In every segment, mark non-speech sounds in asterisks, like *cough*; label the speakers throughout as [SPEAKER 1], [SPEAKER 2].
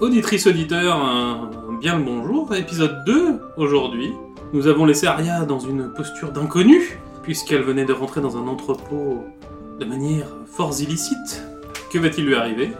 [SPEAKER 1] Auditrice auditeur, un, un bien le bonjour, épisode 2 aujourd'hui. Nous avons laissé Aria dans une posture d'inconnue, puisqu'elle venait de rentrer dans un entrepôt de manière fort illicite. Que va-t-il lui arriver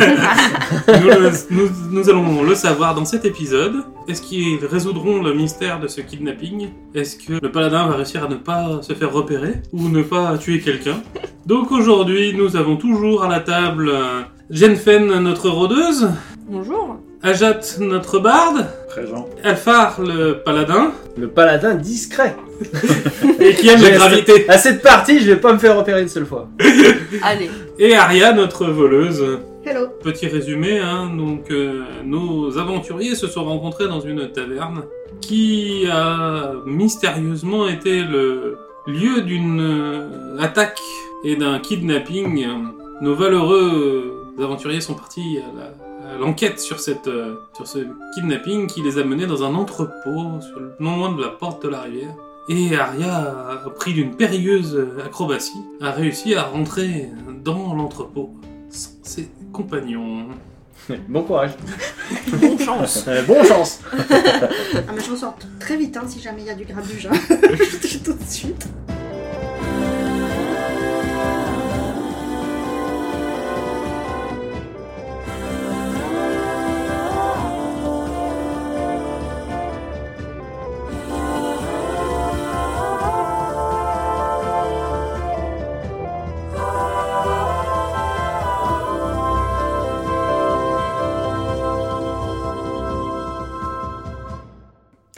[SPEAKER 1] nous, le- nous- nous allons le savoir dans cet épisode. Est-ce qu'ils résoudront le mystère de ce kidnapping Est-ce que le paladin va réussir à ne pas se faire repérer ou ne pas tuer quelqu'un Donc aujourd'hui, nous avons toujours à la table euh, Jenfen, notre rôdeuse,
[SPEAKER 2] *laughs*
[SPEAKER 3] Bonjour.
[SPEAKER 1] Ajat, notre barde,
[SPEAKER 4] Présent.
[SPEAKER 1] Alphar, le paladin,
[SPEAKER 5] Le paladin discret.
[SPEAKER 1] et qui aime la
[SPEAKER 5] J'ai-
[SPEAKER 1] gravité,
[SPEAKER 5] À cette partie, je vais pas me faire repérer une seule fois. *laughs*
[SPEAKER 3] Allez.
[SPEAKER 1] et Aria, notre voleuse.
[SPEAKER 3] Hello.
[SPEAKER 1] Petit résumé, hein, donc euh, nos aventuriers se sont rencontrés dans une taverne qui a mystérieusement été le lieu d'une euh, attaque et d'un kidnapping. Nos valeureux euh, aventuriers sont partis à la- à l'enquête sur, cette, euh, sur ce kidnapping qui les a menés dans un entrepôt sur le non loin de la porte de la rivière. Et Arya, au prix d'une périlleuse acrobatie, a réussi à rentrer dans l'entrepôt sans ses compagnons.
[SPEAKER 5] Bon courage.
[SPEAKER 3] Bonne chance.
[SPEAKER 5] *laughs* Euh, bon chance.
[SPEAKER 2] Ah mais je m'en sors t- très vite hein, si jamais il y a du grabuge. hein. je te dis *laughs* tout de suite.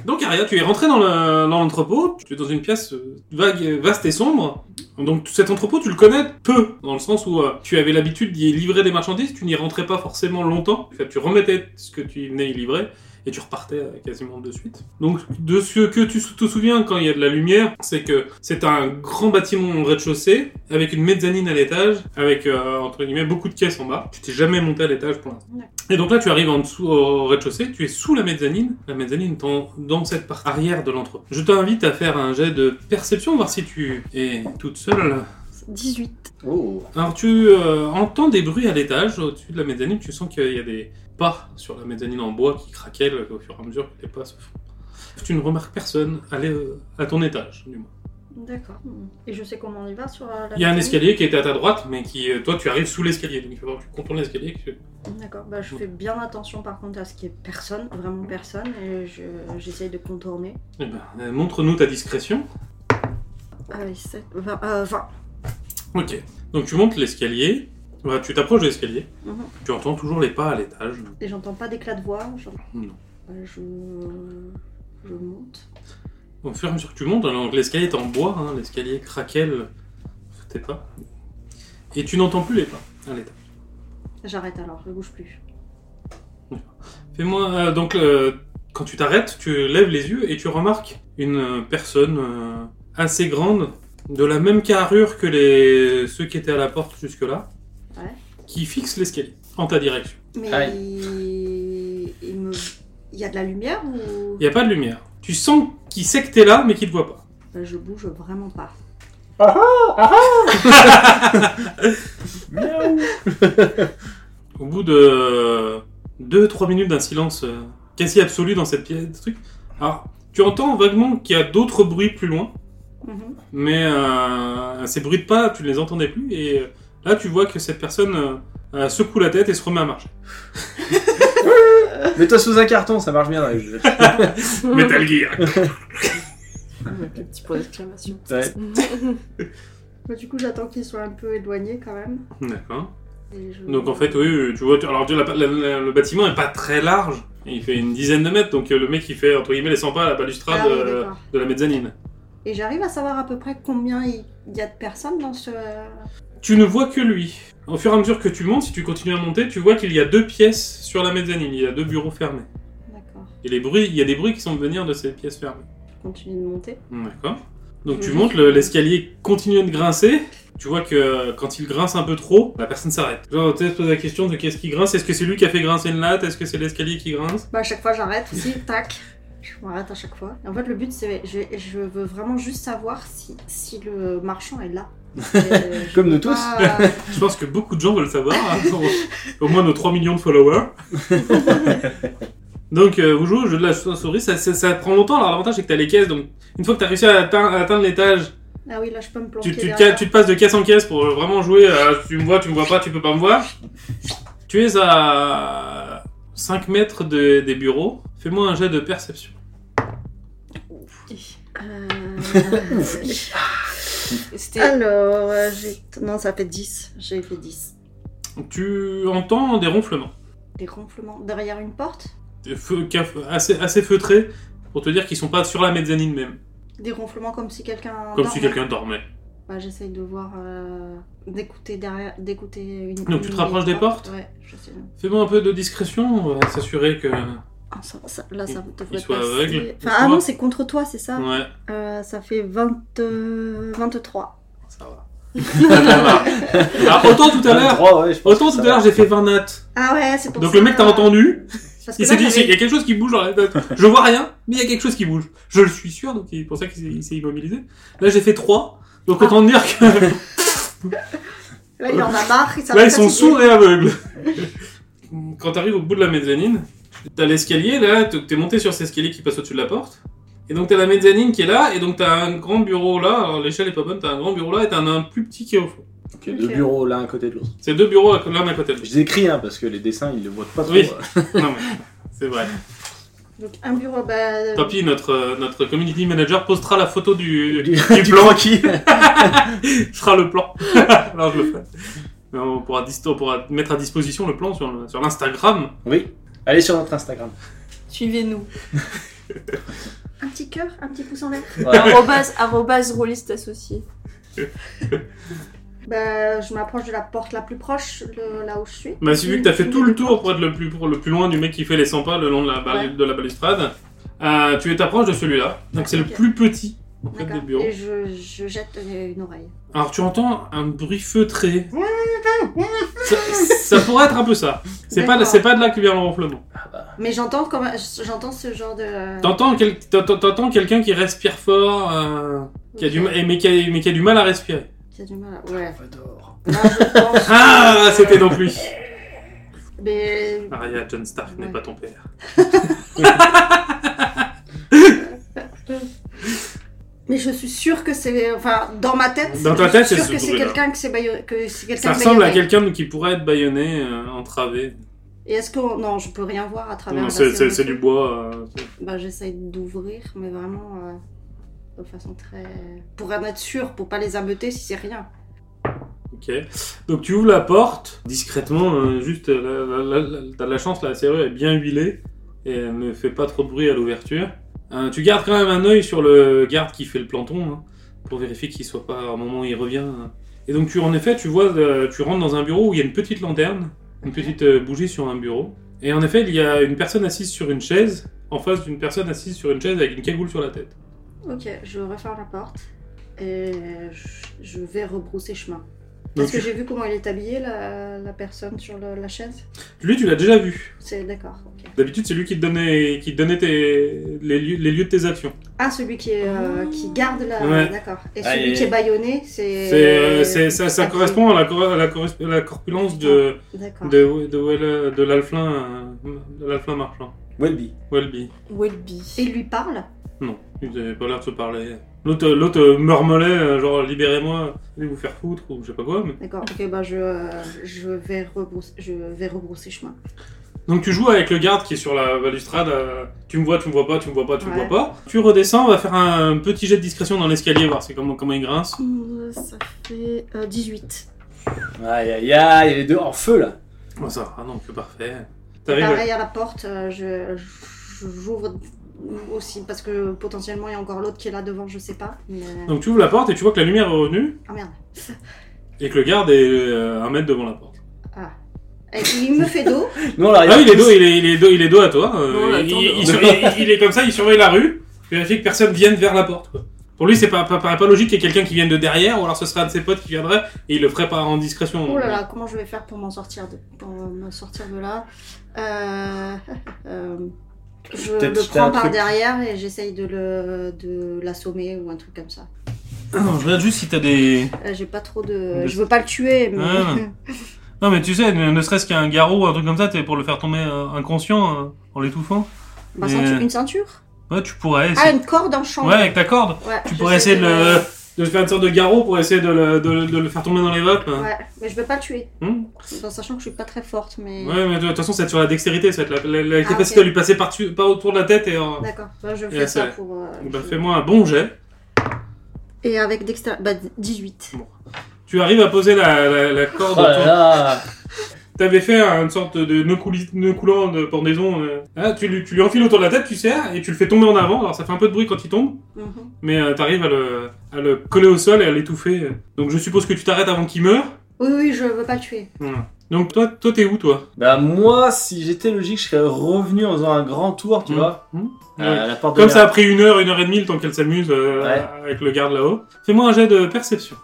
[SPEAKER 1] Donc Aria, tu es rentré dans le- dans l'entrepôt, tu es dans une pièce euh, vague, euh, vaste et sombre. Donc cet entrepôt, tu le connais peu, dans le sens où euh, tu avais l'habitude d'y livrer des marchandises, tu n'y rentrais pas forcément longtemps. En fait, tu remettais ce que tu venais y livrer et tu repartais euh, quasiment de suite. Donc de ce que tu te souviens quand il y a de la lumière, c'est que c'est un grand bâtiment au rez-de-chaussée, avec une mezzanine à l'étage, avec euh, entre guillemets beaucoup de caisses en bas. Tu t'es jamais monté à l'étage pour l'instant. Et donc là, tu arrives en dessous au rez-de-chaussée, tu es sous la mezzanine. La mezzanine étant dans cette partie arrière de l'entrepôt. Je t'invite à faire un jet de perception, voir si tu es toute seule.
[SPEAKER 3] 18.
[SPEAKER 5] Oh.
[SPEAKER 1] Alors tu euh, entends des bruits à l'étage, au-dessus de la mezzanine, tu sens qu'il y a des pas sur la mezzanine en bois qui craquellent au fur et à mesure que les pas se font. Tu ne remarques personne aller euh, à ton étage, du moins.
[SPEAKER 2] D'accord. Et je sais comment on y va sur euh, la.
[SPEAKER 1] Il y a un
[SPEAKER 2] mécanique
[SPEAKER 1] escalier qui était à ta droite, mais qui, euh, toi, tu arrives sous l'escalier, donc il faut voir que tu contournes l'escalier. que tu-
[SPEAKER 2] D'accord. Bah, je fais bien attention par contre à ce qu'il y ait personne, vraiment personne, et je- j'essaye de contourner.
[SPEAKER 1] Eh ben, euh, montre-nous ta discrétion.
[SPEAKER 2] Allez, 7, 20. Euh, 20.
[SPEAKER 1] Ok. Donc tu montes l'escalier. Voilà, tu t'approches de l'escalier.
[SPEAKER 2] Mhm.
[SPEAKER 1] Tu entends toujours les pas à l'étage.
[SPEAKER 2] Et j'entends pas d'éclat de voix. j'en-
[SPEAKER 1] Non.
[SPEAKER 2] Euh, je... je monte.
[SPEAKER 1] Au fur et à mesure que tu montes, alors l'escalier est en bois, hein, l'escalier craquelle tes pas. Et tu n'entends plus les pas à l'étage.
[SPEAKER 2] J'arrête alors, je bouge plus.
[SPEAKER 1] Fais-moi. euh, donc euh, quand tu t'arrêtes, tu lèves les yeux et tu remarques une euh, personne euh, assez grande, de la même carrure que les ceux qui étaient à la porte jusque-là,
[SPEAKER 2] Ouais.
[SPEAKER 1] qui fixe l'escalier en ta direction.
[SPEAKER 2] Mais
[SPEAKER 5] Aïe.
[SPEAKER 2] il... il me. Il y a de la lumière ou.
[SPEAKER 1] Il n'y a pas de lumière. Tu sens qu'il sait que t'es là, mais qu'il te voit pas.
[SPEAKER 2] Bah, je bouge vraiment pas.
[SPEAKER 5] Miaou.
[SPEAKER 1] Au bout de 2-3 minutes d'un silence euh, quasi absolu dans cette pièce, ce truc. Alors, tu entends vaguement qu'il y a d'autres bruits plus loin,
[SPEAKER 2] Mhm.
[SPEAKER 1] mais euh, ces bruits de pas, tu ne les entendais plus, et euh, là, tu vois que cette personne euh, euh, secoue la tête et se remet à marcher.
[SPEAKER 5] Mets-toi sous un carton, ça marche bien dans les jeux.
[SPEAKER 1] *laughs* Metal Gear
[SPEAKER 3] Avec le Ah, petit point d'exclamation. Mhm.
[SPEAKER 5] Ouais.
[SPEAKER 2] Bah, du coup, j'attends qu'il soit un peu éloigné quand même.
[SPEAKER 1] D'accord.
[SPEAKER 2] Et je-
[SPEAKER 1] Donc, en fait, oui, tu vois, tu- alors tu- la- la- la- le bâtiment est pas très large, il fait une dizaine de mètres, donc euh, le mec, il fait, entre guillemets, les 100 pas à la balustrade
[SPEAKER 2] Ah oui,
[SPEAKER 1] euh,
[SPEAKER 2] d'accord.
[SPEAKER 1] de la mezzanine.
[SPEAKER 2] Et j'arrive à savoir à peu près combien il il y a de personnes dans ce.
[SPEAKER 1] Tu ne vois que lui. Au fur et à mesure que tu montes, si tu continues à monter, tu vois qu'il y a deux pièces sur la mezzanine, il y a deux bureaux fermés.
[SPEAKER 2] D'accord.
[SPEAKER 1] Et les bruits, il y a des bruits qui sont venir de ces pièces fermées.
[SPEAKER 2] Je continue de monter.
[SPEAKER 1] D'accord. Donc tu
[SPEAKER 2] Oui.
[SPEAKER 1] montes, le- l'escalier continue de grincer. Tu vois que euh, quand il grince un peu trop, la personne s'arrête. Genre, tu sais, se pose la question de qu'est-ce qui grince Est-ce que c'est lui qui a fait grincer une latte Est-ce que c'est l'escalier qui grince
[SPEAKER 2] Bah, à chaque fois, j'arrête
[SPEAKER 1] *laughs*
[SPEAKER 2] aussi, tac. Je
[SPEAKER 1] *laughs*
[SPEAKER 2] m'arrête à chaque fois. Et en fait, le but, c'est. Je, je veux vraiment juste savoir si, si le marchand est là. Euh, je
[SPEAKER 5] Comme nous
[SPEAKER 2] peux
[SPEAKER 1] Ah.
[SPEAKER 5] tous.
[SPEAKER 2] pas-
[SPEAKER 1] Je pense que beaucoup de gens veulent savoir, hein, pour- au moins nos 3 millions de followers. donc, euh, vous jouez au jeu de la souris, ça, ça- ça prend longtemps. Alors, l'avantage, c'est que t'as les caisses. Donc, une fois que t'as réussi à atteindre, à atteindre l'étage,
[SPEAKER 2] Ah oui, là je peux me planquer.
[SPEAKER 1] tu, tu, te
[SPEAKER 2] derrière.
[SPEAKER 1] ca- tu te passes de caisse en caisse pour euh, vraiment jouer. à tu me vois, tu me vois pas, tu peux pas me voir. Tu es à 5 mètres de- des bureaux. Fais-moi un jet de perception.
[SPEAKER 2] Euh,
[SPEAKER 1] *laughs*
[SPEAKER 3] C'était.
[SPEAKER 2] Alors, euh, j'ai. Non, ça fait 10. J'ai fait 10.
[SPEAKER 1] Tu entends des ronflements.
[SPEAKER 2] Des ronflements. Derrière une porte
[SPEAKER 1] Des feux- caf- assez, assez feutrés pour te dire qu'ils sont pas sur la mezzanine même.
[SPEAKER 2] Des ronflements comme si quelqu'un.
[SPEAKER 1] Comme si
[SPEAKER 2] dormait.
[SPEAKER 1] quelqu'un dormait.
[SPEAKER 2] Bah, j'essaye de voir. euh, d'écouter derrière. d'écouter une.
[SPEAKER 1] Donc, tu te
[SPEAKER 2] une
[SPEAKER 1] rapproches des portes
[SPEAKER 2] Ouais, je sais.
[SPEAKER 1] Fais-moi un peu de discrétion, on va s'assurer que. Ouais.
[SPEAKER 2] Ah, ça- ça- là, ça te fait
[SPEAKER 1] soit
[SPEAKER 2] passer.
[SPEAKER 1] aveugle,
[SPEAKER 2] Enfin,
[SPEAKER 1] il
[SPEAKER 2] ah
[SPEAKER 1] soit-
[SPEAKER 2] non, c'est contre toi, c'est ça Euh, Ça fait 20, euh, 23.
[SPEAKER 1] Ça va. Ça va. Alors, autant tout à l'heure,
[SPEAKER 5] 23, ouais, je pense
[SPEAKER 1] autant tout
[SPEAKER 5] que ça
[SPEAKER 1] à
[SPEAKER 5] va.
[SPEAKER 1] l'heure j'ai fait 20 nattes.
[SPEAKER 2] Ah ouais, c'est pour
[SPEAKER 1] Donc
[SPEAKER 2] ça.
[SPEAKER 1] le mec t'a entendu,
[SPEAKER 2] Parce que
[SPEAKER 1] il
[SPEAKER 2] là,
[SPEAKER 1] s'est dit
[SPEAKER 2] j'avais-
[SPEAKER 1] il y a quelque chose qui bouge dans la natte. Je vois rien, mais il y a quelque chose qui bouge. Je le suis sûr, donc c'est pour ça qu'il s'est- il s'est immobilisé. Là j'ai fait 3, donc autant dire que
[SPEAKER 2] Là, il en a marre. il s'en
[SPEAKER 1] là
[SPEAKER 2] a
[SPEAKER 1] ils sont
[SPEAKER 2] fatigué.
[SPEAKER 1] sourds et aveugles. Quand t'arrives au bout de la mezzanine, t'as l'escalier là, t- t'es monté sur cet escalier qui passe au-dessus de la porte. Et donc t'as la mezzanine qui est là, et donc t'as un grand bureau là, alors l'échelle est pas bonne, t'as un grand bureau là et t'as un plus petit qui est au fond.
[SPEAKER 5] Ok, deux bureaux l'un à côté de l'autre.
[SPEAKER 1] C'est deux bureaux à- l'un à côté de l'autre.
[SPEAKER 5] Je les écris, hein, parce que les dessins, ils les voient pas trop. euh.
[SPEAKER 1] Oui. Non, mais c'est vrai.
[SPEAKER 2] Donc, un bureau. Bah,
[SPEAKER 1] Tant pis, notre, euh, notre community manager postera la photo du,
[SPEAKER 5] *laughs* Du,
[SPEAKER 1] du *laughs*
[SPEAKER 5] du
[SPEAKER 1] plan.
[SPEAKER 5] croquis.
[SPEAKER 1] fera le plan. *laughs* non, je le ferai. Mais on, pourra dis- on pourra mettre à disposition le plan sur le- sur l'Instagram.
[SPEAKER 5] Oui. Allez sur notre Instagram.
[SPEAKER 3] Suivez-nous.
[SPEAKER 2] Un petit cœur, un petit pouce en l'air.
[SPEAKER 3] Arrobase, arrobase rôliste associé.
[SPEAKER 2] Bah, je m'approche de la porte la plus proche, le- là où je suis.
[SPEAKER 1] Bah, si vu que t'as fait tout le tour pour être le plus, pour le plus loin du mec qui fait les 100 pas le long de la, bal- de la balustrade, euh, tu t'approches de celui-là. Donc c'est le
[SPEAKER 2] Ok.
[SPEAKER 1] plus petit en fait, des
[SPEAKER 2] D'accord.
[SPEAKER 1] bureaux.
[SPEAKER 2] Et je, je jette euh, une oreille.
[SPEAKER 1] Alors tu entends un bruit feutré. ça, ça pourrait être un peu ça. C'est pas, de-
[SPEAKER 2] D'accord.
[SPEAKER 1] c'est pas de là que vient le ronflement.
[SPEAKER 2] Mais j'entends comme j'entends ce genre de.
[SPEAKER 1] T'entends quel- t'entends- t'entends quelqu'un qui respire fort, euh, qui a du,
[SPEAKER 2] Ok.
[SPEAKER 1] ma- mais, qui a, mais qui a du mal à respirer.
[SPEAKER 2] Qui a du mal. à- Ouais.
[SPEAKER 5] Vador.
[SPEAKER 2] Là, je pense-
[SPEAKER 1] *laughs* Ah, c'était donc lui.
[SPEAKER 2] Mais
[SPEAKER 1] Arya, John Stark n'est
[SPEAKER 2] Ouais.
[SPEAKER 1] pas ton père.
[SPEAKER 2] mais je suis sûre que c'est enfin dans ma tête.
[SPEAKER 1] Dans ta
[SPEAKER 2] je
[SPEAKER 1] tête,
[SPEAKER 2] suis
[SPEAKER 1] c'est
[SPEAKER 2] sûre
[SPEAKER 1] ce
[SPEAKER 2] que c'est
[SPEAKER 1] bruit-là.
[SPEAKER 2] quelqu'un que c'est baille- que c'est quelqu'un.
[SPEAKER 1] Ça
[SPEAKER 2] de
[SPEAKER 1] ressemble à
[SPEAKER 2] baïonné.
[SPEAKER 1] quelqu'un qui pourrait être baïonné, euh, entravé.
[SPEAKER 2] Et est-ce que non, je peux rien voir à travers.
[SPEAKER 1] Non,
[SPEAKER 2] la
[SPEAKER 1] c'est- C'est
[SPEAKER 2] serrure.
[SPEAKER 1] c'est du bois. euh, c'est-
[SPEAKER 2] Bah j'essaie d'ouvrir, mais vraiment euh, de façon très pour en être sûr, pour pas les ameuter si c'est rien.
[SPEAKER 1] Ok. Donc tu ouvres la porte discrètement, euh, juste euh, la- la- la- la- t'as de la chance, la serrure est bien huilée et elle ne fait pas trop de bruit à l'ouverture. Euh, tu gardes quand même un œil sur le garde qui fait le planton hein, pour vérifier qu'il soit pas au moment où il revient. hein. Et donc tu en effet tu vois, euh, tu rentres dans un bureau où il y a une petite lanterne, une petite euh, bougie sur un bureau. Et en effet il y a une personne assise sur une chaise en face d'une personne assise sur une chaise avec une cagoule sur la tête.
[SPEAKER 2] Ok, je referme la porte et je- je vais rebrousser chemin.
[SPEAKER 1] Donc,
[SPEAKER 2] Parce que j'ai vu comment elle est habillée, la, la personne sur le- la chaise.
[SPEAKER 1] lui tu l'as déjà vu.
[SPEAKER 2] C'est d'accord. ok.
[SPEAKER 1] D'habitude c'est lui qui te donnait, qui te donnait tes- les lieux- les lieux de tes actions.
[SPEAKER 2] Ah, celui qui, est, euh, qui garde la.
[SPEAKER 1] Ouais.
[SPEAKER 2] D'accord. Et
[SPEAKER 5] Ah,
[SPEAKER 2] celui
[SPEAKER 5] et-
[SPEAKER 2] qui est baïonné, c'est.
[SPEAKER 1] C'est, euh, c'est- ça, ça correspond à la, cor- à la, corres- à la corpulence de,
[SPEAKER 2] D'accord.
[SPEAKER 1] de, de, Well- de l'alflin euh, de l'alflin marchand,
[SPEAKER 5] Welby.
[SPEAKER 1] Welby.
[SPEAKER 2] Et
[SPEAKER 3] Welby.
[SPEAKER 2] il lui parle
[SPEAKER 1] Non, ils n'avaient pas l'air de se parler. L'autre, l'autre euh, murmulait, euh, genre libérez-moi, allez vous faire foutre ou je sais pas quoi. mais-
[SPEAKER 2] D'accord. Ok, bah je, euh, je, vais rebrousser, je vais rebrousser chemin.
[SPEAKER 1] Donc tu joues avec le garde qui est sur la balustrade. euh, tu me vois, tu me vois pas, tu me vois pas, tu me
[SPEAKER 2] Ouais.
[SPEAKER 1] vois pas. Tu redescends, on va faire un petit jet de discrétion dans l'escalier, voir c'est comment, comment il grince.
[SPEAKER 3] Ça fait
[SPEAKER 2] euh,
[SPEAKER 3] 18.
[SPEAKER 5] Aïe aïe aïe, il y a les deux en feu là.
[SPEAKER 1] Oh, ça, va, non, que parfait.
[SPEAKER 2] Et
[SPEAKER 1] T'arrives.
[SPEAKER 2] Pareil à la porte, euh, je je- j'ouvre aussi parce que potentiellement il y a encore l'autre qui est là devant, je sais pas. mais-
[SPEAKER 1] Donc tu ouvres la porte et tu vois que la lumière est revenue
[SPEAKER 2] Ah merde.
[SPEAKER 1] et que le garde est euh, un mètre devant la porte.
[SPEAKER 2] Ah. Et il me fait dos.
[SPEAKER 5] Nous on l'a
[SPEAKER 1] Ah oui, il est dos, il est, il est dos, il est dos à toi. euh,
[SPEAKER 3] Non, on
[SPEAKER 1] il,
[SPEAKER 3] l'attend
[SPEAKER 1] il- il
[SPEAKER 3] dehors.
[SPEAKER 1] sur- il- il est comme ça, il surveille la rue, vérifie que personne vienne vers la porte. quoi. Pour lui, c'est pas, pas, paraît pas logique qu'il y ait quelqu'un qui vienne de derrière, ou alors ce serait un de ses potes qui viendrait et il le ferait par en discrétion.
[SPEAKER 2] Oh là là, comment je vais faire pour m'en sortir de, pour me sortir de là Euh, *laughs* euh, Je
[SPEAKER 5] Peut-être
[SPEAKER 2] le
[SPEAKER 5] jeter un
[SPEAKER 2] prends par
[SPEAKER 5] truc.
[SPEAKER 2] derrière et j'essaye de le de l'assommer ou un truc comme ça.
[SPEAKER 1] Non, Ah, je regarde juste si t'as des.
[SPEAKER 2] Euh, J'ai pas trop
[SPEAKER 1] De-
[SPEAKER 2] de. Je veux pas le tuer, mais. *laughs*
[SPEAKER 1] Ah. Non, mais tu sais, ne ne serait-ce qu'un garrot, un truc comme ça, t'es pour le faire tomber euh, inconscient euh, en l'étouffant.
[SPEAKER 2] Ma
[SPEAKER 1] Mais,
[SPEAKER 2] ceinture- Bah, Une ceinture
[SPEAKER 1] Ouais, tu pourrais.
[SPEAKER 2] Ah,
[SPEAKER 1] essayer-
[SPEAKER 2] une corde en chambre.
[SPEAKER 1] ouais, avec ta corde.
[SPEAKER 2] Ouais,
[SPEAKER 1] Tu
[SPEAKER 2] je
[SPEAKER 1] pourrais
[SPEAKER 2] sais
[SPEAKER 1] essayer de le, de faire une sorte de garrot pour essayer de le, de- de le faire tomber dans les vapes.
[SPEAKER 2] Ouais, mais je veux pas le tuer.
[SPEAKER 1] Hmm
[SPEAKER 2] En sachant que je suis pas très forte, mais.
[SPEAKER 1] Ouais, mais de toute façon, ça va être sur la dextérité, ça va être la, la- la
[SPEAKER 2] Ah,
[SPEAKER 1] capacité
[SPEAKER 2] ok.
[SPEAKER 1] à lui passer par, dessus- par autour de la tête et. euh,
[SPEAKER 2] D'accord, bah, je fais
[SPEAKER 1] Yeah,
[SPEAKER 2] ça
[SPEAKER 1] c'est-
[SPEAKER 2] pour. euh,
[SPEAKER 1] Bah,
[SPEAKER 2] je-
[SPEAKER 1] fais-moi un bon jet.
[SPEAKER 2] Et avec Dexter. Bah, 18.
[SPEAKER 1] Tu arrives à poser la, la, la corde.
[SPEAKER 5] Oh là
[SPEAKER 1] autour-
[SPEAKER 5] là
[SPEAKER 1] T'avais fait une sorte de nœud, couli- nœud coulant de pendaison. euh. Ah, tu, lui- tu lui enfiles autour de la tête, tu serres, et tu le fais tomber en avant. Alors ça fait un peu de bruit quand il tombe,
[SPEAKER 2] Mhm.
[SPEAKER 1] mais euh, t'arrives à le, à le coller au sol et à l'étouffer. Donc je suppose que tu t'arrêtes avant qu'il meure.
[SPEAKER 2] Oui, oui, je veux pas le tuer.
[SPEAKER 1] Voilà. Donc toi, toi t'es où toi
[SPEAKER 5] Bah moi, si j'étais logique, je serais revenu en faisant un grand tour, tu
[SPEAKER 1] Mmh.
[SPEAKER 5] vois,
[SPEAKER 1] Mmh.
[SPEAKER 5] à
[SPEAKER 1] Ouais.
[SPEAKER 5] la porte de
[SPEAKER 1] Comme ça
[SPEAKER 5] l'air.
[SPEAKER 1] a pris une heure, une heure et demie le temps qu'elle s'amuse euh,
[SPEAKER 5] Ouais.
[SPEAKER 1] avec le garde là-haut. Fais-moi un jet de perception.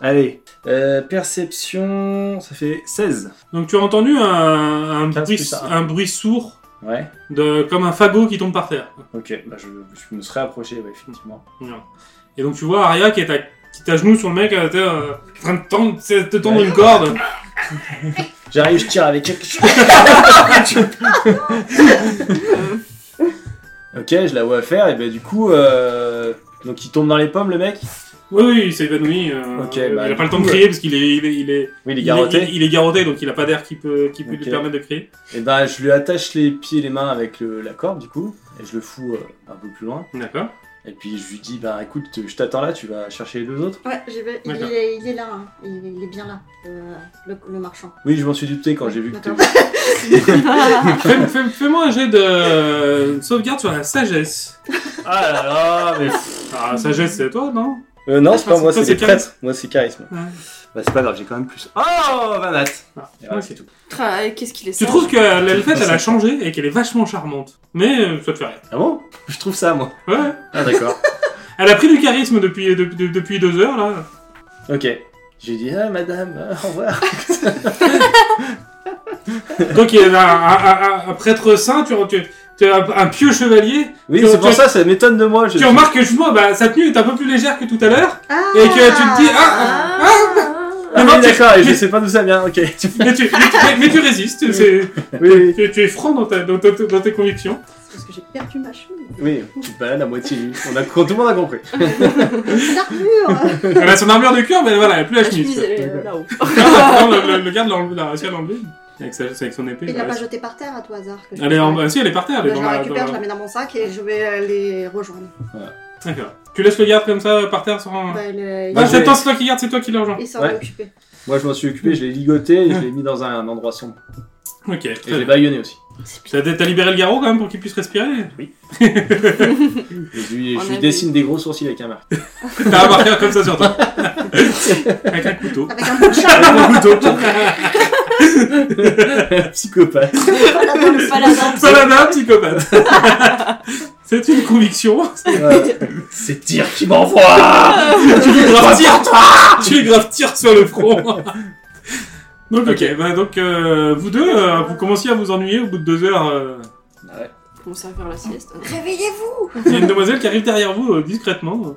[SPEAKER 5] Allez, Euh, perception, ça fait 16.
[SPEAKER 1] Donc tu as entendu un, un
[SPEAKER 5] 15
[SPEAKER 1] bruit,
[SPEAKER 5] plus un.
[SPEAKER 1] un bruit sourd,
[SPEAKER 5] Ouais,
[SPEAKER 1] de, comme un fagot qui tombe par terre.
[SPEAKER 5] ok, bah je, je me serais approché, ouais, effectivement.
[SPEAKER 1] Non. Et donc tu vois Aria qui est à, qui est à genoux sur le mec, euh, t'es, euh, en train de tendre, de te tendre une corde.
[SPEAKER 5] J'arrive, je tire avec... *laughs* ok, je la vois faire, et bah du coup, euh... donc il tombe dans les pommes le mec
[SPEAKER 1] Oui, oui, il s'est évanoui. euh,
[SPEAKER 5] Ok,
[SPEAKER 1] euh,
[SPEAKER 5] bah,
[SPEAKER 1] il a
[SPEAKER 5] du
[SPEAKER 1] pas le temps
[SPEAKER 5] coup,
[SPEAKER 1] de crier parce qu'il est, il est, il est,
[SPEAKER 5] Oui, il est
[SPEAKER 1] il
[SPEAKER 5] garrotté.
[SPEAKER 1] est- il est garrotté, donc il a pas d'air qui peut, qui peut
[SPEAKER 5] Ok.
[SPEAKER 1] lui permettre de crier.
[SPEAKER 5] Et bah je lui attache les pieds et les mains avec le- la corde du coup, et je le fous euh, un peu plus loin.
[SPEAKER 1] D'accord.
[SPEAKER 5] Et puis je lui dis, bah écoute, je t'attends là, tu vas chercher les deux autres.
[SPEAKER 2] Ouais, j'y vais. Il,
[SPEAKER 1] D'accord.
[SPEAKER 2] est, il est là, hein. il, il est bien là, euh, le, le marchand.
[SPEAKER 5] Oui, je m'en suis douté quand j'ai vu que t'es...
[SPEAKER 2] D'accord.
[SPEAKER 1] Fais- fais- Fais-moi un jet de euh, sauvegarde sur la sagesse.
[SPEAKER 5] Ah là là, mais...
[SPEAKER 1] Ah, la sagesse, c'est toi, non
[SPEAKER 5] *laughs* Euh, non,
[SPEAKER 1] Ah, je
[SPEAKER 5] c'est pas
[SPEAKER 1] pensais
[SPEAKER 5] moi,
[SPEAKER 1] que toi,
[SPEAKER 5] c'est des
[SPEAKER 1] c'est charisme.
[SPEAKER 5] prêtres. Moi, c'est charisme.
[SPEAKER 1] Ouais.
[SPEAKER 5] Bah, c'est pas grave, j'ai quand même plus. Oh, 20 nattes.
[SPEAKER 1] Ah,
[SPEAKER 5] Et voilà,
[SPEAKER 1] ok.
[SPEAKER 5] c'est tout.
[SPEAKER 3] Tra- euh, Qu'est-ce qu'il est
[SPEAKER 1] Tu
[SPEAKER 3] sage.
[SPEAKER 1] trouves que la la fête, elle a changé et qu'elle est vachement charmante. Mais euh, ça te fait rien.
[SPEAKER 5] Ah bon Je trouve ça, moi.
[SPEAKER 1] Ouais.
[SPEAKER 5] Ah, d'accord. *laughs*
[SPEAKER 1] Elle a pris du charisme depuis, de- de- depuis deux heures, là.
[SPEAKER 5] ok. J'ai dit, ah, madame, euh, au revoir.
[SPEAKER 1] Toi qui es un, un- un- un prêtre saint, tu, tu, tu es un, un pieux chevalier,
[SPEAKER 5] Oui,
[SPEAKER 1] Tu-
[SPEAKER 5] c'est pour
[SPEAKER 1] tu-
[SPEAKER 5] ça, ça m'étonne de moi. Je...
[SPEAKER 1] tu remarques que justement bah, sa tenue est un peu plus légère que tout à l'heure,
[SPEAKER 2] Ah
[SPEAKER 1] et que tu te dis ah,
[SPEAKER 3] Ah,
[SPEAKER 5] Ah,
[SPEAKER 1] Non,
[SPEAKER 5] oui,
[SPEAKER 1] tu-
[SPEAKER 5] d'accord, et je
[SPEAKER 1] tu-
[SPEAKER 5] sais pas d'où ça vient, ok. *laughs* oui,
[SPEAKER 1] mais, tu, mais tu- mais- mais tu résistes, c'est-
[SPEAKER 5] oui,
[SPEAKER 1] tu, tu es franc dans, ta- dans ta- dans tes convictions.
[SPEAKER 2] Ah, C'est parce que j'ai perdu ma chemise.
[SPEAKER 5] oui, tu te balades à moitié nue. On a... *laughs* Tout le monde a compris.
[SPEAKER 2] Une armure
[SPEAKER 1] Elle a son armure de cœur, mais voilà, elle a plus la
[SPEAKER 3] La
[SPEAKER 1] chemise.
[SPEAKER 3] chemise,
[SPEAKER 1] quoi.
[SPEAKER 3] elle est là-haut.
[SPEAKER 1] Non, le, le- le garde l'a enlevé- l'a réussi à l'enlever avec, sa- avec son épée.
[SPEAKER 2] Il l'a
[SPEAKER 1] voilà.
[SPEAKER 2] pas jetée par terre à tout hasard. Que je
[SPEAKER 1] Elle est en
[SPEAKER 2] Bah,
[SPEAKER 1] bah, si, elle est par terre, elle
[SPEAKER 2] Je
[SPEAKER 1] est dans
[SPEAKER 2] la
[SPEAKER 1] la.
[SPEAKER 2] récupère,
[SPEAKER 1] dans la-
[SPEAKER 2] je la mets dans mon sac et je vais euh, les rejoindre.
[SPEAKER 1] D'accord. Tu laisses le garde comme ça par terre sans.
[SPEAKER 2] Bah, elle, euh,
[SPEAKER 1] Ah,
[SPEAKER 5] Moi,
[SPEAKER 2] il-
[SPEAKER 5] je-
[SPEAKER 1] attends, c'est toi qui garde, c'est toi qui le rejoint.
[SPEAKER 2] Il s'en
[SPEAKER 5] Ouais.
[SPEAKER 2] est occupé.
[SPEAKER 5] Moi, je m'en suis occupé, je l'ai ligoté, et je l'ai mis dans un endroit sombre.
[SPEAKER 1] Ok, très
[SPEAKER 5] Et je l'ai
[SPEAKER 1] bien.
[SPEAKER 5] baïonné aussi.
[SPEAKER 1] T'as t'as libéré le garrot quand même pour qu'il puisse respirer
[SPEAKER 5] Et je lui,
[SPEAKER 3] On
[SPEAKER 5] je
[SPEAKER 3] a
[SPEAKER 5] lui
[SPEAKER 3] vu.
[SPEAKER 5] dessine des gros sourcils avec un marque.
[SPEAKER 1] T'as un marqueur comme ça sur toi. Avec un couteau. *laughs*
[SPEAKER 2] Avec un coup de
[SPEAKER 5] Avec
[SPEAKER 2] charme
[SPEAKER 5] mon *laughs* couteau. Psychopathe.
[SPEAKER 3] Paladin, le paladin.
[SPEAKER 1] Paladin, psychopathe. C'est une conviction.
[SPEAKER 5] Ouais. *laughs* C'est Tyr qui *laughs* m'envoie
[SPEAKER 1] tu lui graves tire, tu lui graves tire sur le front. donc, ok,
[SPEAKER 5] Ok.
[SPEAKER 1] bah, donc euh, vous deux, euh, vous commenciez à vous ennuyer au bout de deux heures. euh,
[SPEAKER 3] Bon, ça va faire la sieste. *laughs*
[SPEAKER 2] Réveillez-vous
[SPEAKER 1] Il y a une demoiselle qui arrive derrière vous euh, discrètement.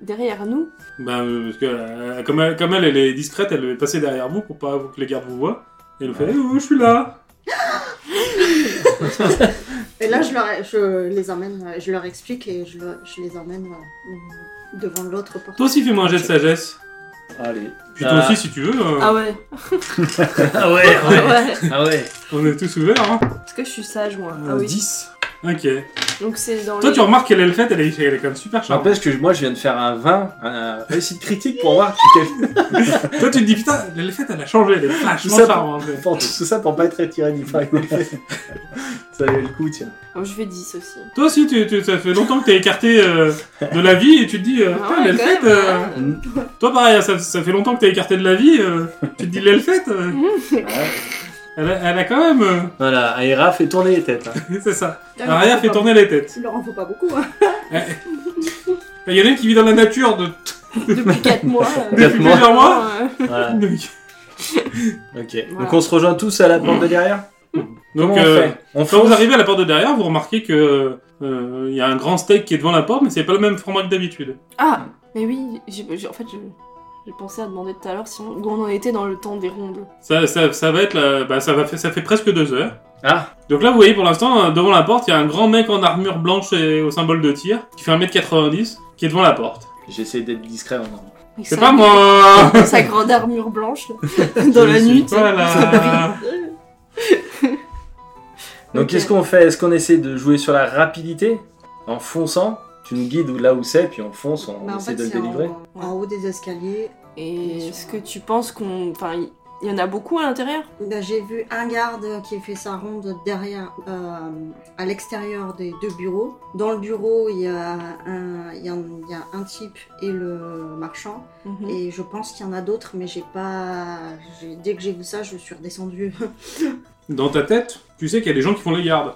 [SPEAKER 3] Derrière nous,
[SPEAKER 1] Bah, euh, parce que, euh, comme, elle, comme elle, elle est discrète, elle est passée derrière vous pour pas que les gardes vous voient. Et elle vous fait Eh, oh, je suis là
[SPEAKER 2] Et là, je, leur- je les emmène, euh, je leur explique et je, le- je les emmène euh, devant l'autre porte.
[SPEAKER 1] Toi aussi, fais-moi un jet de sagesse.
[SPEAKER 5] Allez.
[SPEAKER 1] Puis toi
[SPEAKER 5] Ah.
[SPEAKER 1] aussi, si tu veux. euh,
[SPEAKER 3] Ah ouais.
[SPEAKER 5] Ah ouais,
[SPEAKER 3] Ah ouais.
[SPEAKER 5] Ah ouais.
[SPEAKER 1] On est tous ouverts. Hein.
[SPEAKER 3] Est-ce que je suis sage moi Ah
[SPEAKER 5] Euh,
[SPEAKER 3] oui.
[SPEAKER 5] 10.
[SPEAKER 1] Ok.
[SPEAKER 3] Donc c'est dans
[SPEAKER 1] Toi,
[SPEAKER 3] les-
[SPEAKER 1] tu remarques qu'elle est le fait, elle est, elle est quand même super charmante.
[SPEAKER 5] J'empêche que moi je viens de faire un 20, un réussite critique pour voir qui quel-
[SPEAKER 1] Toi, tu te dis putain, la fête elle a changé,
[SPEAKER 5] *laughs*
[SPEAKER 1] elle est vachement
[SPEAKER 5] Ah, bah. Ça,
[SPEAKER 1] charmante.
[SPEAKER 5] Pour tout tout ça pour pas être retiré du pack. *laughs* ça valait le coup, tiens.
[SPEAKER 3] Oh, je vais 10 aussi.
[SPEAKER 1] Toi aussi, tu, tu- ça fait longtemps que t'es écarté euh, de la vie et tu te dis, euh,
[SPEAKER 3] Ah
[SPEAKER 1] putain,
[SPEAKER 3] ouais,
[SPEAKER 1] la
[SPEAKER 3] quand
[SPEAKER 1] fête,
[SPEAKER 3] même,
[SPEAKER 1] euh, Toi, pareil, ça, ça fait longtemps que t'es écarté de la vie, euh, tu te dis, la fête,
[SPEAKER 3] *laughs*
[SPEAKER 1] euh, elle, a- elle a quand même. euh, *laughs*
[SPEAKER 5] Voilà, Aera fait tourner les têtes. hein.
[SPEAKER 1] c'est ça.
[SPEAKER 3] Ah,
[SPEAKER 2] Putain, il en
[SPEAKER 1] Aria
[SPEAKER 2] faut
[SPEAKER 1] fait
[SPEAKER 2] pas
[SPEAKER 1] tourner les têtes.
[SPEAKER 2] beaucoup. Il leur en faut pas beaucoup. hein.
[SPEAKER 1] Il y en a une qui vit dans la nature de
[SPEAKER 3] Depuis *laughs* 4 mois. euh,
[SPEAKER 1] Depuis
[SPEAKER 5] mois.
[SPEAKER 1] plusieurs mois.
[SPEAKER 3] euh,
[SPEAKER 5] *laughs* Voilà. Ok.
[SPEAKER 3] Voilà.
[SPEAKER 5] Donc on se rejoint tous à la porte de derrière
[SPEAKER 1] Donc,
[SPEAKER 5] Comment on
[SPEAKER 1] euh,
[SPEAKER 5] fait On
[SPEAKER 1] quand
[SPEAKER 5] fonce
[SPEAKER 1] vous arrivez à la porte de derrière, vous remarquez que euh, il y a un grand steak qui est devant la porte, mais c'est pas le même format que d'habitude.
[SPEAKER 3] Ah Mais oui, j'ai- j'ai- en fait, je- j'ai pensé à demander tout à l'heure si on, où on en était dans le temps des rondes.
[SPEAKER 1] Ça, ça, ça va être la- bah, ça, va fait, ça fait presque deux heures.
[SPEAKER 5] Ah,
[SPEAKER 1] Donc là, vous voyez pour l'instant, euh, devant la porte, il y a un grand mec en armure blanche et au symbole de tir, qui fait 1m90, qui est devant la porte.
[SPEAKER 5] j'essaie d'être discret maintenant.
[SPEAKER 3] Avec
[SPEAKER 1] C'est
[SPEAKER 3] sa-
[SPEAKER 1] pas moi
[SPEAKER 3] avec Sa grande armure blanche,
[SPEAKER 1] *laughs*
[SPEAKER 3] là, *laughs* dans la
[SPEAKER 1] Je
[SPEAKER 3] nuit.
[SPEAKER 1] suis pas là.
[SPEAKER 5] Donc
[SPEAKER 3] Ok.
[SPEAKER 5] qu'est-ce qu'on fait Est-ce qu'on essaie de jouer sur la rapidité en fonçant Tu nous guides là où c'est, puis on fonce, on
[SPEAKER 2] Bah, en
[SPEAKER 5] essaie
[SPEAKER 2] fait,
[SPEAKER 5] de le
[SPEAKER 2] c'est en-
[SPEAKER 5] délivrer.
[SPEAKER 2] En, haut des escaliers.
[SPEAKER 3] Et est-ce que tu penses qu'on. Enfin, il il y en a beaucoup à l'intérieur
[SPEAKER 2] Bah, J'ai vu un garde qui a fait sa ronde derrière, euh, à l'extérieur des deux bureaux. Dans le bureau, il y a un, il y a un- il y a un type et le marchand.
[SPEAKER 3] Mhm.
[SPEAKER 2] Et je pense qu'il y en a d'autres, mais j'ai pas. j'ai- Dès que j'ai vu ça, je suis redescendue. *laughs*
[SPEAKER 1] Dans ta tête, tu sais qu'il y a des gens qui font les gardes.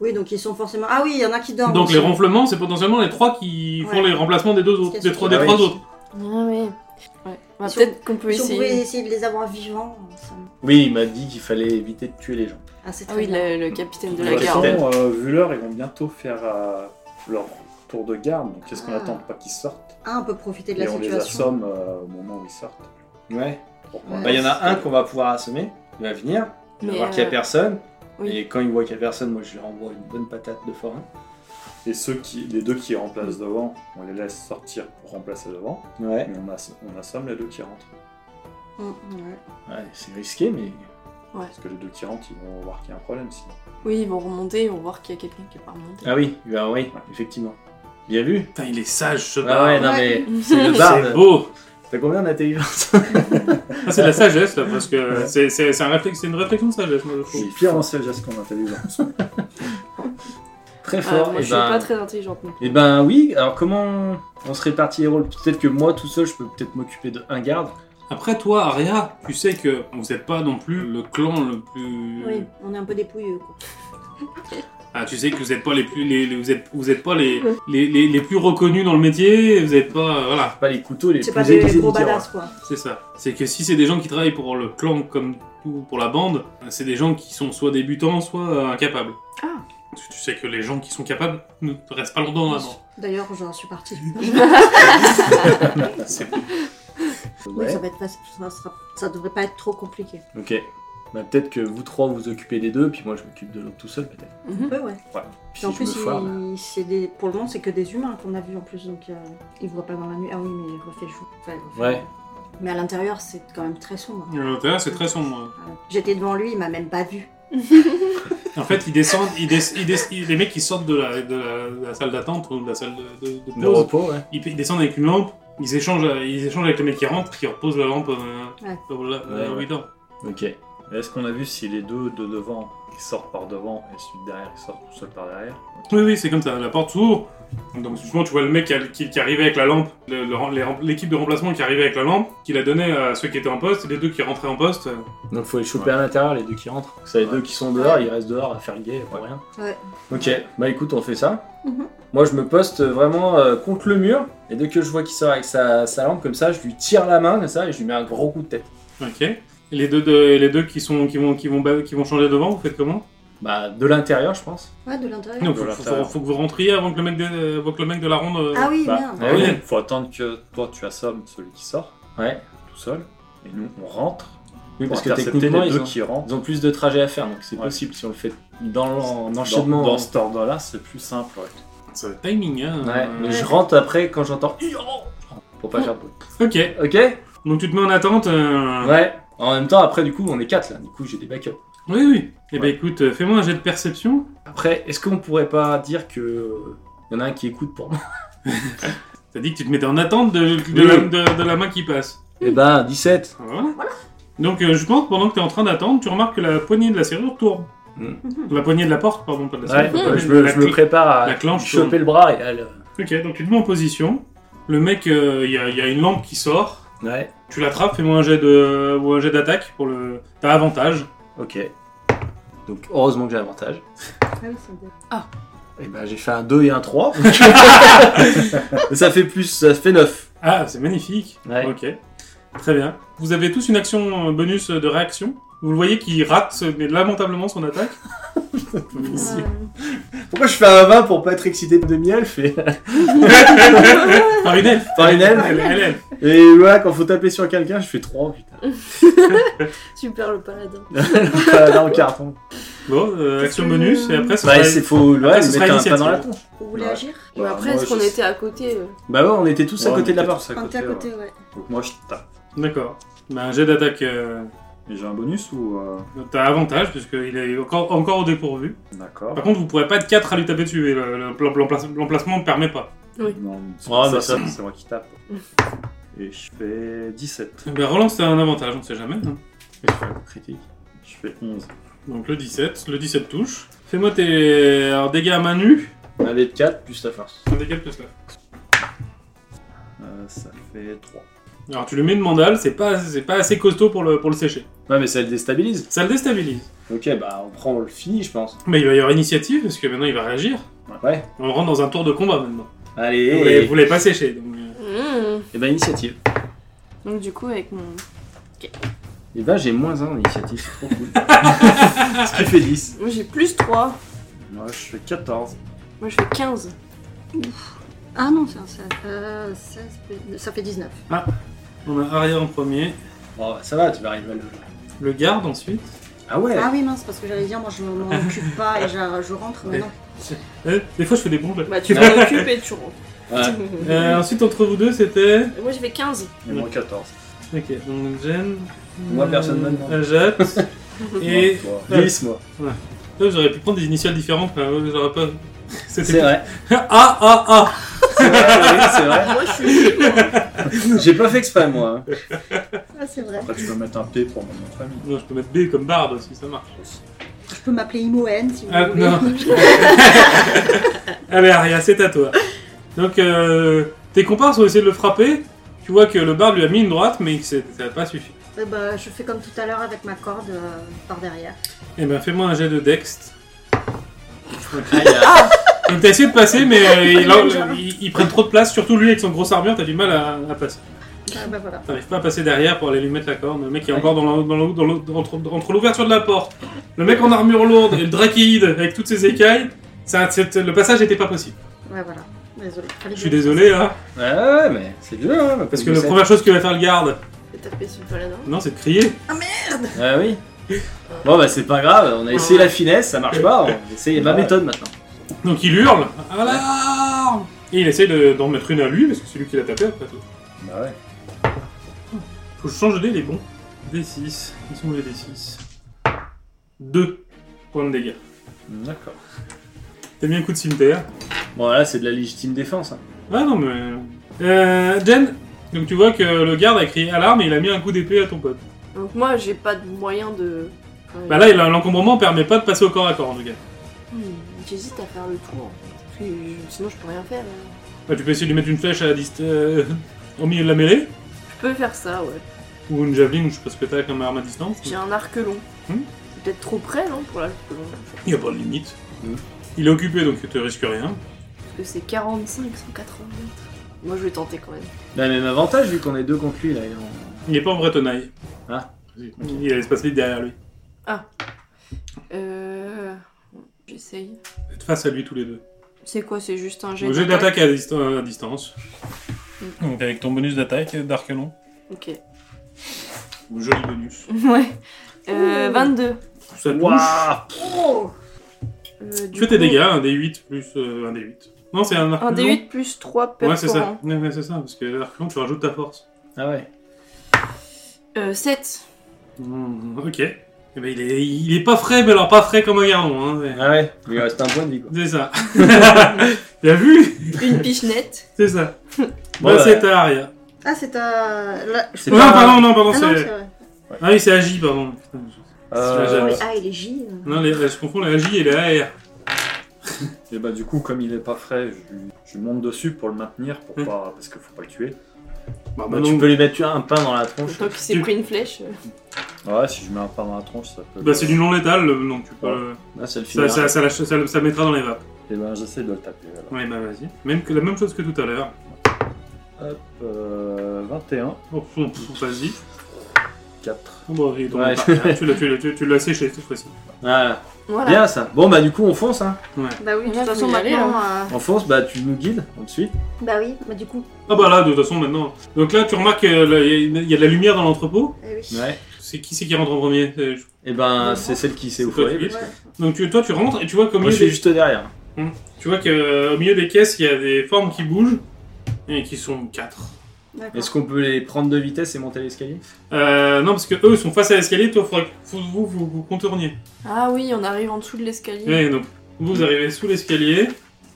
[SPEAKER 2] oui, donc ils sont forcément. Ah oui, il y en a qui dorment.
[SPEAKER 1] Donc les
[SPEAKER 2] aussi.
[SPEAKER 1] ronflements, c'est potentiellement les trois qui font
[SPEAKER 2] Ouais.
[SPEAKER 1] les remplacements des deux autres,
[SPEAKER 2] Parce
[SPEAKER 1] des
[SPEAKER 2] qu'il y a
[SPEAKER 1] trois,
[SPEAKER 5] ceux
[SPEAKER 1] des
[SPEAKER 5] qui-
[SPEAKER 1] trois
[SPEAKER 5] Ah oui.
[SPEAKER 1] autres.
[SPEAKER 3] Ah ouais. ouais. Bah,
[SPEAKER 2] Si
[SPEAKER 3] Peut-être qu'on peut
[SPEAKER 2] Si on pouvait
[SPEAKER 3] essayer.
[SPEAKER 2] essayer de les avoir vivants. ça-
[SPEAKER 5] Oui, il m'a dit qu'il fallait éviter de tuer les gens.
[SPEAKER 2] Ah, c'est
[SPEAKER 3] Ah
[SPEAKER 2] très
[SPEAKER 3] oui,
[SPEAKER 2] bien.
[SPEAKER 3] le, le capitaine de
[SPEAKER 5] Le
[SPEAKER 3] la garde.
[SPEAKER 5] capitaine.
[SPEAKER 4] façon, euh, vu l'heure, ils vont bientôt faire euh, leur tour de garde. Donc, qu'est-ce qu'on
[SPEAKER 2] Ah.
[SPEAKER 4] attend pour pas qu'ils sortent
[SPEAKER 2] Ah, on peut profiter de
[SPEAKER 4] Et
[SPEAKER 2] la
[SPEAKER 4] on les
[SPEAKER 2] situation.
[SPEAKER 4] assomme euh, au moment où ils sortent.
[SPEAKER 5] Ouais.
[SPEAKER 4] Pourquoi
[SPEAKER 2] Ouais.
[SPEAKER 5] Bah, il y en a un qu'on va pouvoir assommer. Il va venir, il va
[SPEAKER 3] Euh, Mais,
[SPEAKER 5] voir qu'il n'y
[SPEAKER 3] euh,
[SPEAKER 5] a personne.
[SPEAKER 3] oui.
[SPEAKER 5] Et quand il voit qu'il n'y a personne, moi je lui renvoie une bonne patate de forain.
[SPEAKER 4] Et ceux qui, les deux qui remplacent devant, on les laisse sortir pour remplacer devant.
[SPEAKER 5] Ouais.
[SPEAKER 4] Mais on, ass- on assomme les deux qui rentrent.
[SPEAKER 2] Mm, ouais.
[SPEAKER 5] Ouais, c'est risqué, mais.
[SPEAKER 4] Parce que les deux qui rentrent, ils vont voir qu'il y a un problème sinon.
[SPEAKER 3] oui, ils vont remonter, ils vont voir qu'il y a quelqu'un qui est pas remonté.
[SPEAKER 5] Ah oui, bah oui, effectivement. Bien vu.
[SPEAKER 1] Putain, il est sage ce
[SPEAKER 5] Ah
[SPEAKER 1] bard.
[SPEAKER 5] ouais, non
[SPEAKER 2] Ouais.
[SPEAKER 3] *laughs*
[SPEAKER 5] mais. C'est le
[SPEAKER 1] C'est
[SPEAKER 5] barde.
[SPEAKER 1] beau.
[SPEAKER 5] T'as combien d'intelligence
[SPEAKER 1] Ah, c'est de la sagesse là, parce que c'est- c'est c'est un réflexe, c'est une réflexion de sagesse, moi je
[SPEAKER 4] Je
[SPEAKER 1] trouve.
[SPEAKER 4] suis pire en sagesse qu'en intelligence.
[SPEAKER 3] *laughs*
[SPEAKER 5] Très
[SPEAKER 3] Ah,
[SPEAKER 5] fort.
[SPEAKER 3] moi,
[SPEAKER 1] eh
[SPEAKER 5] et
[SPEAKER 3] je suis
[SPEAKER 5] ben-
[SPEAKER 3] pas très intelligente. non.
[SPEAKER 5] Eh ben oui, alors comment on se répartit les rôles Peut-être que moi tout seul je peux peut-être m'occuper de un garde.
[SPEAKER 1] Après toi, Aria, tu sais que vous êtes pas non plus le clan le plus.
[SPEAKER 2] Oui, on est un peu dépouilleux. quoi.
[SPEAKER 1] Ah, tu sais que vous êtes pas les plus, les, les- vous êtes, vous êtes pas les, les, les, les plus reconnus dans le métier. Vous êtes pas, euh, voilà,
[SPEAKER 5] Pas les couteaux les
[SPEAKER 2] C'est pas
[SPEAKER 5] plus
[SPEAKER 2] des
[SPEAKER 5] aiguisés du
[SPEAKER 2] gros
[SPEAKER 5] tiroir.
[SPEAKER 2] badass, quoi.
[SPEAKER 1] c'est ça. C'est que si c'est des gens qui travaillent pour le clan comme tout pour la bande, euh, c'est des gens qui sont soit débutants, soit euh, incapables.
[SPEAKER 3] Ah.
[SPEAKER 1] Parce que Tu sais que les gens qui sont capables ne restent pas longtemps dans la bande.
[SPEAKER 2] D'ailleurs, j'en
[SPEAKER 1] *laughs*
[SPEAKER 2] suis partie. Oui,
[SPEAKER 5] hein. Ouais.
[SPEAKER 2] ça, va être facile, ça, sera- ça devrait pas être trop compliqué.
[SPEAKER 5] Ok. Bah peut-être que vous trois vous occupez des deux, puis moi je m'occupe de l'autre tout seul peut-être.
[SPEAKER 3] Mhm.
[SPEAKER 2] Ouais, ouais.
[SPEAKER 5] Puis
[SPEAKER 2] Puis en
[SPEAKER 5] je
[SPEAKER 2] plus,
[SPEAKER 5] me foire, bah,
[SPEAKER 2] il- c'est des... pour le moment, c'est que des humains qu'on a vus en plus, donc euh, ils voient pas dans la nuit. Ah oui, mais il refait jour. Enfin, il refait-
[SPEAKER 5] Ouais.
[SPEAKER 2] Mais à l'intérieur, c'est quand même très sombre.
[SPEAKER 1] À l'intérieur, c'est très sombre. hein.
[SPEAKER 2] Voilà. J'étais devant lui, il m'a même pas vu.
[SPEAKER 1] En fait, ils descendent, ils des- ils des- ils- les mecs qui sortent de la, de la, de la salle d'attente ou de la salle de, de- de
[SPEAKER 5] de
[SPEAKER 1] pause,
[SPEAKER 5] repos, ouais.
[SPEAKER 1] ils, ils descendent avec une lampe, ils échangent, euh, ils échangent avec le mec qui rentre, qui repose la lampe euh,
[SPEAKER 2] Ouais.
[SPEAKER 1] sur la-
[SPEAKER 5] Ouais,
[SPEAKER 1] là où
[SPEAKER 5] ouais.
[SPEAKER 1] il dort.
[SPEAKER 5] Ok.
[SPEAKER 4] Mais Est-ce qu'on a vu si les deux de devant, ils sortent par devant et celui de derrière, ils sortent tout seul par derrière
[SPEAKER 1] Oui, oui, c'est comme ça, la porte s'ouvre. Donc, justement, tu vois le mec qui, a- qui, qui arrivait avec la lampe, le- le rem- les rem- l'équipe de remplacement qui arrivait avec la lampe, qui la donnait à ceux qui étaient en poste, et les deux qui rentraient en poste. euh,
[SPEAKER 5] Donc faut les choper à l'intérieur les deux qui rentrent. C'est les
[SPEAKER 4] Ouais.
[SPEAKER 5] deux qui sont dehors, ils restent dehors à faire le guet pour rien.
[SPEAKER 2] Ouais.
[SPEAKER 5] Ok. Bah écoute, on fait ça.
[SPEAKER 2] Mhm.
[SPEAKER 5] Moi je me poste vraiment euh, contre le mur et dès que je vois qu'il sort avec sa, sa lampe comme ça, je lui tire la main comme ça et je lui mets un gros coup de tête.
[SPEAKER 1] Ok. Et Les deux, de- les deux qui, sont, qui, vont, qui, vont, ba- qui vont changer devant, vous faites comment
[SPEAKER 5] Bah de l'intérieur je pense.
[SPEAKER 2] Ouais, de l'intérieur.
[SPEAKER 1] Donc,
[SPEAKER 4] De
[SPEAKER 1] faut,
[SPEAKER 4] la
[SPEAKER 1] faut-
[SPEAKER 4] salle.
[SPEAKER 1] faut que vous rentriez avant que le mec de, avant que le mec de la ronde. euh,
[SPEAKER 2] Ah oui,
[SPEAKER 4] Bah,
[SPEAKER 2] merde.
[SPEAKER 5] Ah oui.
[SPEAKER 4] ouais, faut attendre que toi tu assommes celui qui sort
[SPEAKER 5] Ouais.
[SPEAKER 4] tout seul et nous on rentre.
[SPEAKER 5] Oui, parce
[SPEAKER 4] pour
[SPEAKER 5] que
[SPEAKER 4] intercepter
[SPEAKER 5] techniquement,
[SPEAKER 4] les
[SPEAKER 5] ils
[SPEAKER 4] deux
[SPEAKER 5] ont,
[SPEAKER 4] qui rentrent.
[SPEAKER 5] ils ont plus de trajets à faire, donc c'est
[SPEAKER 4] Ouais.
[SPEAKER 5] possible si on le fait dans l'en- en
[SPEAKER 4] Dans-
[SPEAKER 5] enchaînement. hein.
[SPEAKER 4] Dans, cet ordre-là, c'est plus simple. ouais.
[SPEAKER 1] C'est le timing, hein.
[SPEAKER 5] Ouais, mais
[SPEAKER 1] Euh,
[SPEAKER 5] je rentre après quand j'entends pour pas faire de bruit.
[SPEAKER 1] Ok.
[SPEAKER 5] Ok
[SPEAKER 1] Donc, tu te mets en attente. euh,
[SPEAKER 5] Ouais. En même temps, après, du coup, on est quatre là, du coup, j'ai des backups.
[SPEAKER 1] Oui, oui. Eh ben,
[SPEAKER 5] Ouais.
[SPEAKER 1] écoute, euh, fais-moi un jet de perception.
[SPEAKER 5] Après, est-ce qu'on pourrait pas dire que. Il y en a un qui écoute pour moi
[SPEAKER 1] T'as dit que tu te mettais en attente de, de
[SPEAKER 5] Oui.
[SPEAKER 1] la, de- de la main qui passe.
[SPEAKER 5] Eh ben, 17.
[SPEAKER 1] Voilà. Donc, euh, je pense, pendant que t'es en train d'attendre, tu remarques que la poignée de la serrure tourne.
[SPEAKER 2] Mhm.
[SPEAKER 1] La poignée de la porte, pardon, pas de la
[SPEAKER 5] Ouais,
[SPEAKER 1] serrure.
[SPEAKER 5] bah,
[SPEAKER 1] La-
[SPEAKER 5] je, me,
[SPEAKER 1] la
[SPEAKER 5] je me
[SPEAKER 1] clé.
[SPEAKER 5] prépare à
[SPEAKER 1] la clenche
[SPEAKER 5] choper le bras et à le.
[SPEAKER 1] Ok, donc tu te mets en position. Le mec, euh, il y, a- y a une lampe qui sort.
[SPEAKER 5] Ouais.
[SPEAKER 1] Tu l'attrapes, fais-moi un jet de ou un jet d'attaque pour le. T'as avantage.
[SPEAKER 5] Ok. Donc, heureusement que j'ai avantage.
[SPEAKER 2] Ah oui, c'est bien.
[SPEAKER 5] Eh ben, j'ai fait un 2 et un *laughs* 3. ça fait plus, ça fait 9.
[SPEAKER 1] Ah, c'est magnifique.
[SPEAKER 5] Ouais.
[SPEAKER 1] Ok, très bien. Vous avez tous une action euh, bonus de réaction. Vous le voyez qui rate euh, mais lamentablement son attaque.
[SPEAKER 2] Euh,
[SPEAKER 5] Pourquoi je fais un vin pour pas être excité de demi-elfe et...
[SPEAKER 1] Par une elfe.
[SPEAKER 5] Par une elfe.
[SPEAKER 1] Elle est- elle est elfe.
[SPEAKER 5] *laughs* et voilà, quand faut taper sur quelqu'un, je fais 3, putain. *laughs*
[SPEAKER 3] Super le paladin.
[SPEAKER 5] Pas dans le carton.
[SPEAKER 1] Bon, euh, action bonus, et après, ça
[SPEAKER 5] Bah,
[SPEAKER 1] va-
[SPEAKER 5] c'est faut ouais,
[SPEAKER 1] après, ce
[SPEAKER 5] mettre
[SPEAKER 1] sera
[SPEAKER 5] un pas
[SPEAKER 1] initiative.
[SPEAKER 5] dans la tronche.
[SPEAKER 2] Vous voulez
[SPEAKER 4] Ouais.
[SPEAKER 2] agir
[SPEAKER 3] Mais
[SPEAKER 4] Bah,
[SPEAKER 3] après,
[SPEAKER 4] moi,
[SPEAKER 3] est-ce qu'on
[SPEAKER 4] je-
[SPEAKER 3] était à côté euh
[SPEAKER 5] Bah ouais, on était tous à côté de la porte.
[SPEAKER 4] Tous à
[SPEAKER 2] On
[SPEAKER 4] côté,
[SPEAKER 2] était à
[SPEAKER 4] ouais.
[SPEAKER 2] côté, ouais.
[SPEAKER 4] Donc moi je tape.
[SPEAKER 1] D'accord. Bah, un jet d'attaque, euh,
[SPEAKER 4] Et j'ai un bonus ou. euh,
[SPEAKER 1] t'as avantage, puisqu'il est encore, encore au dépourvu.
[SPEAKER 4] D'accord.
[SPEAKER 1] Par contre, vous pourrez pas être 4 à lui taper dessus, et le- le- l'emplace- l'emplacement ne permet pas.
[SPEAKER 3] Oui.
[SPEAKER 4] Non, c'est
[SPEAKER 5] Ouais, bah
[SPEAKER 4] ça,
[SPEAKER 5] ça.
[SPEAKER 4] c'est moi qui
[SPEAKER 5] *laughs*
[SPEAKER 4] tape. Et je fais 17.
[SPEAKER 1] Eh Ben, relance, t'as un avantage, on sait jamais. hein.
[SPEAKER 4] Et je fais un critique. Je fais 11.
[SPEAKER 1] Donc le 17, le 17 touche. Fais-moi tes alors, dégâts à main nue.
[SPEAKER 5] Un dé de 4 plus ta force.
[SPEAKER 1] Un dégât plus là.
[SPEAKER 4] Euh, ça fait 3.
[SPEAKER 1] Alors tu le mets de mandale, c'est pas, c'est pas assez costaud pour le, pour le sécher.
[SPEAKER 5] Ouais, mais ça le déstabilise.
[SPEAKER 1] Ça le déstabilise.
[SPEAKER 5] Ok, bah on prend, on le finit, je pense.
[SPEAKER 1] Mais il va y avoir initiative, parce que maintenant il va réagir.
[SPEAKER 5] Ouais.
[SPEAKER 1] On rentre dans un tour de combat maintenant.
[SPEAKER 5] Allez,
[SPEAKER 1] Vous l'avez- Vous l'avez pas séché, donc... euh,
[SPEAKER 3] Mmh.
[SPEAKER 5] Et bah, initiative.
[SPEAKER 3] Donc du coup, avec mon...
[SPEAKER 5] Et bah, j'ai moins 1 en initiative, c'est trop cool. *laughs* Ce qui fait 10.
[SPEAKER 3] Moi, j'ai plus 3.
[SPEAKER 4] Moi je fais 14.
[SPEAKER 3] Moi, je fais 15.
[SPEAKER 2] Ah non, c'est un 16. Euh, 16 plus- Ça fait 19.
[SPEAKER 1] On a arrière en premier,
[SPEAKER 5] Bon, bah, ça va, tu vas arriver à le.
[SPEAKER 1] le garde ensuite.
[SPEAKER 5] Ah ouais
[SPEAKER 2] Ah oui, mince, parce que j'allais dire, moi je m'en occupe pas et je, je rentre, mais non.
[SPEAKER 1] Eh, des fois je fais des bons jets.
[SPEAKER 3] Bah,
[SPEAKER 1] *laughs*
[SPEAKER 3] tu t'en occupes et tu rentres.
[SPEAKER 5] Ouais.
[SPEAKER 1] Euh, ensuite entre vous deux c'était...
[SPEAKER 3] Et *laughs* Moi, j'ai fait *laughs* 15.
[SPEAKER 4] Et moi 14.
[SPEAKER 1] Ok, donc Jen...
[SPEAKER 5] Moi, personne
[SPEAKER 1] euh,
[SPEAKER 5] maintenant. *laughs*
[SPEAKER 1] Jacques, et...
[SPEAKER 4] Toi.
[SPEAKER 5] 10 moi.
[SPEAKER 1] Là, J'aurais pu prendre des initiales différentes, mais euh, j'aurais pas...
[SPEAKER 5] C'est
[SPEAKER 1] C'était...
[SPEAKER 5] vrai.
[SPEAKER 1] *laughs* Ah, ah, ah
[SPEAKER 5] C'est vrai, oui, c'est vrai.
[SPEAKER 3] Moi, je suis...
[SPEAKER 5] *laughs* J'ai pas fait exprès moi. hein.
[SPEAKER 2] Ah, c'est vrai.
[SPEAKER 4] Après tu peux mettre un P pour mon nom de famille.
[SPEAKER 1] Non, je peux mettre B comme barbe si ça marche.
[SPEAKER 2] Je peux m'appeler Imoen si vous
[SPEAKER 1] Ah,
[SPEAKER 2] voulez.
[SPEAKER 1] non. Allez, Aria, c'est à toi. Donc, euh, tes comparses ont essayé de le frapper. Tu vois que le barbe lui a mis une droite, mais que c'est- ça n'a pas suffi.
[SPEAKER 2] Eh ben, je fais comme tout à l'heure avec ma corde euh, par derrière.
[SPEAKER 1] Eh ben, fais-moi un jet de Dext.
[SPEAKER 5] Aïe, aïe.
[SPEAKER 1] Donc, t'as essayé de passer, mais euh, il- là,
[SPEAKER 2] Ninja.
[SPEAKER 1] il, il prend trop de place. Surtout lui, avec son gros armure, t'as du mal à, à passer.
[SPEAKER 2] Ah, bah voilà.
[SPEAKER 1] T'arrives pas à passer derrière pour aller lui mettre la corne. Le mec est encore dans la- dans la- dans la- entre, entre l'ouverture de la porte, le mec en armure lourde et le drakéide avec toutes ses écailles. Ça, c'est- le passage n'était pas possible.
[SPEAKER 2] Ouais, voilà. Désolé.
[SPEAKER 1] Je suis désolé, hein,
[SPEAKER 5] Ouais, Ah ouais, mais c'est le jeu, hein. ma
[SPEAKER 1] parce que
[SPEAKER 5] poule
[SPEAKER 1] la
[SPEAKER 5] de
[SPEAKER 1] première chose que va faire le garde,
[SPEAKER 3] J'ai tapé sur le paladin.
[SPEAKER 1] non, c'est de crier.
[SPEAKER 5] sept. Ah oui. Bon bah c'est pas grave, on a essayé la finesse, ça marche pas, on essaye ma méthode Bah, maintenant.
[SPEAKER 1] Donc il hurle Alarme Et il essaie de- d'en mettre une à lui, parce que c'est lui qui l'a tapé après tout.
[SPEAKER 5] Bah ouais.
[SPEAKER 1] Faut que je change de dé, il est bon. D6. Ils sont où les D6 2 points de dégâts.
[SPEAKER 5] D'accord.
[SPEAKER 1] T'as mis un coup de cimetière.
[SPEAKER 5] Bon là c'est de la légitime défense. hein.
[SPEAKER 1] Ah non mais... Euh, Jen Donc tu vois que le garde a crié alarme et il a mis un coup d'épée à ton pote.
[SPEAKER 3] Donc moi, j'ai pas de moyen de... Enfin,
[SPEAKER 1] Bah là, il a- l'encombrement permet pas de passer au corps à corps en tout cas.
[SPEAKER 3] hmm, J'hésite à faire le tour. Parce que je- Sinon, je peux rien faire. hein.
[SPEAKER 1] Bah, tu peux essayer de lui mettre une flèche à la dist- euh, au milieu de la mêlée,
[SPEAKER 3] Je peux faire ça, ouais.
[SPEAKER 1] ou une javeline, ou je sais pas ce que t'as comme arme à distance.
[SPEAKER 3] J'ai un arc long.
[SPEAKER 1] Hmm.
[SPEAKER 3] C'est peut-être trop près, non, pour l'arc long
[SPEAKER 1] Il y a pas de limite.
[SPEAKER 5] Mm.
[SPEAKER 1] Il est occupé donc tu risques rien.
[SPEAKER 3] Parce que c'est 45, 180 mètres. Moi, je vais tenter quand même.
[SPEAKER 5] Bah même avantage vu qu'on est deux contre lui là. et on-
[SPEAKER 1] Il est pas en bretonnaille.
[SPEAKER 5] Ah.
[SPEAKER 1] Il a l'espace vide derrière lui.
[SPEAKER 3] Euh... J'essaye.
[SPEAKER 1] Vous êtes face à lui tous les deux.
[SPEAKER 3] C'est quoi C'est juste un jet
[SPEAKER 1] Le jet d'attaque à, dist- euh, à distance.
[SPEAKER 3] Mm.
[SPEAKER 1] Donc avec ton bonus d'attaque euh, d'arc long.
[SPEAKER 3] Ok.
[SPEAKER 1] Joli bonus.
[SPEAKER 3] Ouais. Euh, 22.
[SPEAKER 1] Ça touche.
[SPEAKER 5] Waouh
[SPEAKER 2] Oh
[SPEAKER 3] Euh,
[SPEAKER 1] Tu
[SPEAKER 3] du
[SPEAKER 1] fais tes
[SPEAKER 3] coup,
[SPEAKER 1] dégâts, un D8 plus euh, un D8. Non, c'est un arc
[SPEAKER 3] Un
[SPEAKER 1] long.
[SPEAKER 3] D8 plus 3
[SPEAKER 1] Ouais, c'est
[SPEAKER 3] perforants.
[SPEAKER 1] ça. Ouais, ouais, c'est ça, parce que l'arc long, tu rajoutes ta force.
[SPEAKER 5] Ah ouais.
[SPEAKER 3] Euh, 7.
[SPEAKER 1] Mm, ok. Eh ben, il, est, il est pas frais, mais alors pas frais comme un gardon. Hein, mais-
[SPEAKER 5] Ah ouais. Il lui reste un point de vie quoi.
[SPEAKER 1] C'est ça. Bien vu
[SPEAKER 3] Une
[SPEAKER 1] *laughs*
[SPEAKER 3] pichenette.
[SPEAKER 1] C'est ça.
[SPEAKER 5] Bon,
[SPEAKER 1] Bah,
[SPEAKER 5] bah.
[SPEAKER 1] c'est à Aria.
[SPEAKER 2] Ah, c'est à. là-
[SPEAKER 5] C'est
[SPEAKER 1] Non,
[SPEAKER 5] pas-
[SPEAKER 1] pardon, non, pardon,
[SPEAKER 2] Ah non, c'est
[SPEAKER 1] c'est...
[SPEAKER 2] vrai.
[SPEAKER 1] Ah oui, c'est Agi, pardon. Putain, je-
[SPEAKER 5] Euh,
[SPEAKER 1] je- j'avais-
[SPEAKER 2] Ah, il est J. euh.
[SPEAKER 1] Non, les, je confonds les AJ et les AR.
[SPEAKER 4] Et bah du coup comme il est pas frais, je, lui- je lui monte dessus pour le maintenir pour
[SPEAKER 1] Hmm.
[SPEAKER 4] pas parce qu'il faut pas le tuer.
[SPEAKER 1] Bah,
[SPEAKER 5] Mmh. Bah, tu peux lui mettre un pain dans la tronche.
[SPEAKER 3] Tant qu'il s'est
[SPEAKER 1] Tu-
[SPEAKER 3] pris une flèche. euh,
[SPEAKER 4] Ouais si je mets un pain dans la tronche ça peut.
[SPEAKER 1] Bah, c'est du non létal, le- donc tu peux.
[SPEAKER 4] Ouais.
[SPEAKER 1] le-
[SPEAKER 5] Ah ça le
[SPEAKER 1] Ça,
[SPEAKER 5] finira.
[SPEAKER 1] ça, ça, lâche- ça le- ça le mettra dans les vapes.
[SPEAKER 4] Et ben j'essaie de le taper. alors.
[SPEAKER 1] Ouais, bah vas-y. Même que, la même chose que tout à l'heure.
[SPEAKER 4] Hop, euh, 21.
[SPEAKER 1] Oh, pff, pff, vas-y.
[SPEAKER 5] 4.
[SPEAKER 1] Bon, il tombe
[SPEAKER 5] Ouais.
[SPEAKER 1] pas. Hein, tu l'as- tu l'as- tu- tu l'as séché cette fois-ci.
[SPEAKER 5] Voilà.
[SPEAKER 3] Voilà.
[SPEAKER 5] Ah, Bien ça. Bon bah du coup on fonce hein.
[SPEAKER 2] Bah oui, de
[SPEAKER 3] Là,
[SPEAKER 2] toute
[SPEAKER 3] faut
[SPEAKER 2] façon,
[SPEAKER 3] y aller,
[SPEAKER 2] maintenant.
[SPEAKER 5] On fonce, bah tu nous guides ensuite.
[SPEAKER 2] euh, Bah oui, bah du coup.
[SPEAKER 1] Ah bah là, de toute façon, maintenant. Donc là, tu remarques qu'il y, a une- y a de la lumière dans l'entrepôt.
[SPEAKER 2] Eh oui.
[SPEAKER 5] Ouais.
[SPEAKER 1] C'est qui c'est qui rentre en premier C'est- je-
[SPEAKER 5] Et ben c'est celle qui s'est
[SPEAKER 1] C'est
[SPEAKER 5] au
[SPEAKER 1] toi qui
[SPEAKER 5] foyer.
[SPEAKER 1] guides.
[SPEAKER 5] parce que-
[SPEAKER 1] Donc tu, toi, tu rentres et tu vois qu'au
[SPEAKER 5] Moi
[SPEAKER 1] milieu,
[SPEAKER 5] je suis
[SPEAKER 1] des-
[SPEAKER 5] juste derrière.
[SPEAKER 1] tu vois qu'au milieu des caisses, il y a des formes qui bougent et qui sont quatre.
[SPEAKER 2] D'accord.
[SPEAKER 5] Est-ce qu'on peut les prendre de vitesse et monter l'escalier
[SPEAKER 1] Euh, non, parce que eux, ils sont face à l'escalier. Toi, faudrait que vous vous, vous, vous contourniez.
[SPEAKER 3] Ah oui, on arrive en dessous de l'escalier.
[SPEAKER 1] Ouais, donc vous arrivez sous l'escalier.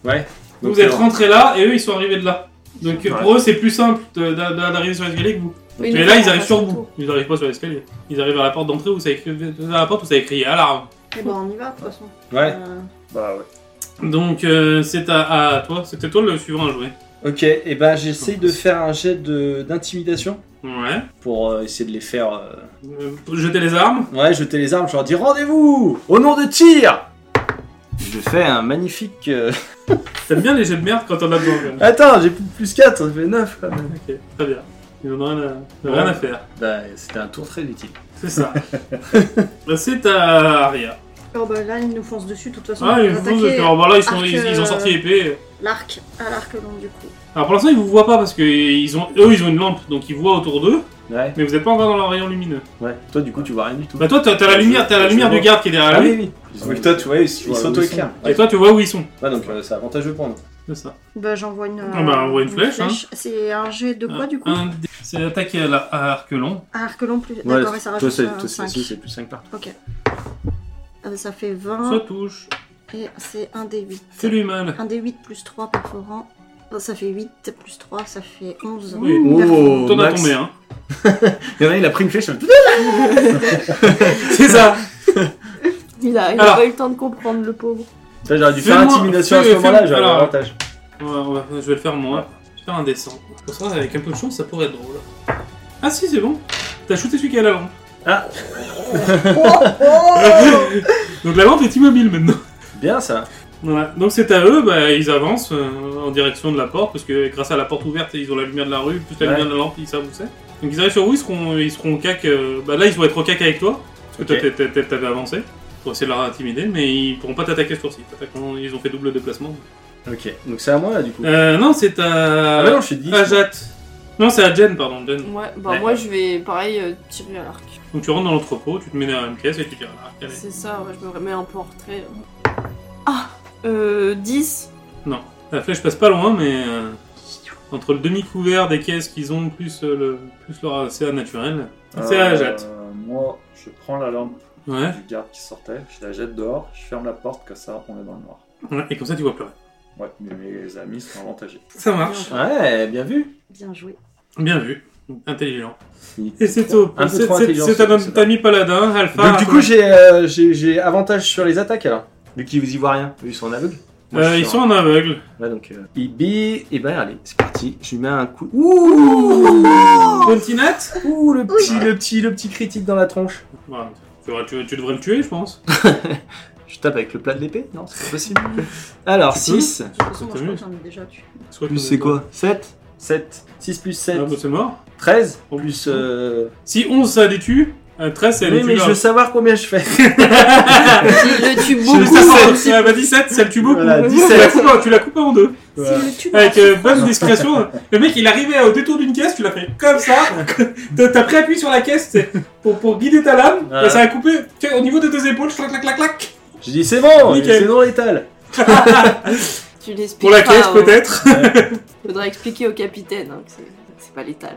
[SPEAKER 5] Ouais.
[SPEAKER 1] Vous
[SPEAKER 5] Donc,
[SPEAKER 1] êtes
[SPEAKER 5] euh,
[SPEAKER 1] rentrés là et eux, ils sont arrivés de là. Donc
[SPEAKER 5] Ouais.
[SPEAKER 1] pour eux, c'est plus simple de- d'a- d'a- d'arriver sur l'escalier que vous.
[SPEAKER 3] Oui,
[SPEAKER 1] Mais
[SPEAKER 3] nous,
[SPEAKER 1] là,
[SPEAKER 3] on
[SPEAKER 1] ils arrivent
[SPEAKER 3] passe
[SPEAKER 1] sur
[SPEAKER 3] autour.
[SPEAKER 1] vous. Ils arrivent pas sur l'escalier. Ils arrivent à la porte d'entrée où ça écrit, à la porte où ça écrit alarme.
[SPEAKER 2] Eh ben, on y va, de toute façon.
[SPEAKER 5] Ouais.
[SPEAKER 2] Euh,
[SPEAKER 4] Bah ouais.
[SPEAKER 1] Donc euh, c'est à, à toi, c'était toi le suivant à jouer.
[SPEAKER 5] Ok. Et ben j'essaye de faire un jet de- d'intimidation
[SPEAKER 1] Ouais.
[SPEAKER 5] pour euh, essayer de les faire. euh,
[SPEAKER 1] Euh, jeter les armes.
[SPEAKER 5] Ouais, jeter les armes, je leur dis rendez-vous au nom de tir Je fais un magnifique. euh,
[SPEAKER 1] T'aimes bien les jets de merde quand on a besoin. quand même.
[SPEAKER 5] *laughs* Attends, j'ai plus, plus 4, ça fait 9 quand même.
[SPEAKER 1] ok, très bien. Ils en ont rien à, rien à faire.
[SPEAKER 5] Bah, c'était un tour très utile.
[SPEAKER 1] C'est
[SPEAKER 5] *laughs*
[SPEAKER 1] ça. Bah, c'est à Aria.
[SPEAKER 2] Oh bah là, ils nous foncent dessus, de toute façon.
[SPEAKER 1] Ah,
[SPEAKER 2] on
[SPEAKER 1] ils
[SPEAKER 2] va
[SPEAKER 1] vous
[SPEAKER 2] attaquer
[SPEAKER 1] alors, bah, là, ils, sont,
[SPEAKER 2] arc,
[SPEAKER 1] ils, ils ont
[SPEAKER 2] euh,
[SPEAKER 1] sorti épée.
[SPEAKER 2] L'arc, à l'arc long, du coup.
[SPEAKER 1] Alors pour l'instant, ils vous voient pas parce que ils ont, eux, ils ont une lampe, donc ils voient autour d'eux,
[SPEAKER 5] Ouais,
[SPEAKER 1] mais vous êtes pas encore dans leur rayon lumineux.
[SPEAKER 5] ouais. Toi, du coup, tu vois rien du tout.
[SPEAKER 1] Bah toi, t'as t'as la lumière, t'as la
[SPEAKER 5] Je
[SPEAKER 1] lumière
[SPEAKER 5] vois.
[SPEAKER 1] du garde qui est derrière lui,
[SPEAKER 5] Ah oui.
[SPEAKER 4] Ils ont-
[SPEAKER 5] Oui, toi, tu vois, ils
[SPEAKER 4] vois où ils
[SPEAKER 5] s'auto-éclairent.
[SPEAKER 1] et
[SPEAKER 5] Ouais,
[SPEAKER 1] toi, tu vois où ils sont.
[SPEAKER 5] Ouais, donc euh, c'est avantageux pour nous.
[SPEAKER 1] C'est ça.
[SPEAKER 2] Bah j'envoie une.
[SPEAKER 1] Ah bah, on voit une flèche,
[SPEAKER 2] C'est un jet de quoi, du coup
[SPEAKER 1] Un dé- C'est attaquer à, la, à arc long.
[SPEAKER 2] Un arc long plus. D'accord, et ça rajoute un cinq.
[SPEAKER 5] plus 5 partout.
[SPEAKER 2] Ok. Ah bah, ça fait
[SPEAKER 1] Ça
[SPEAKER 2] 20
[SPEAKER 1] touche.
[SPEAKER 2] et c'est un des 8.
[SPEAKER 1] C'est lui mal.
[SPEAKER 2] Un des 8 plus 3 perforant. Bah, ça fait 8 plus 3, ça fait 11.
[SPEAKER 1] Oui.
[SPEAKER 2] Perforant.
[SPEAKER 5] Oh,
[SPEAKER 1] T'en as
[SPEAKER 5] Max.
[SPEAKER 1] tombé, hein.
[SPEAKER 5] Il y en a, il a pris une flèche. euh, *laughs*
[SPEAKER 1] C'est ça.
[SPEAKER 3] Il a, il a
[SPEAKER 1] Alors.
[SPEAKER 3] pas eu le temps de comprendre, le pauvre.
[SPEAKER 5] Tu vois, j'aurais dû faire
[SPEAKER 1] Fais-moi-
[SPEAKER 5] intimidation à
[SPEAKER 1] fais-
[SPEAKER 5] ce moment-là,
[SPEAKER 1] fais-
[SPEAKER 5] j'aurais eu
[SPEAKER 1] alors.
[SPEAKER 5] l'avantage.
[SPEAKER 1] Ouais, ouais, je vais le faire moi. Je vais faire un dessin. Pour ça, avec un peu de chance, ça pourrait être drôle. Ah si, c'est bon. T'as shooté celui qui est à la lampe.
[SPEAKER 5] Ah.
[SPEAKER 1] *laughs* Donc la lampe est immobile maintenant.
[SPEAKER 5] Bien ça.
[SPEAKER 1] Voilà. Donc c'est à eux, bah, ils avancent euh, en direction de la porte, parce que grâce à la porte ouverte, ils ont la lumière de la rue, plus la
[SPEAKER 5] Ouais.
[SPEAKER 1] lumière de la lampe, ils savent où c'est. Donc ils arrivent sur vous, ils seront, ils seront au cac. euh, bah là, ils vont être au cac avec toi, parce que
[SPEAKER 5] Ok.
[SPEAKER 1] toi, t'es- t'es- t'es- t'avais avancé. Pour essayer de leur intimider, mais ils pourront pas t'attaquer ce tour-ci. T'attaqueront- Ils ont fait double déplacement.
[SPEAKER 5] Ok, donc c'est à moi là du coup.
[SPEAKER 1] Euh, non, c'est à.
[SPEAKER 5] Ah, bah non, je suis 10.
[SPEAKER 1] À
[SPEAKER 5] moi.
[SPEAKER 1] Jat. Non, c'est à Jen, pardon, Jen.
[SPEAKER 3] Ouais, bah
[SPEAKER 5] Ouais.
[SPEAKER 3] moi je vais pareil euh, tirer à l'arc.
[SPEAKER 1] Donc tu rentres dans l'entrepôt, tu te mets derrière une caisse et tu dis ah, allez.
[SPEAKER 3] C'est ça, ouais, je me remets un peu en retrait. Ah
[SPEAKER 1] *laughs*
[SPEAKER 3] euh, 10
[SPEAKER 1] La flèche passe pas loin, mais euh, entre le demi-couvert des caisses qu'ils ont, plus, euh, le, plus leur CA naturel. C'est à la jatte.
[SPEAKER 4] Euh, Moi, je prends la lampe
[SPEAKER 1] Ouais.
[SPEAKER 4] du garde qui sortait, je la jette dehors, je ferme la porte, comme ça, on est dans le noir.
[SPEAKER 1] Ouais, Et comme ça, tu vois plus rien.
[SPEAKER 4] Ouais, mais mes amis sont avantagés.
[SPEAKER 1] Oh, Ça
[SPEAKER 2] marche.
[SPEAKER 5] Ouais, bien vu.
[SPEAKER 2] Bien joué.
[SPEAKER 1] Bien vu. Intelligent. Et
[SPEAKER 5] Il était
[SPEAKER 1] c'est
[SPEAKER 5] trop-
[SPEAKER 1] au
[SPEAKER 5] un peu
[SPEAKER 1] C'est
[SPEAKER 5] trop
[SPEAKER 1] c'est-
[SPEAKER 5] intelligent,
[SPEAKER 1] c'est
[SPEAKER 5] ce-
[SPEAKER 1] un
[SPEAKER 5] ce-
[SPEAKER 1] ami paladin, alpha.
[SPEAKER 5] Donc du coup j'ai euh, j'ai- j'ai avantage sur les attaques alors. Vu qu'ils vous y voient rien, eux ils sont en aveugle. Moi, je
[SPEAKER 1] Euh,
[SPEAKER 5] suis
[SPEAKER 1] ils
[SPEAKER 5] en-
[SPEAKER 1] sont en aveugle.
[SPEAKER 5] Ouais donc. Euh... Ibi, et ben allez, c'est parti. Je lui mets un coup. Ouh,
[SPEAKER 1] *laughs* Pontinat
[SPEAKER 5] Ouh, le petit, le petit, le petit critique dans la tronche.
[SPEAKER 1] Voilà. Tu, vois, tu- tu devrais le tuer, je pense.
[SPEAKER 5] Je tape avec le plat de l'épée Non, c'est pas possible. alors
[SPEAKER 1] Tu
[SPEAKER 5] 6.
[SPEAKER 2] De toute façon, moi,
[SPEAKER 1] T'as
[SPEAKER 2] je
[SPEAKER 1] vu
[SPEAKER 2] crois que j'en ai déjà tué.
[SPEAKER 1] Soit
[SPEAKER 5] Plus
[SPEAKER 1] que-
[SPEAKER 5] c'est quoi 7 7. 6 plus
[SPEAKER 1] Ah,
[SPEAKER 5] 7.
[SPEAKER 1] bah, c'est mort.
[SPEAKER 5] 13
[SPEAKER 1] Oh.
[SPEAKER 5] plus. Euh...
[SPEAKER 1] Si 11 ça les tue, euh, 13 ça les
[SPEAKER 5] Oui,
[SPEAKER 1] tue.
[SPEAKER 5] mais je
[SPEAKER 1] là.
[SPEAKER 5] veux savoir combien je fais.
[SPEAKER 3] Le tue beaucoup hein.
[SPEAKER 5] Je
[SPEAKER 1] Ah, bah, 17, ça le tue beaucoup.
[SPEAKER 5] Voilà,
[SPEAKER 1] Tu la
[SPEAKER 5] 17.
[SPEAKER 1] coupes en- tu la coupes en deux.
[SPEAKER 5] Voilà.
[SPEAKER 2] C'est le tube.
[SPEAKER 1] Avec euh, bonne discrétion, le mec il arrivait au détour d'une caisse, tu l'as fait comme ça, t'as t'as préappuyé sur la caisse c'est pour, pour guider ta lame,
[SPEAKER 5] Voilà.
[SPEAKER 1] et ça a coupé tu vois, au niveau de tes épaules, clac clac clac clac
[SPEAKER 5] J'ai dit c'est bon,
[SPEAKER 1] Nickel.
[SPEAKER 5] c'est non létal.
[SPEAKER 3] Tu l'expliques
[SPEAKER 1] Pour la
[SPEAKER 3] pas,
[SPEAKER 1] caisse
[SPEAKER 3] hein.
[SPEAKER 2] *laughs*
[SPEAKER 1] peut-être
[SPEAKER 3] Faudrait expliquer au capitaine hein, que c'est- c'est pas létal.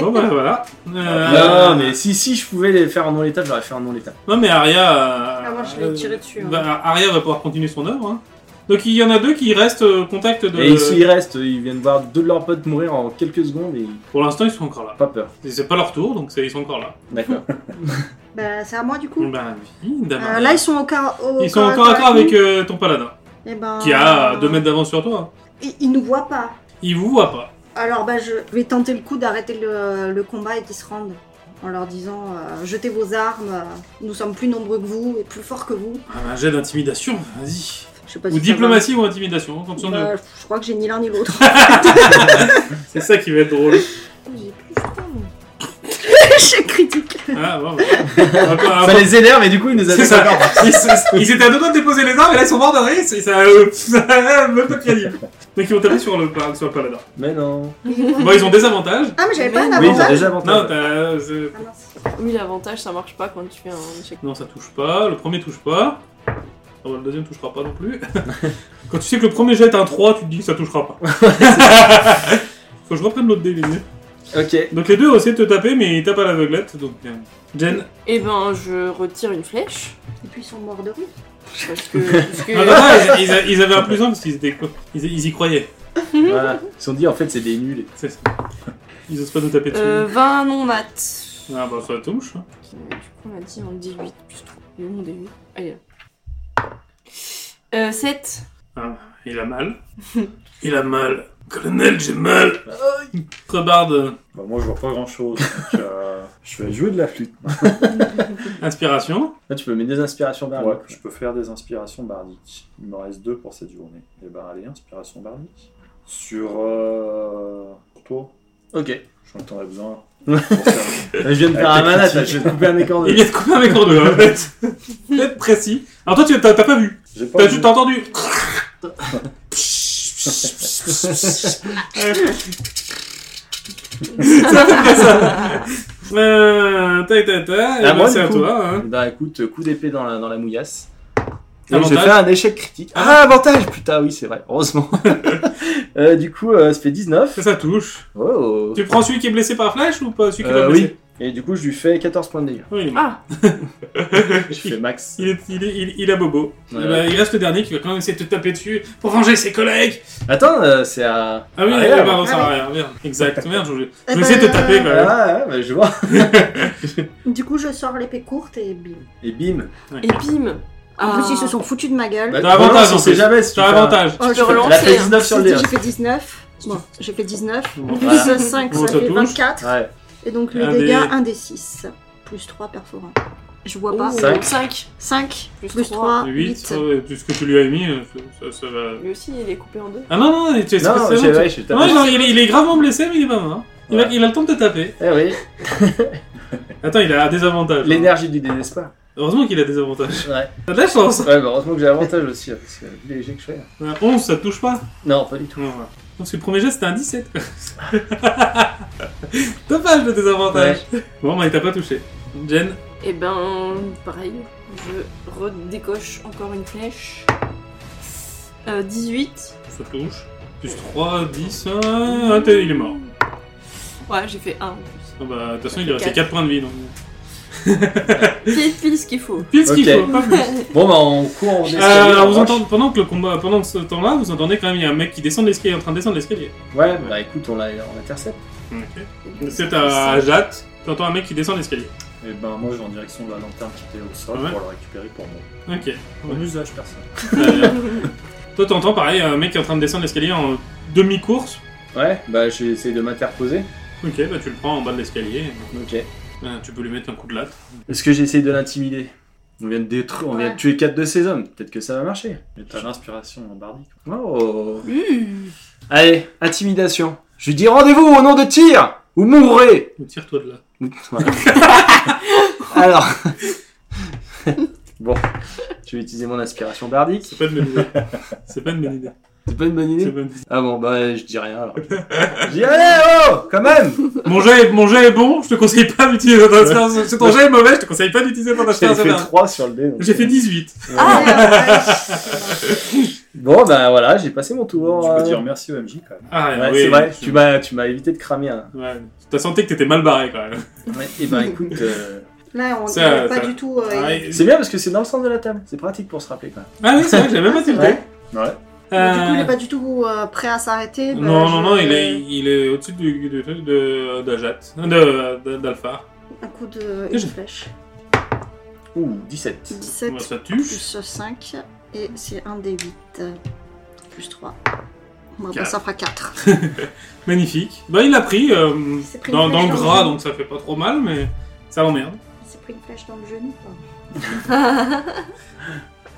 [SPEAKER 1] Bon bah voilà. Euh,
[SPEAKER 5] Non, mais si, si je pouvais les faire en non létal, j'aurais fait en non létal.
[SPEAKER 1] Non mais Aria. euh,
[SPEAKER 2] Ah, moi, je l'ai tiré dessus, hein.
[SPEAKER 1] bah, Aria va pouvoir continuer son œuvre. hein. Donc il y en a deux qui restent euh, contact de.
[SPEAKER 5] Et ils, ils restent, ils viennent voir deux de leurs potes mourir en quelques secondes et ils n'ont
[SPEAKER 1] Pour l'instant ils sont encore là.
[SPEAKER 5] pas peur.
[SPEAKER 1] Et C'est pas leur tour donc c'est- ils sont encore là.
[SPEAKER 5] D'accord.
[SPEAKER 2] Bah, c'est à moi, du coup.
[SPEAKER 1] Bah, oui,
[SPEAKER 2] Euh,
[SPEAKER 1] d'abord.
[SPEAKER 2] là, ils sont au car- au
[SPEAKER 1] Ils sont
[SPEAKER 2] corps à
[SPEAKER 1] encore à corps avec
[SPEAKER 2] nous.
[SPEAKER 1] euh, ton paladin
[SPEAKER 2] Eh ben,
[SPEAKER 1] qui a 2 mètres d'avance sur toi.
[SPEAKER 2] Ils, ils nous voient pas.
[SPEAKER 1] Ils vous voient pas.
[SPEAKER 2] Alors, bah, je vais tenter le coup d'arrêter le, le combat et qu'ils se rendent. En leur disant euh, jetez vos armes, euh, nous sommes plus nombreux que vous et plus forts que vous.
[SPEAKER 1] Ah, bah, Un jet d'intimidation, vas-y.
[SPEAKER 2] Je sais pas
[SPEAKER 1] Ou
[SPEAKER 2] si ça
[SPEAKER 1] diplomatie ou intimidation, en fonction
[SPEAKER 2] va.
[SPEAKER 1] de-
[SPEAKER 2] Bah, je crois que j'ai ni l'un
[SPEAKER 1] *laughs*
[SPEAKER 2] ni l'autre. *laughs*
[SPEAKER 1] C'est ça qui va être drôle.
[SPEAKER 3] J'ai plus le temps.
[SPEAKER 2] Échec critique.
[SPEAKER 1] Ah, bon, bah. Ah, bah,
[SPEAKER 5] Ça les énerve et du coup ils nous
[SPEAKER 1] *laughs* C'est
[SPEAKER 5] attaquent
[SPEAKER 1] ça.
[SPEAKER 5] encore.
[SPEAKER 1] Ils se- Ils étaient à deux doigts de déposer les armes et là ils sont morts de rire, c'est- ça, euh, *laughs* ça- même pas crédible. Donc ils vont taper sur le, par- sur le paladin.
[SPEAKER 5] Mais non.
[SPEAKER 1] Bon, ils ont des avantages.
[SPEAKER 2] Ah, mais j'avais pas un
[SPEAKER 5] Oui, ils ont
[SPEAKER 2] avantage.
[SPEAKER 5] déjà
[SPEAKER 1] Non,
[SPEAKER 5] avantage.
[SPEAKER 1] t'as- euh, c'est-
[SPEAKER 2] Ah, mince.
[SPEAKER 3] Oui, l'avantage, ça marche pas quand tu fais un échec.
[SPEAKER 1] non, ça touche pas, le premier touche pas. Ah, bah, le deuxième touchera pas non plus. *laughs* Quand tu sais que le premier jet est un 3, tu te dis que ça touchera
[SPEAKER 5] *laughs*
[SPEAKER 1] pas. Faut que je reprenne l'autre dé, les gars.
[SPEAKER 5] Ok.
[SPEAKER 1] Donc les deux ont essayé de te taper, mais ils tapent à l'aveuglette. Donc bien. Jen.
[SPEAKER 3] Eh ben, je retire une flèche.
[SPEAKER 2] Et puis ils sont morts de rire.
[SPEAKER 3] Parce
[SPEAKER 1] *laughs*
[SPEAKER 3] que. parce que-
[SPEAKER 1] Ah, bah, bah, ils, ils- ils avaient un plus 1 parce qu'ils étaient- ils- ils y croyaient.
[SPEAKER 5] Voilà. Ils se sont dit en fait c'est des nuls.
[SPEAKER 1] C'est ça. Ils osent pas nous taper dessus.
[SPEAKER 3] euh, 20 non nat.
[SPEAKER 1] Ah bah ça touche. hein.
[SPEAKER 3] Du coup, on a dit en 18 plus 3. Et où mon D8 Allez. Euh, 7.
[SPEAKER 1] Il a mal. Il a mal. Colonel, j'ai mal. Trebarde,
[SPEAKER 4] Bah, moi, je vois pas grand chose.
[SPEAKER 5] *laughs*
[SPEAKER 4] Donc, euh, je vais jouer de la flûte.
[SPEAKER 1] inspiration.
[SPEAKER 5] Là tu peux mettre des inspirations d'un
[SPEAKER 4] Ouais, je peux faire des inspirations bardiques. Il me reste deux pour cette journée. Et ben, allez, inspiration bardique. Sur. euh, pour toi,
[SPEAKER 5] Ok.
[SPEAKER 4] j'en t'en ai
[SPEAKER 5] *laughs*
[SPEAKER 4] besoin. Pour faire-
[SPEAKER 5] Je viens de faire un
[SPEAKER 4] Avec les
[SPEAKER 5] manat,
[SPEAKER 1] *laughs*
[SPEAKER 4] petits.
[SPEAKER 5] là, je vais te couper un écran
[SPEAKER 1] Il
[SPEAKER 5] de.
[SPEAKER 1] vient de couper avec en deux, en fait. Faut être précis. Alors toi, tu t'as t'as pas vu.
[SPEAKER 4] J'ai pas
[SPEAKER 1] T'as
[SPEAKER 4] vu.
[SPEAKER 1] juste entendu. ça fait pas ça. *laughs* Euh, tac, tac, tac. Eh ben,
[SPEAKER 5] moi, du
[SPEAKER 1] c'est à
[SPEAKER 5] coup.
[SPEAKER 1] toi. hein.
[SPEAKER 5] Bah écoute, coup d'épée dans la, dans la mouillasse. Et j'ai
[SPEAKER 1] Ah, Avantage.
[SPEAKER 5] fait un échec critique. Ah, avantage Putain, oui, c'est vrai,
[SPEAKER 1] *laughs*
[SPEAKER 5] heureusement. Euh, du coup, euh, ça fait 19.
[SPEAKER 1] Ça, ça touche.
[SPEAKER 5] Oh
[SPEAKER 1] Tu prends celui qui est blessé par la flèche ou pas celui qui
[SPEAKER 5] Euh,
[SPEAKER 1] va
[SPEAKER 5] oui. Et du coup, je lui fais 14 points de dégâts.
[SPEAKER 1] Oui, il est mort.
[SPEAKER 3] Ah
[SPEAKER 5] Je fais max.
[SPEAKER 1] Il, est, il, est- il- il a bobo.
[SPEAKER 5] Ouais.
[SPEAKER 1] Eh ben, il reste le dernier qui va quand même essayer de te taper dessus pour venger ses collègues.
[SPEAKER 5] Attends, euh, c'est à.
[SPEAKER 1] Ah oui,
[SPEAKER 5] Ah,
[SPEAKER 1] ah,
[SPEAKER 5] merde.
[SPEAKER 1] pardon, ça
[SPEAKER 2] Ah
[SPEAKER 1] va
[SPEAKER 2] oui.
[SPEAKER 1] rien. Merde. Exact, merde, je voulais, je
[SPEAKER 2] Eh
[SPEAKER 1] voulais essayer de te
[SPEAKER 2] ben,
[SPEAKER 1] taper quand même.
[SPEAKER 5] Ah, ouais, bah, je vois.
[SPEAKER 2] Du coup, je sors l'épée courte et bim.
[SPEAKER 5] Et bim.
[SPEAKER 3] Et bim
[SPEAKER 2] En
[SPEAKER 3] Ah.
[SPEAKER 2] plus, ils se sont foutus de ma gueule.
[SPEAKER 5] Bah,
[SPEAKER 1] T'as avantage,
[SPEAKER 5] relance,
[SPEAKER 1] en
[SPEAKER 5] on sait
[SPEAKER 1] plus.
[SPEAKER 5] jamais si tu
[SPEAKER 1] T'as
[SPEAKER 5] fais un-
[SPEAKER 1] avantage.
[SPEAKER 3] Je
[SPEAKER 2] Oh,
[SPEAKER 3] peux
[SPEAKER 2] je fais-
[SPEAKER 5] Elle a
[SPEAKER 3] relancer.
[SPEAKER 5] fait
[SPEAKER 3] hein.
[SPEAKER 5] 19 sur le dé.
[SPEAKER 2] J'ai fait 19. Bon, j'ai fait 19.
[SPEAKER 1] Bon,
[SPEAKER 2] Plus
[SPEAKER 5] voilà.
[SPEAKER 2] 5,
[SPEAKER 1] Bon,
[SPEAKER 2] ça
[SPEAKER 1] ça
[SPEAKER 2] fait
[SPEAKER 1] touche.
[SPEAKER 2] 24.
[SPEAKER 5] Ouais,
[SPEAKER 2] Et donc le
[SPEAKER 1] Un
[SPEAKER 2] dégât,
[SPEAKER 1] des-
[SPEAKER 2] 1 des 6. Plus 3 perforants. Je vois pas.
[SPEAKER 3] Oh,
[SPEAKER 5] Cinq.
[SPEAKER 3] 5.
[SPEAKER 2] 5
[SPEAKER 3] Plus
[SPEAKER 2] plus,
[SPEAKER 3] trois.
[SPEAKER 2] 3,
[SPEAKER 1] 8,
[SPEAKER 2] 8.
[SPEAKER 1] ça, oh, ouais, tout ce que tu lui as mis, euh, ça, ça va.
[SPEAKER 3] Lui aussi, il est coupé en deux.
[SPEAKER 1] Ah non, non, tu c'est
[SPEAKER 5] non,
[SPEAKER 1] pas ça,
[SPEAKER 5] j'ai
[SPEAKER 1] tu-
[SPEAKER 5] ouais, je suis
[SPEAKER 1] Non,
[SPEAKER 5] tapé.
[SPEAKER 1] genre, il, est, il est gravement blessé, mais il est pas mort. hein. Il, a,
[SPEAKER 5] Ouais.
[SPEAKER 1] il a le temps de te taper.
[SPEAKER 5] Eh oui,
[SPEAKER 1] Attends, il a des avantages. hein.
[SPEAKER 5] l'énergie du désespoir.
[SPEAKER 1] Heureusement qu'il a des avantages.
[SPEAKER 5] Ouais,
[SPEAKER 1] T'as de la chance.
[SPEAKER 5] ouais bah, heureusement que j'ai avantage aussi, là, parce que vu les jets que je fais. hein. là.
[SPEAKER 1] Un 11, ça te touche pas.
[SPEAKER 5] Non, pas du tout.
[SPEAKER 1] Non, voilà. Parce que le premier geste, c'était un 17. quoi. *laughs* Dommage le désavantage. Bon, bah, il t'a pas touché. Jen,
[SPEAKER 3] Et ben, pareil. Je redécoche encore une flèche. Euh, 18.
[SPEAKER 1] ça touche. Plus 3, 10, ah, t'es- il est mort.
[SPEAKER 3] Ouais, j'ai fait 1 en plus.
[SPEAKER 1] Ah bah, de toute façon, il
[SPEAKER 3] fait
[SPEAKER 1] lui restait
[SPEAKER 3] quatre.
[SPEAKER 1] 4 points de vie. Donc... *laughs*
[SPEAKER 3] C'est pile ce qu'il faut.
[SPEAKER 1] Pile ce qu'il
[SPEAKER 5] Ok.
[SPEAKER 1] faut, pas
[SPEAKER 5] *laughs*
[SPEAKER 1] plus.
[SPEAKER 5] Bon, bah, on court, on
[SPEAKER 1] Euh,
[SPEAKER 5] escalier,
[SPEAKER 1] alors,
[SPEAKER 5] on
[SPEAKER 1] vous
[SPEAKER 5] roche.
[SPEAKER 1] entendez, pendant que le combat, pendant ce temps-là, vous entendez quand même il y a un mec qui descend de l'escalier, en train de descendre l'escalier.
[SPEAKER 5] Ouais, bah écoute, on, la- on intercepte.
[SPEAKER 1] C'est à Jatte, tu entends un mec qui descend l'escalier.
[SPEAKER 4] Et ben, moi, je vais en direction de la lanterne qui était au sol
[SPEAKER 1] Ouais.
[SPEAKER 4] pour la récupérer pour moi.
[SPEAKER 1] Ok.
[SPEAKER 5] *laughs*
[SPEAKER 4] En usage, personne.
[SPEAKER 1] Euh, toi, t'entends pareil, un mec qui est en train de descendre l'escalier en demi-course.
[SPEAKER 5] Ouais, bah j'ai essayé de m'interposer.
[SPEAKER 1] Ok, bah tu le prends en bas de l'escalier.
[SPEAKER 5] Ok.
[SPEAKER 1] Euh, tu peux lui mettre un coup de latte.
[SPEAKER 5] Est-ce que j'ai essayé de l'intimider on vient de, détru- on vient de
[SPEAKER 2] Ouais.
[SPEAKER 5] tuer quatre de ses hommes, peut-être que ça va marcher.
[SPEAKER 4] Mais t'as l'inspiration en bardique.
[SPEAKER 5] Oh. Allez, intimidation. Je lui dis rendez-vous au nom de Tyr ou mourrez.
[SPEAKER 1] Ou Tire-toi de là.
[SPEAKER 5] Voilà. *laughs* Alors. bon, je vais utiliser mon inspiration bardique.
[SPEAKER 1] C'est pas une bonne
[SPEAKER 5] *laughs*
[SPEAKER 1] idée. C'est pas une bonne idée.
[SPEAKER 5] C'est pas une bonne
[SPEAKER 1] C'est
[SPEAKER 5] idée
[SPEAKER 1] pas une bonne idée.
[SPEAKER 5] Ah bon, bah je dis rien *laughs* alors. Je dis allez, oh, quand même
[SPEAKER 1] Mon jet, est- mon jet est bon, je te conseille pas d'utiliser ton inspiration. Si ton jet est mauvais, je te conseille pas d'utiliser ton
[SPEAKER 5] *laughs* J'ai fait
[SPEAKER 1] inspiration.
[SPEAKER 5] 3 sur le dé. donc-
[SPEAKER 1] J'ai fait 18.
[SPEAKER 2] Ah, *laughs*
[SPEAKER 5] Bon, bah voilà, j'ai passé mon tour.
[SPEAKER 4] je
[SPEAKER 5] euh.
[SPEAKER 4] peux dire merci au MJ quand même.
[SPEAKER 1] Ah,
[SPEAKER 5] Ouais,
[SPEAKER 1] oui,
[SPEAKER 5] c'est vrai,
[SPEAKER 1] tu
[SPEAKER 5] tu m'as, tu m'as évité de cramer hein. un.
[SPEAKER 1] Ouais. T'as senti que t'étais mal barré quand même.
[SPEAKER 5] et ben écoute, euh,
[SPEAKER 2] Là, on
[SPEAKER 1] Ça,
[SPEAKER 2] dirait pas
[SPEAKER 1] ça-
[SPEAKER 2] du tout. euh,
[SPEAKER 1] Ah,
[SPEAKER 2] et-
[SPEAKER 1] et-
[SPEAKER 5] c'est bien parce que c'est dans le sens de la table, c'est pratique pour se rappeler quoi.
[SPEAKER 1] Ah oui, c'est vrai que j'avais même pas
[SPEAKER 2] Ah, c'est
[SPEAKER 1] tilté.
[SPEAKER 2] vrai.
[SPEAKER 4] Ouais.
[SPEAKER 2] Mais Du coup, il
[SPEAKER 1] Euh,
[SPEAKER 2] est pas du tout euh, prêt à s'arrêter. bah,
[SPEAKER 1] non,
[SPEAKER 2] je
[SPEAKER 1] non, non,
[SPEAKER 2] vais-
[SPEAKER 1] il est, il est au-dessus du, du truc de, d'Ajat, de, de- d'Alpha.
[SPEAKER 2] Un coup de
[SPEAKER 1] Et
[SPEAKER 2] une
[SPEAKER 1] je-
[SPEAKER 2] flèche.
[SPEAKER 5] Ouh, 17.
[SPEAKER 2] 17
[SPEAKER 1] Bah, ça touche.
[SPEAKER 2] plus 5. Et c'est un des 8. Plus 3. Bon, bah,
[SPEAKER 1] Quatre.
[SPEAKER 2] ça fera 4.
[SPEAKER 1] Magnifique. Bah, il l'a pris, euh,
[SPEAKER 2] s'est pris
[SPEAKER 1] dans,
[SPEAKER 2] une
[SPEAKER 1] dans le
[SPEAKER 2] flèche dans
[SPEAKER 1] gras,
[SPEAKER 2] le-
[SPEAKER 1] donc ça fait pas trop mal, mais ça l'emmerde.
[SPEAKER 2] Il s'est pris une flèche dans le genou. quoi. *laughs*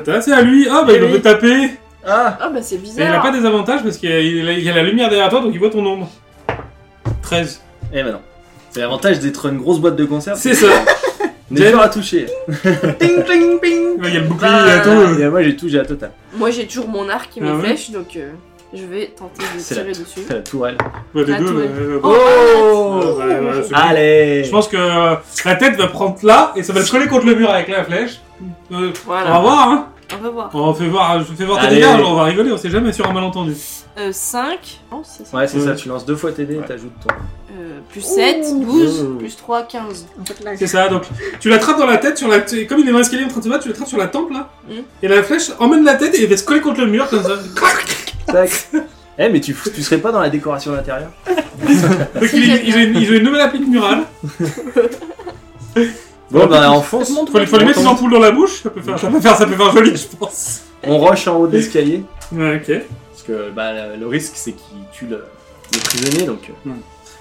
[SPEAKER 1] Attends, C'est à lui. Ah, bah, il va
[SPEAKER 5] Et oui.
[SPEAKER 1] te taper. Et
[SPEAKER 5] Ah
[SPEAKER 3] Ah bah c'est
[SPEAKER 1] il a
[SPEAKER 3] bizarre.
[SPEAKER 1] pas des avantages parce qu'il y a, il a- il y a la lumière derrière toi, donc il voit ton ombre. 13.
[SPEAKER 5] Et maintenant. Eh, C'est l'avantage d'être une grosse boîte de conserve. euh,
[SPEAKER 1] C'est ça.
[SPEAKER 5] On est dur à toucher. Ah. ping, ping, ping.
[SPEAKER 1] Il y a le bouclier
[SPEAKER 5] Bah,
[SPEAKER 1] et tout.
[SPEAKER 5] Et moi j'ai tout, j'ai la totale.
[SPEAKER 3] Moi j'ai toujours mon arc et mes
[SPEAKER 1] Ah ouais
[SPEAKER 3] flèches, donc euh, je vais tenter de
[SPEAKER 5] C'est
[SPEAKER 3] tirer dessus.
[SPEAKER 5] C'est la tourelle.
[SPEAKER 1] Ouais, les
[SPEAKER 3] Ah,
[SPEAKER 1] deux,
[SPEAKER 3] tout,
[SPEAKER 1] mais-
[SPEAKER 3] ouais.
[SPEAKER 1] Oh,
[SPEAKER 5] Oh
[SPEAKER 1] ouais, ouais, c'est bon.
[SPEAKER 5] Allez
[SPEAKER 1] Je pense que euh, la tête va prendre là et ça va le coller contre le mur avec la flèche. Euh, on va
[SPEAKER 3] Voilà,
[SPEAKER 1] voir, hein.
[SPEAKER 3] on va voir.
[SPEAKER 1] On fait voir, je fais voir tes
[SPEAKER 5] Allez.
[SPEAKER 1] dégâts, genre, on va rigoler, on sait jamais sur un malentendu.
[SPEAKER 3] Euh, 5, non, c'est ça.
[SPEAKER 5] Ouais, c'est
[SPEAKER 1] Ouais.
[SPEAKER 5] ça, tu lances deux fois tes dés et t'ajoutes ton.
[SPEAKER 3] Euh, plus 7, 12, plus 3, 15.
[SPEAKER 2] En fait, là,
[SPEAKER 1] C'est ça, donc tu l'attrapes dans la tête, sur la... tu- comme il est dans l'escalier en train de se battre, tu l'attrapes sur la tempe là.
[SPEAKER 3] Mm.
[SPEAKER 1] Et la flèche emmène la tête et va se coller contre le mur comme ça.
[SPEAKER 5] *laughs* Tac Eh, mais tu, fous- tu serais pas dans la décoration d'intérieur
[SPEAKER 1] donc il, il- il a une- il a une nouvelle applique murale.
[SPEAKER 5] Bon, bah on fonce
[SPEAKER 1] Faut, lui- faut lui mettre une ampoule dans la bouche, ça peut faire, ça peut faire, ça peut faire joli, je pense.
[SPEAKER 5] On rush en haut de l'escalier.
[SPEAKER 1] Ouais, ok. Et
[SPEAKER 5] Parce que bah, le- le risque, c'est qu'il tue le, le prisonnier, donc. euh,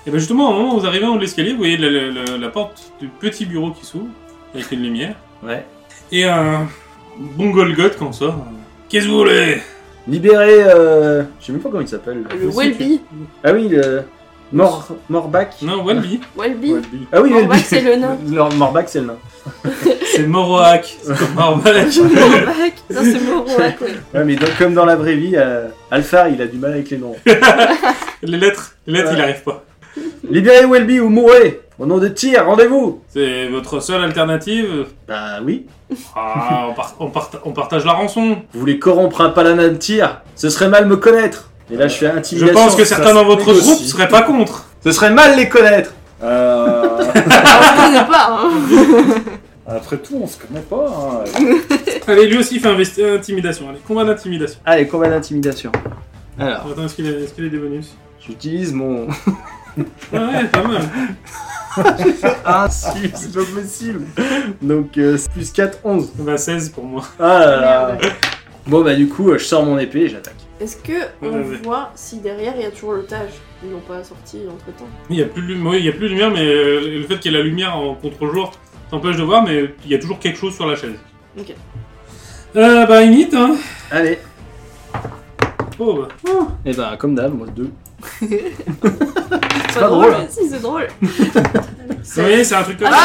[SPEAKER 1] ben justement, au moment où vous arrivez en haut de l'escalier, vous voyez la, la- la- la porte du petit bureau qui s'ouvre avec une lumière.
[SPEAKER 5] Ouais.
[SPEAKER 1] Et un bon Golgoth quand on sort. euh, Qu'est-ce que vous voulez
[SPEAKER 5] Libérer. Euh... Je sais même pas comment il s'appelle.
[SPEAKER 3] Le
[SPEAKER 1] sais,
[SPEAKER 3] Welby.
[SPEAKER 5] Ah oui, le. Mor... Morbac.
[SPEAKER 1] Non, Walby.
[SPEAKER 3] *laughs* Welby.
[SPEAKER 5] Ah oui,
[SPEAKER 3] Morbac, c'est le nain.
[SPEAKER 5] *laughs* Le- Morbac, c'est le nain.
[SPEAKER 1] C'est Moroak. C'est comme Moroak.
[SPEAKER 3] Morbac. Non, c'est Morbac, ouais.
[SPEAKER 5] Ouais, mais donc, comme dans la vraie vie, euh, Alphar, il a du mal avec les noms. *laughs*
[SPEAKER 1] Les lettres, les lettres,
[SPEAKER 5] Ouais.
[SPEAKER 1] il arrive pas.
[SPEAKER 5] Libérez Welby ou mourrez Au nom de Tyr, rendez-vous
[SPEAKER 1] C'est votre seule alternative.
[SPEAKER 5] Bah oui.
[SPEAKER 1] Ah, on, par- on parta- on partage la rançon.
[SPEAKER 5] Vous voulez corrompre un paladin de Tyr Ce serait mal me connaître Et là, je fais
[SPEAKER 1] Je
[SPEAKER 5] intimidation.
[SPEAKER 1] pense que
[SPEAKER 5] ça
[SPEAKER 1] certains dans
[SPEAKER 5] se
[SPEAKER 1] votre
[SPEAKER 5] négocie.
[SPEAKER 1] groupe seraient pas contre.
[SPEAKER 5] Ce serait mal les connaître
[SPEAKER 4] Euh,
[SPEAKER 3] On se connaît pas, hein.
[SPEAKER 4] Après tout, on se connaît pas. hein.
[SPEAKER 1] Allez, lui aussi, il fait investi- intimidation. Allez, combat d'intimidation.
[SPEAKER 5] *laughs* Allez, combat d'intimidation. Alors,
[SPEAKER 1] Attends, est-ce qu'il a, est-ce qu'il a des bonus
[SPEAKER 5] j'utilise *laughs* mon.
[SPEAKER 1] Ah ouais, pas mal.
[SPEAKER 5] Ah si, c'est pas possible Donc, euh, c'est plus 4, 11.
[SPEAKER 1] Bah, 16 pour moi.
[SPEAKER 5] Ah là là. Bon, bah du coup, euh, je sors mon épée et j'attaque.
[SPEAKER 3] Est-ce que on
[SPEAKER 1] Ouais, ouais.
[SPEAKER 3] voit si derrière il y a toujours l'otage Ils l'ont pas sorti entre temps.
[SPEAKER 1] Il y a plus de lumière, il y a plus de lumière, mais euh, le fait qu'il y ait la lumière en contre-jour t'empêche de voir, mais il y a toujours quelque chose sur la chaise.
[SPEAKER 3] Ok.
[SPEAKER 1] Euh, bah, init, hein.
[SPEAKER 5] Allez
[SPEAKER 1] Oh, bah.
[SPEAKER 5] Et bah, comme d'hab, moi 2.
[SPEAKER 3] C'est
[SPEAKER 5] pas drôle, hein.
[SPEAKER 3] Si, c'est drôle.
[SPEAKER 1] Vous voyez, c'est un truc comme ça.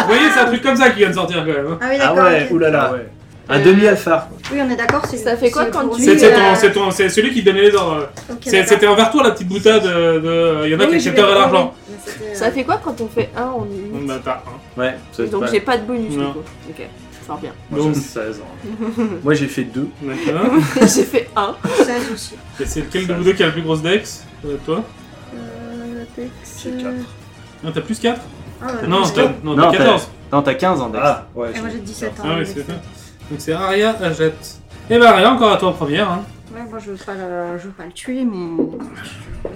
[SPEAKER 1] Vous voyez, c'est un truc comme ça qui vient de sortir quand même. hein.
[SPEAKER 2] Ah oui, d'accord. ok.
[SPEAKER 5] oulala
[SPEAKER 4] Ah ouais.
[SPEAKER 5] Un demi-alphar.
[SPEAKER 2] Oui, on est d'accord. c'est-
[SPEAKER 3] Ça fait quoi
[SPEAKER 2] c'est
[SPEAKER 3] quand
[SPEAKER 2] pour
[SPEAKER 3] tu-
[SPEAKER 2] lui,
[SPEAKER 1] C'est c'est ton-
[SPEAKER 2] euh,
[SPEAKER 1] c'est ton- c'est celui qui donnait les ordres.
[SPEAKER 2] ok,
[SPEAKER 1] C'est-
[SPEAKER 2] d'accord.
[SPEAKER 1] C'était envers toi la petite boutade de. Il y en a qui
[SPEAKER 2] Oui, je vais-
[SPEAKER 1] accepteraient l'argent.
[SPEAKER 2] oui, oui, mais c'était, euh,
[SPEAKER 3] Ça fait quoi quand on fait 1 en une
[SPEAKER 1] Bah, t'as un.
[SPEAKER 5] Ouais, ça, c'est
[SPEAKER 3] Donc
[SPEAKER 5] pas-
[SPEAKER 3] j'ai pas de bonus
[SPEAKER 1] Non.
[SPEAKER 3] du coup. Ok, je sors bien.
[SPEAKER 4] Moi, j'ai
[SPEAKER 1] Donc.
[SPEAKER 4] 16 ans.
[SPEAKER 5] *laughs* Moi j'ai fait 2.
[SPEAKER 1] D'accord.
[SPEAKER 3] *laughs*
[SPEAKER 2] *laughs*
[SPEAKER 3] j'ai fait 1.
[SPEAKER 2] 16 aussi.
[SPEAKER 1] Et c'est lequel de vous deux qui a la plus grosse dex Euh, Toi
[SPEAKER 2] Euh,
[SPEAKER 4] J'ai 4.
[SPEAKER 1] Non, t'as plus 4
[SPEAKER 2] Ah, ouais,
[SPEAKER 1] Non,
[SPEAKER 2] ouais.
[SPEAKER 1] Stan, non,
[SPEAKER 5] Non,
[SPEAKER 1] t'as
[SPEAKER 5] t'as-
[SPEAKER 1] 14.
[SPEAKER 5] Non, t'as 15 en dex.
[SPEAKER 4] Ah, ouais.
[SPEAKER 2] Et moi j'ai 17 ans.
[SPEAKER 1] Ah, oui,
[SPEAKER 2] donc,
[SPEAKER 1] c'est ça.
[SPEAKER 2] euh,
[SPEAKER 1] Donc c'est Aria Ajette. Et bah, Aria, encore à toi en première. Hein.
[SPEAKER 2] Ouais, moi je veux pas le, je veux pas le tuer, mais.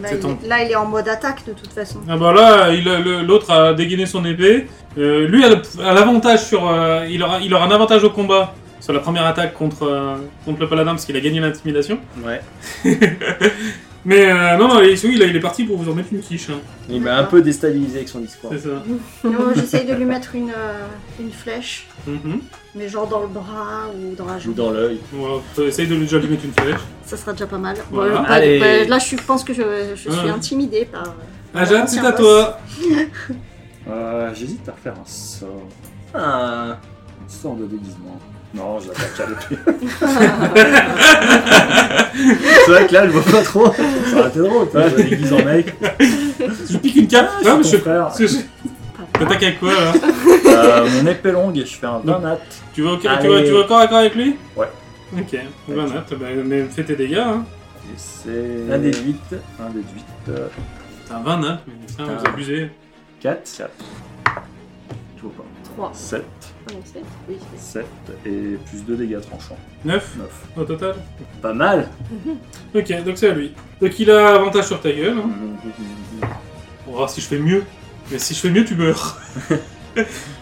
[SPEAKER 2] Là
[SPEAKER 1] C'est
[SPEAKER 2] il,
[SPEAKER 1] ton-
[SPEAKER 2] est, là, il est en mode attaque de toute façon.
[SPEAKER 1] Ah bah là, il a- le- l'autre a dégainé son épée. Euh, lui a le- a l'avantage sur. euh, il, aura, il aura un avantage au combat sur la première attaque contre, euh, contre le paladin parce qu'il a gagné l'intimidation.
[SPEAKER 5] Ouais.
[SPEAKER 1] Mais euh, non, non, il, oui, là, il est parti pour vous en mettre une quiche. hein.
[SPEAKER 5] Il m'a un peu déstabilisé avec son discours.
[SPEAKER 1] C'est ça.
[SPEAKER 2] Non, J'essaye de lui mettre une, euh, une flèche,
[SPEAKER 1] Mhm.
[SPEAKER 2] mais genre dans le bras ou dans la joue.
[SPEAKER 5] Joue dans l'œil.
[SPEAKER 1] Bon, alors, essaye de lui déjà lui mettre une flèche.
[SPEAKER 2] Ça sera déjà pas mal.
[SPEAKER 1] Voilà.
[SPEAKER 2] Bon, pas-
[SPEAKER 5] Allez.
[SPEAKER 2] pas- là je pense que je, je suis
[SPEAKER 1] Ouais.
[SPEAKER 2] intimidée par. euh, par
[SPEAKER 1] Ajat,
[SPEAKER 2] l'ancien
[SPEAKER 1] Ah, c'est à
[SPEAKER 2] boss.
[SPEAKER 1] toi.
[SPEAKER 4] Euh, J'hésite à refaire un sort.
[SPEAKER 5] Ah.
[SPEAKER 4] Une sorte de déguisement. Non, je l'attaque à l'épée.
[SPEAKER 5] C'est vrai que là, je vois pas trop. *laughs* Ça aurait été drôle,
[SPEAKER 4] Ouais.
[SPEAKER 5] je me déguise en mec.
[SPEAKER 1] Je pique une cape.
[SPEAKER 4] Ah,
[SPEAKER 1] non, mais
[SPEAKER 4] ton
[SPEAKER 1] je-
[SPEAKER 4] frère.
[SPEAKER 1] parce que je- T'attaques avec quoi là
[SPEAKER 4] Euh, mon épée longue et je fais un
[SPEAKER 1] Non.
[SPEAKER 4] donat.
[SPEAKER 1] tu vas, au- tu, vas,
[SPEAKER 5] Allez.
[SPEAKER 1] tu vas au corps à corps avec lui
[SPEAKER 4] Ouais.
[SPEAKER 1] Ok, bah, Nat, bah, mais fais tes dégâts. Hein.
[SPEAKER 4] Et c'est.
[SPEAKER 5] Un des 8,
[SPEAKER 4] Un des 8. euh,
[SPEAKER 1] T'as 20 Nat, mais putain, vous
[SPEAKER 5] Ah.
[SPEAKER 1] abusez.
[SPEAKER 5] 4,
[SPEAKER 4] 4,
[SPEAKER 5] je vois pas.
[SPEAKER 3] 3.
[SPEAKER 4] 7,
[SPEAKER 3] Non, 7 Oui.
[SPEAKER 4] 7 et plus 2 dégâts tranchants.
[SPEAKER 1] 9
[SPEAKER 4] 9.
[SPEAKER 1] au total
[SPEAKER 5] Pas mal
[SPEAKER 1] Ok, donc c'est à lui. Donc il a avantage sur ta gueule. hein.
[SPEAKER 5] Mm.
[SPEAKER 1] On va voir si je fais mieux. Mais si je fais mieux, tu meurs.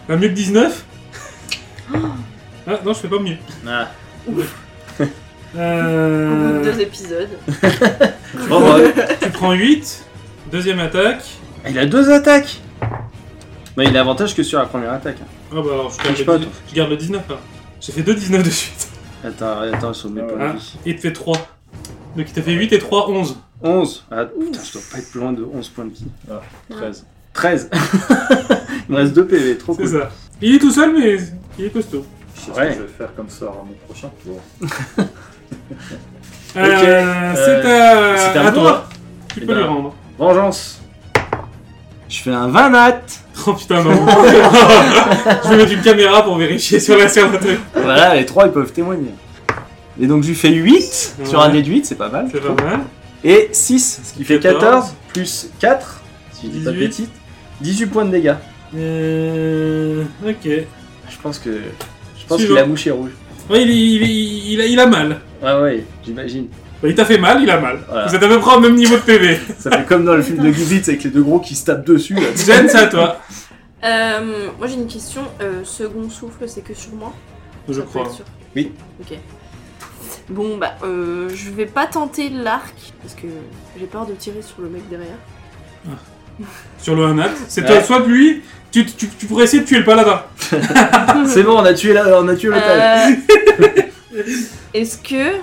[SPEAKER 1] Un mieux que 19 Ah non, je fais pas mieux.
[SPEAKER 5] ah.
[SPEAKER 3] Au bout de
[SPEAKER 1] Euh...
[SPEAKER 3] deux épisodes.
[SPEAKER 5] Oh, bah, Ah,
[SPEAKER 1] Tu prends 8. Deuxième attaque.
[SPEAKER 5] Il a deux attaques Bah, il a avantage que sur la première attaque. hein.
[SPEAKER 1] Ah bah alors je garde,
[SPEAKER 5] Triche
[SPEAKER 1] le,
[SPEAKER 5] pas,
[SPEAKER 1] 19, je garde le 19 alors. J'ai fait 2 19 de suite. *laughs*
[SPEAKER 5] Attends, attends, sur mes
[SPEAKER 4] Ah,
[SPEAKER 5] points de vie.
[SPEAKER 1] Et il te fait 3. Donc il t'a fait 8 et 3, 11.
[SPEAKER 5] 11 Ah putain, je dois pas être plus loin de 11 points de vie.
[SPEAKER 4] 13.
[SPEAKER 5] *laughs* 13.
[SPEAKER 4] Il me reste 2 PV, trop
[SPEAKER 1] C'est
[SPEAKER 4] cool.
[SPEAKER 1] ça. Il est tout seul, mais il est costaud.
[SPEAKER 4] Je sais
[SPEAKER 5] Ouais.
[SPEAKER 4] ce que je vais faire comme ça à mon prochain tour.
[SPEAKER 1] Euh, c'est
[SPEAKER 5] euh,
[SPEAKER 1] à,
[SPEAKER 5] c'est à
[SPEAKER 1] à
[SPEAKER 5] moi.
[SPEAKER 1] toi. Tu
[SPEAKER 5] Eh
[SPEAKER 1] peux
[SPEAKER 5] ben.
[SPEAKER 1] lui rendre.
[SPEAKER 5] Vengeance. Je fais un 20 nat.
[SPEAKER 1] Oh putain, non. *laughs* je vais mettre une caméra pour vérifier sur la serre de truc.
[SPEAKER 5] Voilà, les trois ils peuvent témoigner. Et donc je lui fais 8 sur un
[SPEAKER 1] Ouais.
[SPEAKER 5] déduit, c'est pas mal.
[SPEAKER 1] C'est pas mal.
[SPEAKER 5] Et 6, ce qui fait
[SPEAKER 1] 14,
[SPEAKER 5] 14, plus 4, si je dis pas de
[SPEAKER 1] 18.
[SPEAKER 5] bêtises, 18 points de dégâts.
[SPEAKER 1] Euh, ok.
[SPEAKER 5] Je pense que. Je pense
[SPEAKER 1] Suivant.
[SPEAKER 5] qu'il a mouché rouge.
[SPEAKER 1] Ouais, il, il- il- il a, il a mal.
[SPEAKER 5] Ah ouais, j'imagine.
[SPEAKER 1] Bah, il t'a fait mal, il a mal.
[SPEAKER 5] Voilà.
[SPEAKER 1] Vous êtes à peu près au même niveau de PV.
[SPEAKER 5] Ça fait comme dans le film de Gizit avec les deux gros qui se tapent dessus. Là.
[SPEAKER 1] Jen, c'est à toi.
[SPEAKER 3] Euh, moi j'ai une question. Euh, second souffle, c'est que sur moi
[SPEAKER 1] Je
[SPEAKER 3] Ça peut
[SPEAKER 1] crois.
[SPEAKER 3] être sur-
[SPEAKER 5] Oui.
[SPEAKER 3] Ok. Bon, bah, euh, je vais pas tenter l'arc parce que j'ai peur de tirer sur le mec
[SPEAKER 1] *laughs*
[SPEAKER 3] derrière.
[SPEAKER 1] Sur le Hanat. C'est
[SPEAKER 5] Ouais.
[SPEAKER 1] toi, soit lui, tu, tu- tu pourrais essayer de tuer le paladin.
[SPEAKER 5] C'est bon, on a tué la- on a tué l'otage.
[SPEAKER 3] Euh, *laughs* Est-ce que.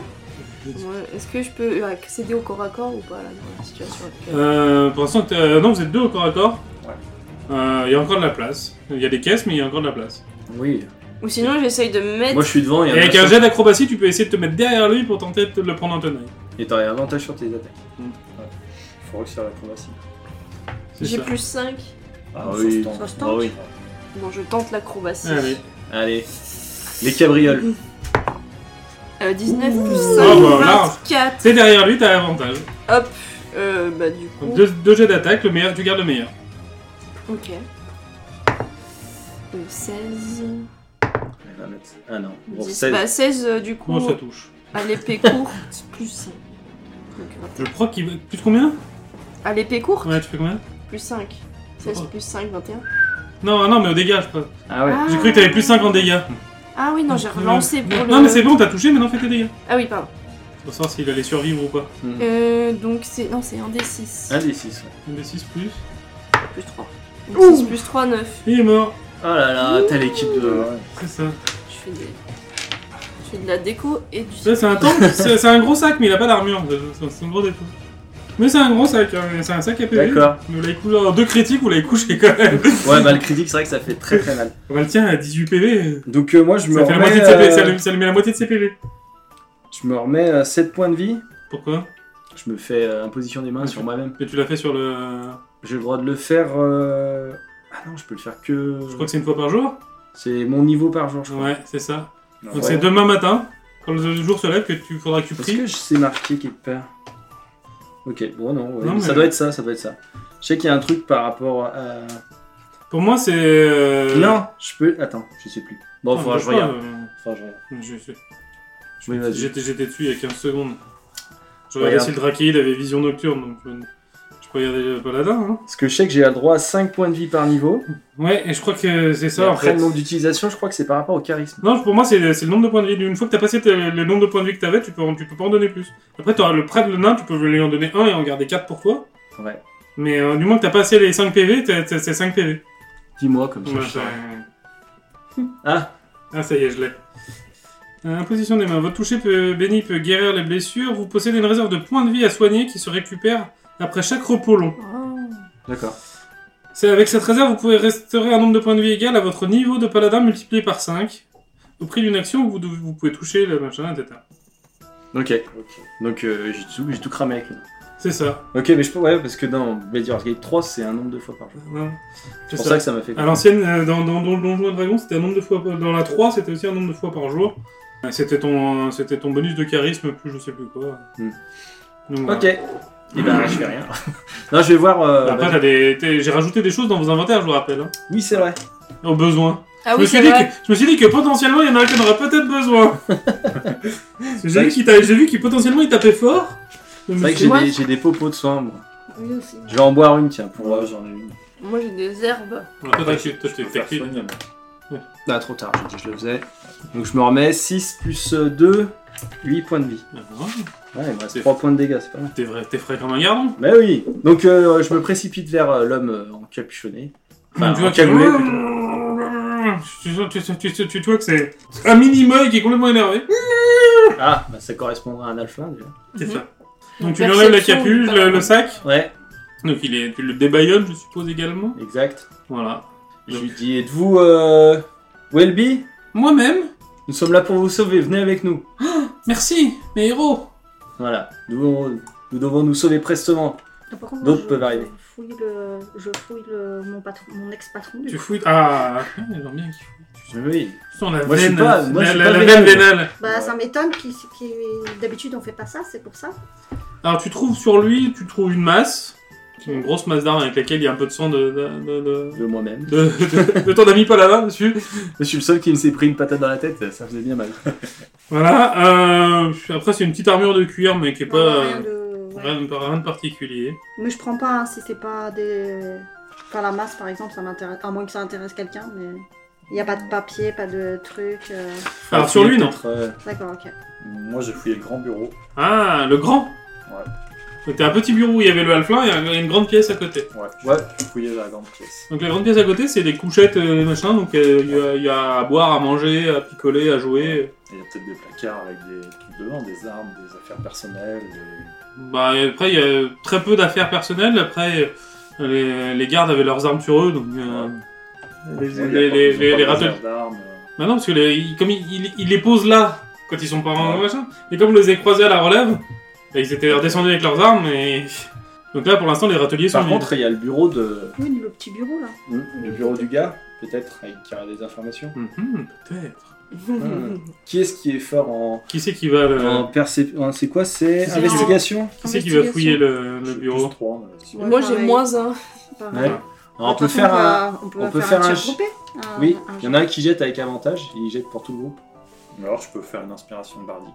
[SPEAKER 3] Ouais, Est-ce que je peux accéder au corps à corps ou pas là, dans la situation actuelle
[SPEAKER 1] Euh, pour l'instant, t'es- euh, non, vous êtes deux au corps à corps.
[SPEAKER 4] Ouais.
[SPEAKER 1] Euh, Il y a encore de la place. Il y a des caisses, mais il y a encore de la place.
[SPEAKER 5] Oui.
[SPEAKER 3] Ou sinon, j'essaye de mettre.
[SPEAKER 5] Moi je suis devant et,
[SPEAKER 1] Et avec un jet d'acrobatie, tu peux essayer de te mettre derrière lui pour tenter de le prendre en tenaille.
[SPEAKER 5] Et t'aurais avantage sur tes attaques.
[SPEAKER 4] Il faut réussir l'acrobatie.
[SPEAKER 1] C'est
[SPEAKER 3] J'ai
[SPEAKER 1] ça.
[SPEAKER 3] plus 5.
[SPEAKER 5] Ah
[SPEAKER 4] ça se
[SPEAKER 5] oui.
[SPEAKER 4] tente.
[SPEAKER 2] Ça se
[SPEAKER 5] Bah oui.
[SPEAKER 3] Bon, je tente l'acrobatie.
[SPEAKER 1] Allez.
[SPEAKER 5] Allez. Les cabrioles.
[SPEAKER 3] Euh, 19 plus 5,
[SPEAKER 1] Oh, bah, large.
[SPEAKER 3] 24.
[SPEAKER 1] C'est derrière lui, t'as avantage.
[SPEAKER 3] Euh, bah, du coup.
[SPEAKER 1] Donc, deux, deux jets d'attaque, le meilleur, tu gardes le meilleur.
[SPEAKER 3] Ok. Euh, 16.
[SPEAKER 5] Elle va mettre- Ah non. Bon,
[SPEAKER 3] 10.
[SPEAKER 5] 16.
[SPEAKER 3] Bah, 16 euh, du coup
[SPEAKER 1] Comment ça touche
[SPEAKER 3] à l'épée courte *laughs* plus 5.
[SPEAKER 1] Je crois qu'il va- Plus combien
[SPEAKER 3] à l'épée courte
[SPEAKER 1] Ouais, tu fais combien
[SPEAKER 3] plus 5. 16 plus 5, 21.
[SPEAKER 1] Non, non, mais au dégât, je crois.
[SPEAKER 5] Ah ouais.
[SPEAKER 1] J'ai cru que t'avais plus 5 en dégâts.
[SPEAKER 3] Ah oui, non, j'ai relancé pour
[SPEAKER 1] non,
[SPEAKER 3] le.
[SPEAKER 1] mais c'est bon, t'as touché, maintenant fais tes dégâts.
[SPEAKER 3] Ah oui, pardon.
[SPEAKER 1] Pour savoir s'il allait survivre ou pas.
[SPEAKER 3] Euh, donc c'est. Non, c'est 1 des 6.
[SPEAKER 5] Un des 6.
[SPEAKER 1] Un des 6 plus.
[SPEAKER 3] Plus 3. Donc 6 plus 3, 9.
[SPEAKER 1] Il est mort.
[SPEAKER 5] Oh là là, t'as l'équipe de.
[SPEAKER 4] Ouais.
[SPEAKER 1] C'est ça.
[SPEAKER 3] Je fais des. Je fais de la déco et du.
[SPEAKER 1] Ça, c'est un
[SPEAKER 5] *laughs*
[SPEAKER 1] tank, c'est c'est un gros sac, mais il a pas d'armure. C'est c'est un gros défaut. Mais c'est un gros sac, hein, c'est un sac à PV.
[SPEAKER 5] D'accord.
[SPEAKER 1] Vous l'avez couché- en deux critiques, vous l'avez couché quand
[SPEAKER 5] *laughs*
[SPEAKER 1] même.
[SPEAKER 5] Ouais, bah le critique, c'est vrai que ça fait très très mal.
[SPEAKER 1] Bah, le tien à 18 PV.
[SPEAKER 5] Donc euh, moi, je me
[SPEAKER 1] Ça, fait la
[SPEAKER 5] remets,
[SPEAKER 1] moitié de ses PV,
[SPEAKER 5] euh,
[SPEAKER 1] ça, lui, ça lui met la moitié de ses PV.
[SPEAKER 5] je me remets euh, 7 points de vie.
[SPEAKER 1] Pourquoi
[SPEAKER 5] Je me fais euh, imposition des mains sur moi-même.
[SPEAKER 1] Mais tu l'as fait sur le.
[SPEAKER 5] J'ai le droit de le faire. euh, Ah non, je peux le faire que.
[SPEAKER 1] Je crois que c'est une fois par jour
[SPEAKER 5] C'est mon niveau par jour, je crois.
[SPEAKER 1] Ouais, c'est ça.
[SPEAKER 4] Non,
[SPEAKER 1] Donc
[SPEAKER 4] ouais.
[SPEAKER 1] c'est demain matin, quand le jour se lève, que tu faudra que tu
[SPEAKER 5] Parce
[SPEAKER 1] pries.
[SPEAKER 5] que je sais marquer quelque part. Ok, bon, non, ouais,
[SPEAKER 1] Non, mais- Euh.
[SPEAKER 5] ça doit être ça, ça doit être ça. Je sais qu'il y a un truc par rapport à.
[SPEAKER 1] Pour moi, c'est. euh,
[SPEAKER 5] Non, je peux. Attends, je sais plus. Bon,
[SPEAKER 1] Ah,
[SPEAKER 5] faudra que je
[SPEAKER 1] je sais pas,
[SPEAKER 5] regarde.
[SPEAKER 1] euh,
[SPEAKER 5] Faudra que je regarde.
[SPEAKER 1] je sais.
[SPEAKER 5] Oui, vas-y.
[SPEAKER 1] J'étais j'étais dessus il y a 15 secondes. Je
[SPEAKER 5] Ouais,
[SPEAKER 1] regardais
[SPEAKER 5] regarde.
[SPEAKER 1] si le Drakeid avait vision nocturne, donc je, je peux regarder le paladin. Hein.
[SPEAKER 5] Parce que je sais que j'ai le droit à 5 points de vie par niveau.
[SPEAKER 1] Ouais, et je crois que c'est
[SPEAKER 5] Et
[SPEAKER 1] ça en
[SPEAKER 5] après,
[SPEAKER 1] fait.
[SPEAKER 5] le nombre d'utilisation, je crois que c'est par rapport au charisme.
[SPEAKER 1] Non, pour moi, c'est c'est le nombre de points de vie. Une fois que t'as passé ta- le nombre de points de vie que t'avais, tu peux, en- tu peux pas en donner plus. Après, t'auras le prêtre, le nain, tu peux lui en donner un et en garder 4 pour toi.
[SPEAKER 5] Ouais.
[SPEAKER 1] Mais euh, du moment que t'as passé les 5 PV, t'as- t'as- c'est 5 PV.
[SPEAKER 5] Dis-moi comme ça.
[SPEAKER 1] Ouais,
[SPEAKER 5] je
[SPEAKER 1] ça-
[SPEAKER 5] saurai. Ah,
[SPEAKER 1] Ah, ça y est, je l'ai. Euh, Imposition des mains. Votre toucher peut, béni peut guérir les blessures. Vous possédez une réserve de points de vie à soigner qui se récupère après chaque repos long.
[SPEAKER 5] d'accord.
[SPEAKER 1] C'est avec cette réserve, vous pouvez restaurer un nombre de points de vie égal à votre niveau de paladin multiplié par 5. Au prix d'une action, vous, devez- vous pouvez toucher le machin, etc.
[SPEAKER 5] Ok.
[SPEAKER 4] Ok.
[SPEAKER 5] Donc euh, j'ai tout, j'ai tout cramé avec le nom.
[SPEAKER 1] C'est ça.
[SPEAKER 5] Ok, mais je peux, ouais, parce que dans Baldur's Gate 3, c'est un nombre de fois par jour.
[SPEAKER 1] Non. C'est ça.
[SPEAKER 5] C'est pour ça que ça m'a fait.
[SPEAKER 1] À l'ancienne, euh, dans, dans, dans le Donjon et Dragon, c'était un nombre de fois. par- Dans la 3, c'était aussi un nombre de fois par jour. Euh, C'était ton, euh, c'était ton bonus de charisme, plus je sais plus quoi.
[SPEAKER 5] Hmm.
[SPEAKER 1] Donc, voilà.
[SPEAKER 5] Ok. Et ben, je fais rien. *laughs* non, je vais voir. euh,
[SPEAKER 1] Après,
[SPEAKER 5] bah,
[SPEAKER 1] t'as des- t'es- j'ai rajouté des choses dans vos inventaires, je vous rappelle. hein.
[SPEAKER 5] oui, c'est vrai.
[SPEAKER 1] Au besoin.
[SPEAKER 3] Ah
[SPEAKER 1] je,
[SPEAKER 3] oui,
[SPEAKER 1] me suis
[SPEAKER 3] c'est
[SPEAKER 1] dit
[SPEAKER 3] vrai.
[SPEAKER 1] que, je me suis dit que potentiellement, il y en a un qui en aurait peut-être
[SPEAKER 3] *laughs*
[SPEAKER 1] besoin. Parce que j'ai
[SPEAKER 5] vrai
[SPEAKER 1] vu
[SPEAKER 5] que-
[SPEAKER 1] qu'il t'a- j'ai vu qu'il potentiellement il tapait fort. Donc, je
[SPEAKER 5] C'est vrai
[SPEAKER 1] me
[SPEAKER 5] que
[SPEAKER 1] suis
[SPEAKER 5] j'ai
[SPEAKER 1] dit,
[SPEAKER 3] Moi-
[SPEAKER 5] des, j'ai des popos de soin, moi.
[SPEAKER 2] Oui, aussi.
[SPEAKER 5] Je vais en boire une, tiens, pour. euh,
[SPEAKER 4] Ouais, j'en ai une.
[SPEAKER 3] Moi j'ai des herbes.
[SPEAKER 1] Ouais, toi, t'es- toi, t'es
[SPEAKER 4] Je peux faire
[SPEAKER 1] tactile.
[SPEAKER 4] soigner, moi.
[SPEAKER 5] Ah, trop tard, j'ai dit que je le faisais. Donc je me remets 6 plus 2, 8 points de vie.
[SPEAKER 1] Ah, voilà.
[SPEAKER 5] Ouais, il me reste
[SPEAKER 1] C'est-
[SPEAKER 5] 3 points de dégâts, c'est pas mal.
[SPEAKER 1] T'es vrai- t'es frais comme un gardon.
[SPEAKER 5] Mais oui Donc euh, je me précipite vers euh, l'homme euh, encapuchonné. Enfin,
[SPEAKER 1] tu vois
[SPEAKER 5] encagoulé,
[SPEAKER 1] que-
[SPEAKER 5] plutôt.
[SPEAKER 1] Tu vois- tu- tu- tu- tu vois que c'est un mini-moi qui est complètement énervé.
[SPEAKER 5] Ah, bah ça correspondra à un alpha, déjà.
[SPEAKER 1] C'est
[SPEAKER 3] Mhm.
[SPEAKER 1] ça. Donc tu lui enlèves la capuche, le, le sac,
[SPEAKER 5] Ouais.
[SPEAKER 1] Donc il est, tu le débaillonnes, je suppose, également.
[SPEAKER 5] Exact.
[SPEAKER 1] Voilà.
[SPEAKER 5] Je lui dis Êtes-vous euh, Welby
[SPEAKER 1] Moi-même
[SPEAKER 5] Nous sommes là pour vous sauver, venez avec nous.
[SPEAKER 1] Merci, mes héros
[SPEAKER 5] Voilà, nous, nous devons nous sauver prestement.
[SPEAKER 2] Ah, par contre,
[SPEAKER 5] D'autres
[SPEAKER 2] je-
[SPEAKER 5] peuvent arriver.
[SPEAKER 2] Je fouille, le, je fouille le, mon, patron, mon ex-patron. du
[SPEAKER 1] Tu
[SPEAKER 2] coup.
[SPEAKER 1] fouilles. Ah, j'aime bien qu'il fouille.
[SPEAKER 5] Oui.
[SPEAKER 1] Tu sens la
[SPEAKER 5] Moi, je suis
[SPEAKER 1] veine,
[SPEAKER 5] pas- moi,
[SPEAKER 1] la,
[SPEAKER 5] je suis
[SPEAKER 1] la-
[SPEAKER 5] pas
[SPEAKER 1] la
[SPEAKER 5] vénal.
[SPEAKER 1] veine vénale.
[SPEAKER 2] Bah,
[SPEAKER 5] Ouais.
[SPEAKER 2] ça m'étonne qu'il. qu'il- D'habitude, on fait pas ça, c'est pour ça.
[SPEAKER 1] Alors, tu trouves sur lui, tu trouves une masse, une grosse masse d'armes avec laquelle il y a un peu de sang de, de, de, de-
[SPEAKER 5] De moi-même.
[SPEAKER 1] de- de- de ton ami Paladin dessus.
[SPEAKER 5] Je suis le seul qui ne s'est pris une patate dans la tête, ça faisait bien mal.
[SPEAKER 1] Voilà. euh, après, c'est une petite armure de cuir, mais qui est
[SPEAKER 2] Non,
[SPEAKER 1] pas.
[SPEAKER 2] rien
[SPEAKER 1] euh,
[SPEAKER 2] de- ouais.
[SPEAKER 1] Rien de, rien de particulier.
[SPEAKER 2] Mais je prends pas hein, si c'est pas des. Enfin, la masse par exemple, ça m'intéresse. À moins que ça intéresse quelqu'un, mais. Il n'y a pas de papier, pas de truc. euh,
[SPEAKER 1] Alors, sur lui, non.
[SPEAKER 5] Peut-être, euh,
[SPEAKER 2] D'accord, ok.
[SPEAKER 4] Moi, j'ai fouillé le grand bureau.
[SPEAKER 1] Ah, le grand
[SPEAKER 4] Ouais.
[SPEAKER 1] C'était un petit bureau où il y avait le halflin et un- une grande pièce à côté.
[SPEAKER 4] Ouais,
[SPEAKER 5] Ouais.
[SPEAKER 4] j'ai fouillé la grande pièce.
[SPEAKER 1] Donc la grande pièce à côté, c'est des couchettes, euh, machin, donc euh, il y a- il y, a à boire, à manger, à picoler, à jouer.
[SPEAKER 4] Et Il y a peut-être des placards avec des trucs dedans, des armes, des affaires personnelles. des-
[SPEAKER 1] Bah, et après, il y a très peu d'affaires personnelles. Après, euh, les, les gardes avaient leurs armes sur eux, donc... euh, les-
[SPEAKER 4] Moi, il y a
[SPEAKER 1] les-
[SPEAKER 4] pas-
[SPEAKER 1] les-
[SPEAKER 4] ils ont
[SPEAKER 1] les-
[SPEAKER 4] pas
[SPEAKER 1] les
[SPEAKER 4] de
[SPEAKER 1] ratels-
[SPEAKER 4] réserve d'armes. euh,
[SPEAKER 1] Bah non, parce que les- il- comme il, il- il les pose là, quand ils sont pas en machin, et comme on les a croisés à la relève, bah, ils étaient redescendus avec leurs armes, et... Donc là, pour l'instant, les râteliers sont
[SPEAKER 5] Par
[SPEAKER 1] vides.
[SPEAKER 5] contre, il y a le bureau de.
[SPEAKER 2] Oui, le petit bureau là.
[SPEAKER 5] Le bureau du gars, peut-être, avec qui a des informations.
[SPEAKER 1] Mhm, Peut-être.
[SPEAKER 5] Mmh. Qui est-ce qui est fort en.
[SPEAKER 1] Qui c'est qui va... le-
[SPEAKER 5] en percep- en- C'est quoi Euh, C'est
[SPEAKER 1] C'est-
[SPEAKER 5] investigation
[SPEAKER 1] Qui c'est qui va fouiller le, le
[SPEAKER 4] J'ai
[SPEAKER 1] bureau
[SPEAKER 4] plus trois, mais c'est-
[SPEAKER 2] Ouais,
[SPEAKER 3] Moi j'ai
[SPEAKER 2] pareil.
[SPEAKER 3] moins un.
[SPEAKER 2] Pareil.
[SPEAKER 5] Ouais. Alors, on peut
[SPEAKER 2] Par contre,
[SPEAKER 5] faire un.
[SPEAKER 2] va- on peut,
[SPEAKER 5] on peut
[SPEAKER 2] faire,
[SPEAKER 5] faire
[SPEAKER 2] un
[SPEAKER 5] un
[SPEAKER 2] tir
[SPEAKER 5] ch-
[SPEAKER 2] groupé. Un-
[SPEAKER 5] Oui,
[SPEAKER 2] un
[SPEAKER 5] il y en a un qui jette avec avantage, il jette pour tout le groupe.
[SPEAKER 4] Mais Alors, je peux faire une inspiration bardique.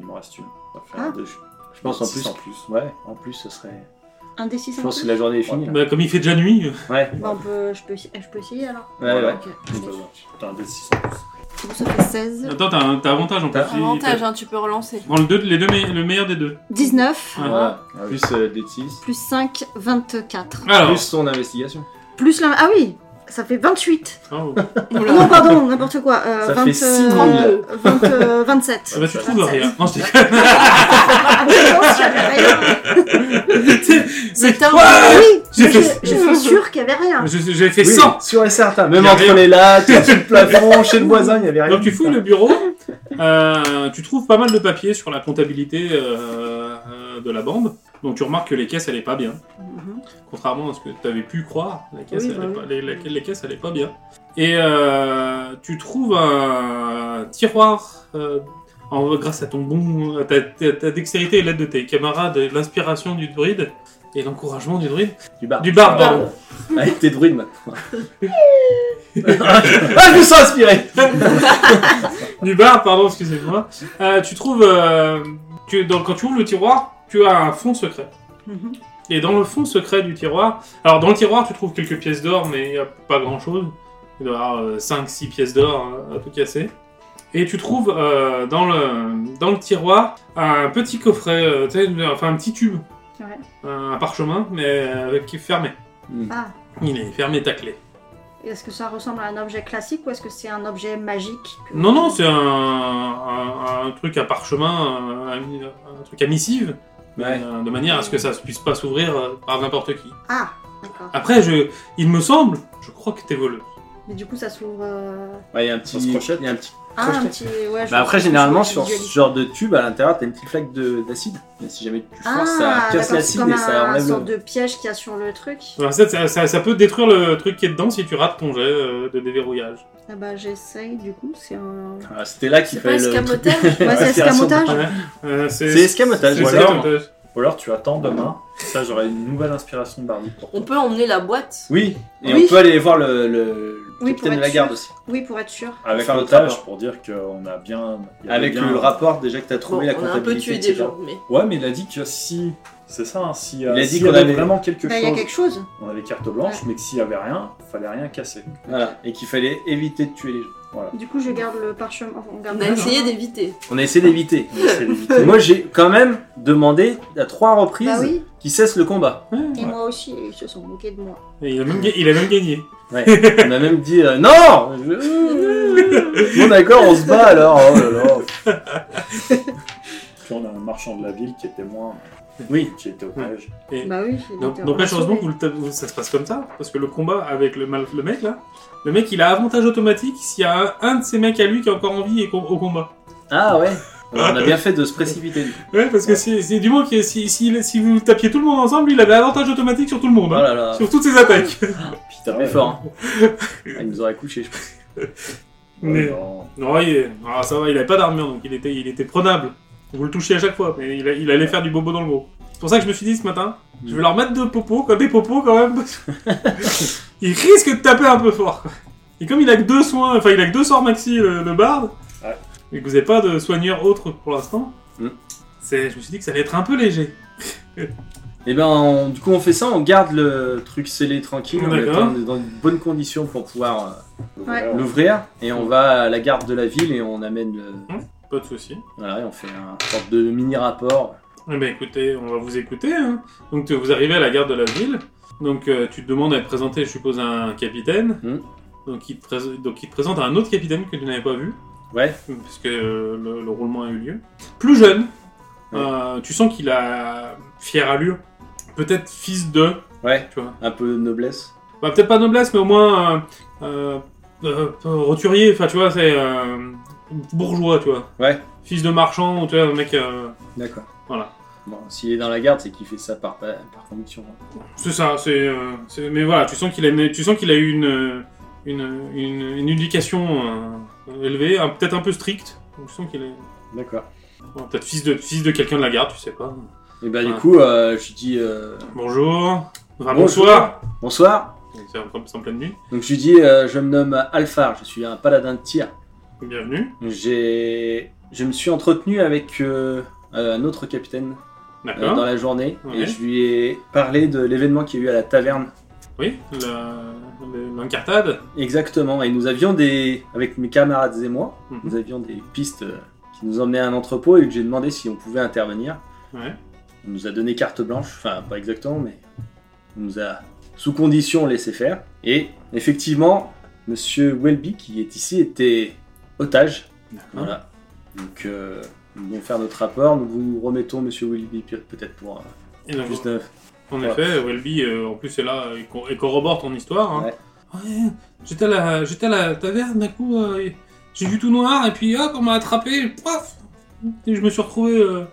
[SPEAKER 4] Il m'en reste une. On va faire
[SPEAKER 2] Ah.
[SPEAKER 4] un dé-
[SPEAKER 5] Je pense en
[SPEAKER 4] six
[SPEAKER 5] plus.
[SPEAKER 4] En plus.
[SPEAKER 5] Ouais, en plus, ce serait.
[SPEAKER 2] Un des six
[SPEAKER 5] Je
[SPEAKER 2] en
[SPEAKER 5] pense
[SPEAKER 2] plus
[SPEAKER 5] que la journée est finie. hein. là.
[SPEAKER 1] Bah, comme il fait déjà nuit...
[SPEAKER 5] Ouais,
[SPEAKER 2] Bah, on peut, je, peux, je peux essayer alors
[SPEAKER 5] ouais, ouais.
[SPEAKER 2] Ok.
[SPEAKER 4] J'ai pas besoin. T'as un dé 6 en plus.
[SPEAKER 2] Donc, ça fait 16.
[SPEAKER 1] Attends, t'as un- t'as avantage en plus.
[SPEAKER 5] T'as
[SPEAKER 1] Si-
[SPEAKER 3] Avantage,
[SPEAKER 1] t'as-
[SPEAKER 3] hein, tu
[SPEAKER 1] *laughs*
[SPEAKER 3] peux relancer.
[SPEAKER 1] Prends le, deux, les deux me- le meilleur des deux.
[SPEAKER 2] 19
[SPEAKER 1] Ah.
[SPEAKER 5] Voilà.
[SPEAKER 4] Ah oui.
[SPEAKER 5] Plus euh, des 6.
[SPEAKER 2] plus 5, 24.
[SPEAKER 1] Alors,
[SPEAKER 5] Plus son investigation.
[SPEAKER 2] Plus la. Ah oui ça fait 28.
[SPEAKER 1] bravo.
[SPEAKER 2] Oh non, pardon, n'importe quoi. Euh,
[SPEAKER 5] Ça
[SPEAKER 2] 20,
[SPEAKER 5] fait six
[SPEAKER 2] euh,
[SPEAKER 5] mille.
[SPEAKER 2] 20, euh, 27.
[SPEAKER 5] *laughs*
[SPEAKER 1] Ah bah, tu trouves rien. Non, je déconne.
[SPEAKER 2] Ah, mais non, il y
[SPEAKER 5] *laughs*
[SPEAKER 2] avait rien.
[SPEAKER 3] C'est un.
[SPEAKER 2] Ah oui,
[SPEAKER 1] J'ai
[SPEAKER 2] mais
[SPEAKER 1] fait-
[SPEAKER 2] je- j'étais sûre qu'il n'y avait rien.
[SPEAKER 1] Je- J'ai fait
[SPEAKER 5] Oui,
[SPEAKER 1] 100.
[SPEAKER 5] Sûr et certain.
[SPEAKER 1] Il
[SPEAKER 5] Même
[SPEAKER 1] y avait-
[SPEAKER 5] entre les *laughs* lattes, sous le plafond, chez le voisin, il n'y avait rien.
[SPEAKER 1] Donc, tu fouilles le bureau. euh, tu trouves pas mal de papiers sur la comptabilité euh, euh, de la bande. Donc, tu remarques que les caisses, allaient pas bien.
[SPEAKER 2] Mhm.
[SPEAKER 1] Contrairement à ce que tu avais pu croire, la caisse,
[SPEAKER 2] Oui,
[SPEAKER 1] elle
[SPEAKER 2] bah
[SPEAKER 1] allait
[SPEAKER 2] oui.
[SPEAKER 1] pas, les, la- les caisses allaient pas bien. Et euh, tu trouves un tiroir, euh, en- grâce à ton bon, à ta, ta- ta dextérité et l'aide de tes camarades, et l'inspiration du druide et l'encouragement du druide.
[SPEAKER 5] Du bar.
[SPEAKER 1] Du bar, pardon.
[SPEAKER 5] Avec tes druides maintenant. *laughs* ah, je me sens inspiré
[SPEAKER 1] *laughs* Du bar, pardon, excusez-moi. Euh, tu trouves, euh, que dans- quand tu ouvres le tiroir, tu as un fond secret.
[SPEAKER 2] Mhm.
[SPEAKER 1] Et dans le fond secret du tiroir, alors dans le tiroir tu trouves quelques pièces d'or, mais il n'y a pas grand chose. Il doit y avoir 5-6 pièces d'or euh, à tout casser. Et tu trouves euh, dans, le, dans le tiroir un petit coffret, euh, tu sais, une- enfin un petit tube,
[SPEAKER 2] Ouais.
[SPEAKER 1] un, parchemin, mais euh, qui est fermé.
[SPEAKER 2] Ah,
[SPEAKER 1] Il est fermé taclé.
[SPEAKER 2] et est-ce que ça ressemble à un objet classique ou est-ce que c'est un objet magique que-
[SPEAKER 1] Non, non, c'est un, un- un truc à parchemin, un, un- un truc à missive,
[SPEAKER 5] Ouais.
[SPEAKER 1] euh, de manière à ce que ça ne puisse pas s'ouvrir euh, par n'importe qui.
[SPEAKER 2] Ah, d'accord.
[SPEAKER 1] Après, je, il me semble, je crois que t'es voleux.
[SPEAKER 2] Mais du coup, ça s'ouvre. euh,
[SPEAKER 5] Ouais, il y a un petit.
[SPEAKER 4] Ça se crochette.
[SPEAKER 5] il y a un petit.
[SPEAKER 2] Ah, un
[SPEAKER 5] Crocheté.
[SPEAKER 2] petit. Ouais, je-
[SPEAKER 5] Bah après,
[SPEAKER 2] je-
[SPEAKER 5] généralement,
[SPEAKER 2] je-
[SPEAKER 5] sur
[SPEAKER 2] je-
[SPEAKER 5] ce genre de tube, à l'intérieur, t'as une petite flaque de- d'acide. Mais si jamais tu
[SPEAKER 2] Ah,
[SPEAKER 5] forces, ça
[SPEAKER 2] d'accord,
[SPEAKER 5] casse
[SPEAKER 2] c'est
[SPEAKER 5] l'acide
[SPEAKER 2] comme
[SPEAKER 5] et ça
[SPEAKER 2] un, un
[SPEAKER 5] enlève
[SPEAKER 2] sorte
[SPEAKER 5] le.
[SPEAKER 2] de piège qu'il y a sur le truc.
[SPEAKER 1] Alors ça, ça, ça- ça peut détruire le truc qui est dedans si tu rates ton jet euh, de déverrouillage.
[SPEAKER 2] Ah bah j'essaye du coup, c'est un...
[SPEAKER 5] Ah, C'était là qu'il
[SPEAKER 3] C'est pas
[SPEAKER 5] fallait le.
[SPEAKER 3] escamotage
[SPEAKER 2] Ouais, c'est
[SPEAKER 5] Respiration.
[SPEAKER 2] escamotage.
[SPEAKER 1] Euh,
[SPEAKER 5] C'est escamotage,
[SPEAKER 1] c'est
[SPEAKER 4] ou
[SPEAKER 1] escamotage.
[SPEAKER 4] Ou alors, tu attends demain. Ça, j'aurai une nouvelle inspiration bardique pour toi.
[SPEAKER 3] On peut emmener la boîte.
[SPEAKER 5] Oui, et
[SPEAKER 2] Oui.
[SPEAKER 5] on peut aller voir le, le- le
[SPEAKER 2] Oui, pour
[SPEAKER 5] capitaine de
[SPEAKER 2] être
[SPEAKER 5] la garde
[SPEAKER 2] sûr.
[SPEAKER 5] aussi.
[SPEAKER 2] Oui, pour être sûr.
[SPEAKER 4] Avec
[SPEAKER 5] Faire le
[SPEAKER 4] l'otage
[SPEAKER 5] rapport.
[SPEAKER 4] pour dire qu'on a bien. il y avait
[SPEAKER 5] Avec
[SPEAKER 4] bien-
[SPEAKER 5] le rapport déjà que t'as
[SPEAKER 3] Bon,
[SPEAKER 5] trouvé, la
[SPEAKER 3] on a un
[SPEAKER 5] comptabilité.
[SPEAKER 3] peu tué des
[SPEAKER 5] etc.
[SPEAKER 3] gens, mais.
[SPEAKER 4] Ouais, mais il a dit que si. C'est ça, hein, si. euh,
[SPEAKER 5] a dit
[SPEAKER 4] s'il y
[SPEAKER 5] qu'on
[SPEAKER 4] avait
[SPEAKER 5] avait-
[SPEAKER 4] vraiment quelque
[SPEAKER 2] Bah il y a
[SPEAKER 4] chose.
[SPEAKER 2] quelque chose.
[SPEAKER 4] On avait carte blanche, mais que s'il y avait rien, fallait
[SPEAKER 2] *laughs*
[SPEAKER 4] rien casser.
[SPEAKER 5] Voilà, et qu'il fallait éviter de tuer les gens.
[SPEAKER 2] Du coup je garde le parchemin. enfin, on garde
[SPEAKER 3] On a
[SPEAKER 2] le-
[SPEAKER 3] essayé d'éviter.
[SPEAKER 5] On a
[SPEAKER 2] Ah.
[SPEAKER 5] essayé d'éviter.
[SPEAKER 4] Donc, c'est
[SPEAKER 5] Et
[SPEAKER 4] l'éviter.
[SPEAKER 5] moi, j'ai quand même demandé à trois reprises
[SPEAKER 2] Bah oui,
[SPEAKER 5] qu'ils cessent le combat.
[SPEAKER 2] et moi aussi, et ils se sont moqués de moi.
[SPEAKER 1] Et il, a même, ga- il a même gagné.
[SPEAKER 5] On a même dit euh, non Bon, d'accord, on se bat alors. Oh là là.
[SPEAKER 4] Puis on a un marchand de la ville qui était moins.
[SPEAKER 5] Oui.
[SPEAKER 4] qui était otage.
[SPEAKER 2] Bah oui. il
[SPEAKER 1] Donc,
[SPEAKER 2] était
[SPEAKER 1] donc là,
[SPEAKER 2] rassuré.
[SPEAKER 1] heureusement que vous le tapez- vous- ça se passe comme ça, parce que le combat avec le, mal- le mec là, le mec il a avantage automatique s'il y a un, un de ses mecs à lui qui est encore en vie et qu'on- au combat.
[SPEAKER 5] Ah ouais On a bien fait de se précipiter. du coup.
[SPEAKER 1] Ouais, parce que c'est c'est du moins que si, si, si vous tapiez tout le monde ensemble, il avait avantage automatique sur tout le
[SPEAKER 5] Oh
[SPEAKER 4] Bah,
[SPEAKER 1] monde, hein,
[SPEAKER 5] là là.
[SPEAKER 1] sur toutes ses attaques.
[SPEAKER 5] Putain, mais fort. hein. Ah, il nous aurait couché, je pense.
[SPEAKER 1] Mais-
[SPEAKER 4] Ouais, non.
[SPEAKER 1] Non, il est- ah, ça va, il avait pas d'armure donc il était, il était prenable. Vous le touchiez à chaque fois, mais il, a- il allait faire du bobo dans le gros. C'est pour ça que je me suis dit ce matin, je
[SPEAKER 4] Mm.
[SPEAKER 1] vais leur mettre deux popos, quand des popos quand même. *laughs* il risque de taper un peu fort. quoi. Et comme il a que deux soins, enfin il a que deux sorts maxi le, le barde,
[SPEAKER 4] Ouais.
[SPEAKER 1] et que vous n'avez pas de soigneur autre pour l'instant,
[SPEAKER 5] Mm.
[SPEAKER 1] c'est, je me suis dit que ça allait être un peu léger.
[SPEAKER 5] Et ben, on- du coup, on fait ça, on garde le truc scellé tranquille, on
[SPEAKER 1] D'accord.
[SPEAKER 5] est dans une bonne condition pour pouvoir
[SPEAKER 4] L'ouvrir,
[SPEAKER 5] euh, l'ouvrir, et on va à la garde de la ville et on amène le.
[SPEAKER 1] Pas de souci.
[SPEAKER 5] Voilà, et on fait un sorte de mini rapport.
[SPEAKER 1] Eh ben écoutez, on va vous écouter. hein. Donc tu- vous arrivez à la gare de la ville. Donc euh, tu te demandes à te présenter, je suppose, à un capitaine.
[SPEAKER 5] Mm.
[SPEAKER 1] Donc, il te prés- donc il te présente à un autre capitaine que tu n'avais pas vu,
[SPEAKER 5] Ouais,
[SPEAKER 1] puisque euh, le, le roulement a eu lieu. Plus jeune,
[SPEAKER 5] Ouais.
[SPEAKER 1] euh, tu sens qu'il a fière allure. Peut-être fils de,
[SPEAKER 5] ouais,
[SPEAKER 1] tu vois.
[SPEAKER 5] un peu de noblesse.
[SPEAKER 1] Bah, peut-être pas noblesse, mais au moins euh, euh, euh, roturier, enfin tu vois, c'est euh, bourgeois, tu vois.
[SPEAKER 5] Ouais.
[SPEAKER 1] Fils de marchand, tu vois, un mec... euh,
[SPEAKER 5] D'accord.
[SPEAKER 1] Voilà.
[SPEAKER 5] Bon, s'il est dans la garde, c'est qu'il fait ça par, par conviction.
[SPEAKER 1] C'est ça, c'est. euh, c'est- mais voilà, tu sens qu'il a, une- tu sens qu'il a eu une, euh, une, une, une éducation euh, élevée, un- peut-être un peu stricte. Donc, tu sens qu'il est.
[SPEAKER 5] D'accord.
[SPEAKER 1] bon, peut-être fils de, fils de quelqu'un de la garde, tu sais pas.
[SPEAKER 5] Et ben, du
[SPEAKER 1] Ouais.
[SPEAKER 5] coup, euh, je dis euh,
[SPEAKER 1] Bonjour. Enfin,
[SPEAKER 5] Bonjour.
[SPEAKER 1] bonsoir.
[SPEAKER 5] bonsoir.
[SPEAKER 1] C'est en, c'est en pleine nuit.
[SPEAKER 5] Donc, je lui dis, euh, je me nomme Alphar, je suis un paladin de tir.
[SPEAKER 1] Bienvenue.
[SPEAKER 5] J'ai, je me suis entretenu avec euh, un autre capitaine euh,
[SPEAKER 1] D'accord.
[SPEAKER 5] dans la journée
[SPEAKER 1] Ouais.
[SPEAKER 5] et je lui ai parlé de l'événement qu'il y a eu à la taverne.
[SPEAKER 1] Oui, la, le- l'encartade.
[SPEAKER 5] Exactement. Et nous avions des, avec mes camarades et moi,
[SPEAKER 1] Mhm.
[SPEAKER 5] nous avions des pistes euh, qui nous emmenaient à un entrepôt et que j'ai demandé si on pouvait intervenir.
[SPEAKER 1] Ouais.
[SPEAKER 5] On nous a donné carte blanche, enfin pas exactement, mais on nous a sous condition laissé faire. Et effectivement, Monsieur Welby qui est ici était otage
[SPEAKER 1] D'accord.
[SPEAKER 5] Voilà. Donc, euh, nous allons faire notre rapport. Nous vous remettons Monsieur Willoughby pe- peut-être pour euh,
[SPEAKER 1] Et donc,
[SPEAKER 5] plus neuf.
[SPEAKER 1] En
[SPEAKER 5] Ouais.
[SPEAKER 1] effet, Welby, euh, en plus, est là euh, et, co- et corrobore ton histoire. hein.
[SPEAKER 5] Ouais.
[SPEAKER 1] Ouais, j'étais à, la- j'étais à la taverne, d'un coup, euh, et j'ai vu tout noir, et puis hop, on m'a attrapé, paf Et je me suis retrouvé euh,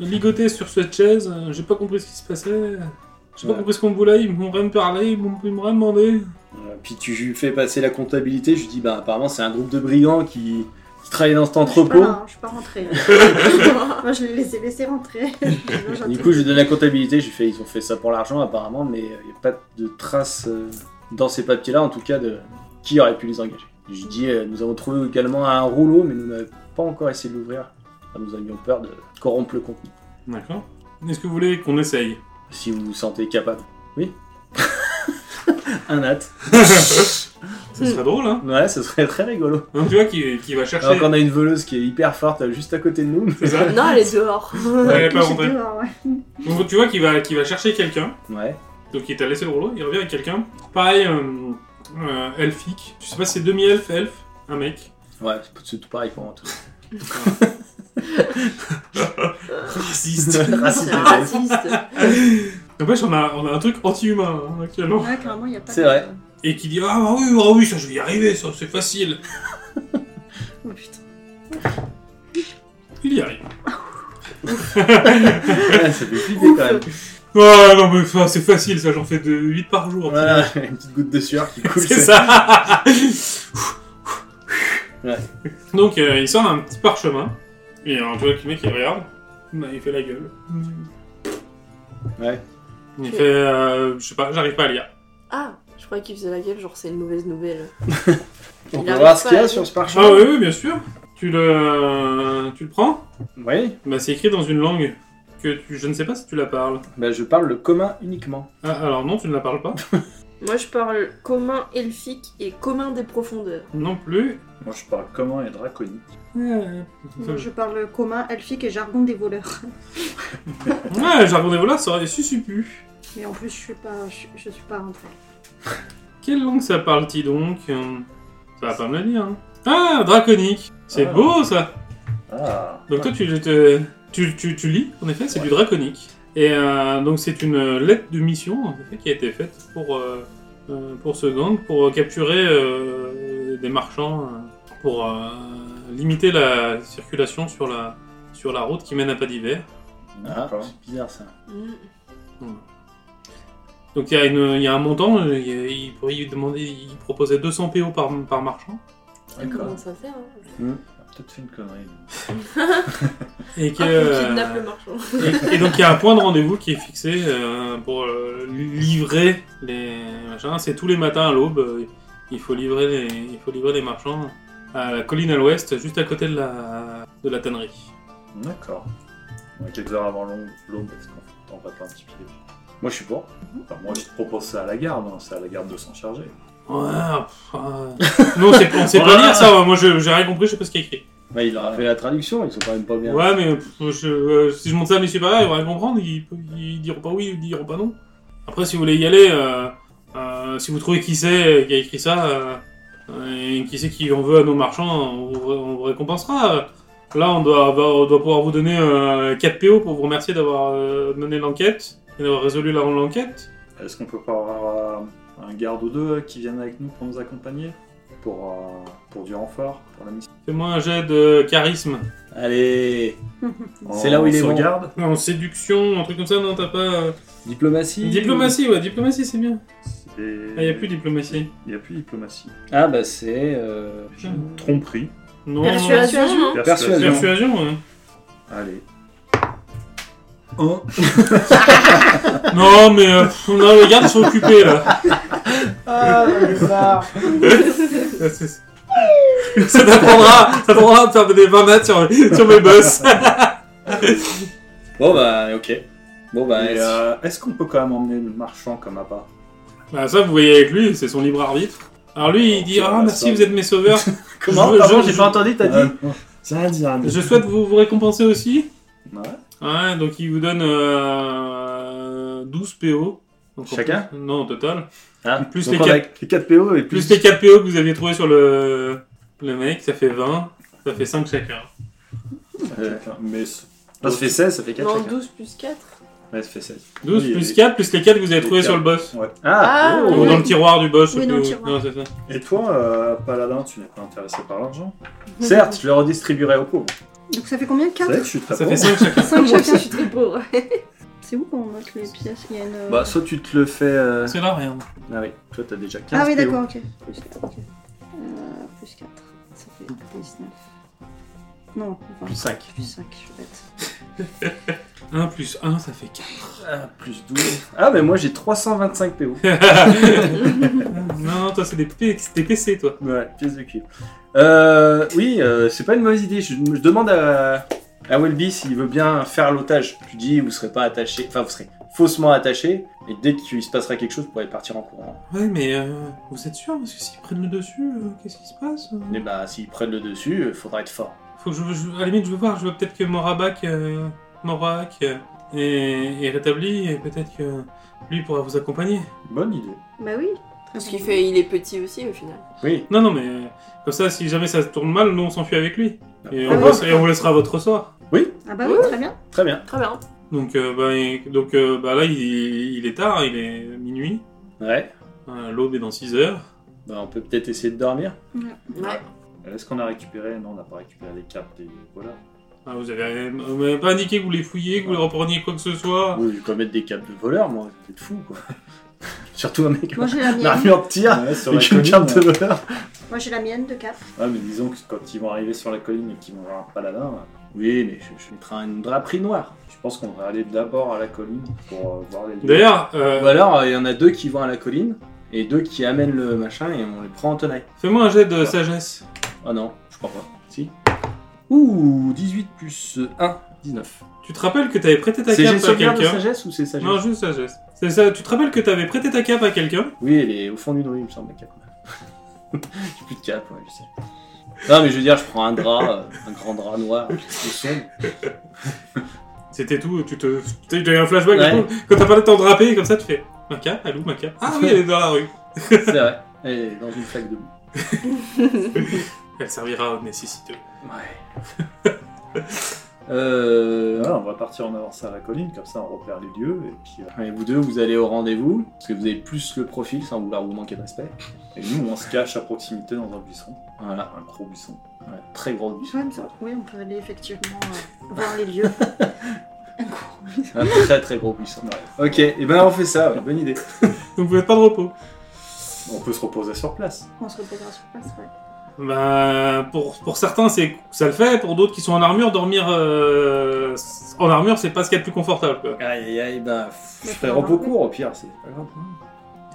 [SPEAKER 1] ligoté sur cette chaise, euh, j'ai pas compris ce qui se passait, j'ai
[SPEAKER 5] Ouais.
[SPEAKER 1] pas compris ce qu'on voulait, ils m'ont rien parlé, ils m'ont ils m'ont rien demandé.
[SPEAKER 5] Euh, puis tu lui fais passer la comptabilité. Je lui dis, bah apparemment c'est un groupe de brigands qui, qui travaille dans cet
[SPEAKER 2] Je suis pas
[SPEAKER 5] entrepôt.
[SPEAKER 2] là, hein, je suis
[SPEAKER 5] *laughs*
[SPEAKER 2] pas rentrée. Moi, je l'ai laissé laisser rentrer. Non, j'en
[SPEAKER 5] Du
[SPEAKER 2] ai-
[SPEAKER 5] coup, je lui donne la comptabilité. Je lui fais, ils ont fait ça pour l'argent apparemment, mais il n'y a pas de traces euh, dans ces papiers-là, en tout cas de qui aurait pu les engager. Je lui dis, euh, nous avons trouvé également un rouleau, mais nous n'avons pas encore essayé de l'ouvrir. Enfin, nous avions peur de corrompre le contenu.
[SPEAKER 1] D'accord. Est-ce que vous voulez qu'on essaye
[SPEAKER 5] Si vous vous sentez capable. Oui. *laughs* un at.
[SPEAKER 1] Ce serait drôle, hein
[SPEAKER 5] Ouais, ce serait très rigolo.
[SPEAKER 1] Hein, Tu vois, qui, qui va chercher.
[SPEAKER 5] Alors qu'on a une voleuse qui est hyper forte euh, juste à côté de nous. *laughs*
[SPEAKER 1] C'est ça
[SPEAKER 3] Non, elle est dehors.
[SPEAKER 1] Ouais,
[SPEAKER 2] Je
[SPEAKER 1] pas
[SPEAKER 2] suis
[SPEAKER 1] rentré.
[SPEAKER 2] dehors, ouais.
[SPEAKER 1] Donc, tu vois, qui va, qui va chercher quelqu'un.
[SPEAKER 5] Ouais.
[SPEAKER 1] Donc il t'a laissé le rouleau, il revient avec quelqu'un. Pareil, euh, euh, elfique. Je sais pas si c'est demi-elfe, elfe, un mec.
[SPEAKER 5] Ouais, c'est- c'est tout pareil pour moi. Tout. *laughs*
[SPEAKER 1] Raciste.
[SPEAKER 5] Raciste.
[SPEAKER 1] *laughs*
[SPEAKER 3] C'est raciste.
[SPEAKER 1] N'empêche, on a, on a un truc anti-humain hein, actuellement.
[SPEAKER 2] Ouais, clairement, il y a pas
[SPEAKER 5] C'est
[SPEAKER 2] de-
[SPEAKER 5] vrai.
[SPEAKER 1] Et qui dit Ah bah oui, ah oui, ça je vais y arriver, ça c'est facile.
[SPEAKER 2] Oh, putain.
[SPEAKER 1] Il y arrive.
[SPEAKER 5] Ouais, ça fait flipper quand même.
[SPEAKER 1] Ah non, mais ça, c'est facile, ça j'en fais de 8 par jour.
[SPEAKER 5] Voilà, une petite goutte de sueur qui
[SPEAKER 1] *laughs*
[SPEAKER 5] coule.
[SPEAKER 1] C'est *laughs* ça
[SPEAKER 5] Ouais.
[SPEAKER 1] Donc euh, il sort un petit parchemin. Et un vois qui mec qui regarde. Bah, il fait la gueule.
[SPEAKER 5] Ouais.
[SPEAKER 1] Il fait euh, Je sais pas, j'arrive pas à lire.
[SPEAKER 3] Ah, je croyais qu'il faisait la gueule, genre c'est une mauvaise nouvelle.
[SPEAKER 5] On
[SPEAKER 3] Il
[SPEAKER 5] peut
[SPEAKER 3] arrive
[SPEAKER 5] voir ce
[SPEAKER 3] pas
[SPEAKER 5] qu'il y
[SPEAKER 3] à
[SPEAKER 5] a
[SPEAKER 3] la
[SPEAKER 5] sur ce parchemin.
[SPEAKER 1] Ah oui, oui, bien sûr. Tu le, tu le prends
[SPEAKER 5] Oui.
[SPEAKER 1] Bah c'est écrit dans une langue que tu... je ne sais pas si tu la parles.
[SPEAKER 5] Bah, je parle le commun uniquement.
[SPEAKER 1] Ah, alors non, tu ne la parles pas.
[SPEAKER 3] Moi je parle commun elfique et commun des profondeurs.
[SPEAKER 1] Non plus.
[SPEAKER 4] Moi, je parle commun et draconique.
[SPEAKER 1] Euh,
[SPEAKER 2] Moi, je parle commun, elfique et jargon des voleurs.
[SPEAKER 1] Ouais, jargon des voleurs, ça aurait susupu.
[SPEAKER 2] Mais en plus, je suis pas, je, je suis pas rentrée.
[SPEAKER 1] Quelle langue ça parle-t-il donc Euh, Ça va pas me le dire. hein. Ah, draconique. C'est
[SPEAKER 4] Ah.
[SPEAKER 1] beau ça.
[SPEAKER 4] Ah,
[SPEAKER 1] Donc toi, tu, te- tu, tu, tu lis, en effet, c'est du draconique. Et Et euh, donc c'est une lettre de mission en effet, qui a été faite pour, euh, euh, pour ce gang, pour capturer euh, des marchands, euh, pour euh, limiter la circulation sur la, sur la route qui mène à pas d'hiver.
[SPEAKER 5] Ah,
[SPEAKER 4] D'accord.
[SPEAKER 5] c'est bizarre ça.
[SPEAKER 3] Mm.
[SPEAKER 1] Donc il y, a une- il y a un montant, euh, il, il, il demandait, il proposait 200 PO par, par marchand.
[SPEAKER 4] D'accord.
[SPEAKER 3] Comment ça fait hein
[SPEAKER 4] On a Peut-être fait une connerie. nous.
[SPEAKER 1] Et, que,
[SPEAKER 3] Ah,
[SPEAKER 1] euh,
[SPEAKER 3] tu kidnappes le marchand.
[SPEAKER 1] et, et donc il y a un point de rendez-vous qui est fixé euh, pour euh, livrer les machins. C'est tous les matins à l'aube. euh, Il faut livrer les, il faut livrer les marchands à la colline à l'ouest, juste à côté de la, de la tannerie.
[SPEAKER 4] D'accord. On est quelques heures avant l'aube, l'aube, parce qu'on t'en pas un petit piège.
[SPEAKER 5] Moi je suis pour.
[SPEAKER 4] Enfin, moi, je te propose ça à la garde, hein, c'est à la garde de s'en charger.
[SPEAKER 1] Ouais, pff, euh, non, c'est- on sait pas lire ça. Moi, je- j'ai rien compris, je sais pas ce qu'il y a écrit.
[SPEAKER 5] Ouais, il aura fait la traduction, ils sont quand même pas bien.
[SPEAKER 1] Ah. Ouais, mais pff, je- euh, si je monte ça à mes supérieurs, ils vont rien comprendre, ils, peuvent- ils diront pas oui, ils diront pas non. Après, si vous voulez y aller, euh, euh, si vous trouvez qui c'est qui a écrit ça, euh, euh, et qui c'est qui en veut à nos marchands, on, vous- on vous récompensera. Là, on doit, avoir- on doit pouvoir vous donner euh, 4 PO pour vous remercier d'avoir euh, mené l'enquête et d'avoir résolu la l'enquête.
[SPEAKER 4] Est-ce qu'on peut pas avoir euh, un garde ou deux euh, qui viennent avec nous pour nous accompagner pour, euh, pour du renfort, pour la mission
[SPEAKER 1] Fais-moi un jet de charisme.
[SPEAKER 5] Allez C'est là où il est bon.
[SPEAKER 4] garde
[SPEAKER 1] En séduction, un truc comme ça, non, t'as pas. euh,
[SPEAKER 5] Diplomatie
[SPEAKER 1] Diplomatie, ouais, diplomatie, c'est bien.
[SPEAKER 4] Il
[SPEAKER 1] Ah, y a plus de diplomatie.
[SPEAKER 4] Il n'y a plus de diplomatie.
[SPEAKER 5] Ah bah c'est. euh,
[SPEAKER 4] Tromperie.
[SPEAKER 1] Non,
[SPEAKER 3] Persuasion,
[SPEAKER 2] Persuasion,
[SPEAKER 3] non
[SPEAKER 1] non.
[SPEAKER 5] Hein Persuasion.
[SPEAKER 1] Persuasion, ouais.
[SPEAKER 4] Allez.
[SPEAKER 5] Oh.
[SPEAKER 1] Non, mais euh, pff, non, les gardes sont occupés là.
[SPEAKER 5] Ah,
[SPEAKER 1] C'est- c'est- Ça t'apprendra, ça t'apprendra à faire des vanades sur, sur mes boss.
[SPEAKER 5] Bon bah ok. Bon bah.
[SPEAKER 4] Et,
[SPEAKER 5] si-
[SPEAKER 4] euh, Est-ce qu'on peut quand même emmener le marchand comme appât
[SPEAKER 1] Bah, ça, vous voyez avec lui, c'est son libre arbitre. Alors lui, il dit Ah, merci, vous êtes mes sauveurs.
[SPEAKER 5] *laughs* Comment
[SPEAKER 1] je-
[SPEAKER 5] Pardon,
[SPEAKER 1] je-
[SPEAKER 5] j'ai
[SPEAKER 1] je-
[SPEAKER 5] pas entendu, t'as dit
[SPEAKER 4] C'est un dirham.
[SPEAKER 1] Je souhaite vous, vous récompenser aussi.
[SPEAKER 4] Ouais.
[SPEAKER 1] Ouais, donc il vous donne euh, 12 PO. Donc, en
[SPEAKER 5] Chacun
[SPEAKER 1] plus- Non, au total.
[SPEAKER 5] Ah,
[SPEAKER 1] Plus
[SPEAKER 5] donc
[SPEAKER 1] les
[SPEAKER 5] on
[SPEAKER 1] quatre-
[SPEAKER 5] a-
[SPEAKER 4] Les 4 PO et
[SPEAKER 1] Plus les 4 PO que vous aviez trouvé sur le, le mec, ça fait 20. Ça fait 5 chacun.
[SPEAKER 5] Euh,
[SPEAKER 4] Mais c'est-
[SPEAKER 5] ça fait 16, ça fait 4
[SPEAKER 3] Non,
[SPEAKER 5] chacun.
[SPEAKER 3] 12 plus 4.
[SPEAKER 5] Ouais, ça fait 16.
[SPEAKER 1] 12
[SPEAKER 4] Oui,
[SPEAKER 1] plus
[SPEAKER 4] et-
[SPEAKER 1] 4 plus les 4 que vous avez
[SPEAKER 4] les
[SPEAKER 1] trouvé sur
[SPEAKER 4] quatre.
[SPEAKER 1] le boss.
[SPEAKER 5] Ah,
[SPEAKER 3] Ah,
[SPEAKER 5] oh.
[SPEAKER 1] Ou
[SPEAKER 3] oui.
[SPEAKER 1] dans le tiroir du boss. je
[SPEAKER 2] Oui,
[SPEAKER 1] sais
[SPEAKER 2] dans
[SPEAKER 1] plus
[SPEAKER 2] le
[SPEAKER 1] où.
[SPEAKER 2] tiroir.
[SPEAKER 1] Non, c'est ça.
[SPEAKER 4] Et toi, euh, Paladin, tu n'es pas intéressé par l'argent
[SPEAKER 5] Certes, je le redistribuerai au pauvres.
[SPEAKER 2] Donc ça fait combien
[SPEAKER 4] C'est vrai
[SPEAKER 2] 4
[SPEAKER 4] que je suis très
[SPEAKER 1] Ça
[SPEAKER 4] bon.
[SPEAKER 1] fait *laughs* 5 chacun.
[SPEAKER 2] 5
[SPEAKER 3] Moi aussi,
[SPEAKER 2] chacun
[SPEAKER 3] je suis très pauvre.
[SPEAKER 2] C'est où qu'on note les pièces Il y a une... euh,
[SPEAKER 5] Bah, soit tu te le fais. euh,
[SPEAKER 1] C'est là rien.
[SPEAKER 5] Ah oui, toi t'as déjà 15.
[SPEAKER 2] ah oui,
[SPEAKER 5] PO.
[SPEAKER 2] d'accord, ok. Plus 4. Euh, plus 4. Ça fait 19. Non,
[SPEAKER 5] Plus 5.
[SPEAKER 2] plus 5, je suis bête.
[SPEAKER 1] 1 plus 1, ça fait
[SPEAKER 5] *laughs*
[SPEAKER 1] 4.
[SPEAKER 5] Ah, plus 12. Ah, mais moi j'ai 325 PO.
[SPEAKER 1] non, toi, c'est des, P- c'est des PC, toi.
[SPEAKER 5] Ouais, pièce de cuivre. Euh, oui, euh, c'est pas une mauvaise idée. Je, je demande à, à Welby s'il veut bien faire l'otage. Tu dis, vous serez pas attaché, enfin, vous serez faussement attaché, et dès qu'il se passera quelque chose, vous pourrez partir en courant.
[SPEAKER 1] Ouais, mais euh, vous êtes sûr Parce que s'ils prennent le dessus, euh, qu'est-ce qui se passe euh
[SPEAKER 5] Mais bah, s'ils prennent le dessus, euh, faudra être fort.
[SPEAKER 1] Faut que je, je- à la limite, je veux voir. Je veux peut-être que Morabak, euh, Morak euh, est, est rétabli et peut-être que lui pourra vous accompagner.
[SPEAKER 4] Bonne idée.
[SPEAKER 2] Bah oui.
[SPEAKER 3] Parce qu'il fait, il est petit aussi au final.
[SPEAKER 5] Oui.
[SPEAKER 1] Non, non, mais euh, comme ça, si jamais ça se tourne mal, nous, on s'enfuit avec lui. Et
[SPEAKER 5] Ah
[SPEAKER 1] on,
[SPEAKER 5] bon
[SPEAKER 1] vous- et on vous laissera à votre sort.
[SPEAKER 2] Ah bah oui, très bien.
[SPEAKER 5] Très bien.
[SPEAKER 3] Très bien.
[SPEAKER 1] Donc, euh, bah, et- donc euh, bah, là, il, il est tard, il est minuit,
[SPEAKER 5] Ouais.
[SPEAKER 1] euh, l'aube est dans 6 heures.
[SPEAKER 5] Bah, on peut peut-être essayer de dormir.
[SPEAKER 3] Ouais.
[SPEAKER 4] Est-ce qu'on a récupéré Non, on n'a pas récupéré les capes des
[SPEAKER 5] *laughs*
[SPEAKER 4] voleurs.
[SPEAKER 1] Ah, vous avez rien- vous m'avez pas indiqué que vous les fouillez, que vous les repreniez quoi que ce soit.
[SPEAKER 5] Oui, je vais pas mettre des câbles de voleur, moi. Vous êtes fou, quoi. *laughs* Surtout un mec.
[SPEAKER 2] Moi j'ai la
[SPEAKER 1] *laughs*
[SPEAKER 5] une
[SPEAKER 2] mienne.
[SPEAKER 5] armure de tir.
[SPEAKER 4] Ouais, sur la
[SPEAKER 5] Avec une
[SPEAKER 4] colline,
[SPEAKER 5] cape Ah, de voleur.
[SPEAKER 2] Moi j'ai la mienne de 4.
[SPEAKER 4] Ah, mais disons que quand ils vont arriver sur la colline et qu'ils vont voir un paladin,
[SPEAKER 5] Oui, mais je, je mettrai une draperie noire.
[SPEAKER 4] je pense qu'on va aller d'abord à la colline pour euh, voir les lieux.
[SPEAKER 1] D'ailleurs, euh,
[SPEAKER 5] Ou alors, euh, il y en a deux qui vont à la colline et deux qui amènent le machin et on les prend en tenaille.
[SPEAKER 1] fais-moi un jet de sagesse.
[SPEAKER 5] Ah non, je crois pas. Si. Ouh, 18 plus 1, 19.
[SPEAKER 1] Tu te rappelles que t'avais prêté ta
[SPEAKER 5] C'est j'ai
[SPEAKER 1] cape à
[SPEAKER 5] sauvegarde de
[SPEAKER 1] quelqu'un
[SPEAKER 5] sagesse ou c'est sagesse
[SPEAKER 1] Non, juste sagesse. C'est ça, tu te rappelles que t'avais prêté ta cape à quelqu'un
[SPEAKER 5] Oui, elle est au fond d'une rue, il me semble, la cape. *laughs* J'ai plus de cape, ouais, je sais. Non, mais je veux dire, je prends un drap, euh, un grand drap noir, un petit peu sombre.
[SPEAKER 1] C'était tout, tu te. T'as eu un flashback du
[SPEAKER 5] Ouais.
[SPEAKER 1] coup, Quand t'as parlé de t'en draper, comme ça, tu fais Ma cape, elle est où ma cape Ah oui, elle est dans la rue.
[SPEAKER 5] C'est vrai, elle est dans une flaque de boue.
[SPEAKER 1] Elle servira aux nécessiteux.
[SPEAKER 5] Ouais. *laughs* Euh,
[SPEAKER 4] Voilà, on va partir en avance à la colline, comme ça on repère les lieux, et puis euh,
[SPEAKER 5] Et vous deux, vous allez au rendez-vous, parce que vous avez plus le profil sans vouloir vous manquer de respect.
[SPEAKER 4] et nous on se cache à proximité dans un buisson,
[SPEAKER 5] Voilà,
[SPEAKER 4] un gros buisson.
[SPEAKER 5] voilà, très gros buisson.
[SPEAKER 2] Ouais, ça- Oui, on peut aller effectivement euh, voir les
[SPEAKER 3] *laughs*
[SPEAKER 2] lieux.
[SPEAKER 5] Un très très gros buisson. *laughs* Ok, et ben on fait ça, ouais, bonne idée.
[SPEAKER 1] Donc vous n'êtes pas de repos.
[SPEAKER 4] On peut se reposer sur place.
[SPEAKER 2] On se reposera sur place, ouais.
[SPEAKER 1] Bah, pour, pour certains, c'est ça le fait. Pour d'autres qui sont en armure, dormir euh, en armure, c'est pas ce qu'il y a de plus confortable. Quoi.
[SPEAKER 5] Aïe aïe aïe, ben pff, je
[SPEAKER 2] Mais
[SPEAKER 5] ferai
[SPEAKER 2] faut
[SPEAKER 5] repos
[SPEAKER 2] dormir.
[SPEAKER 5] court au pire, c'est pas grave.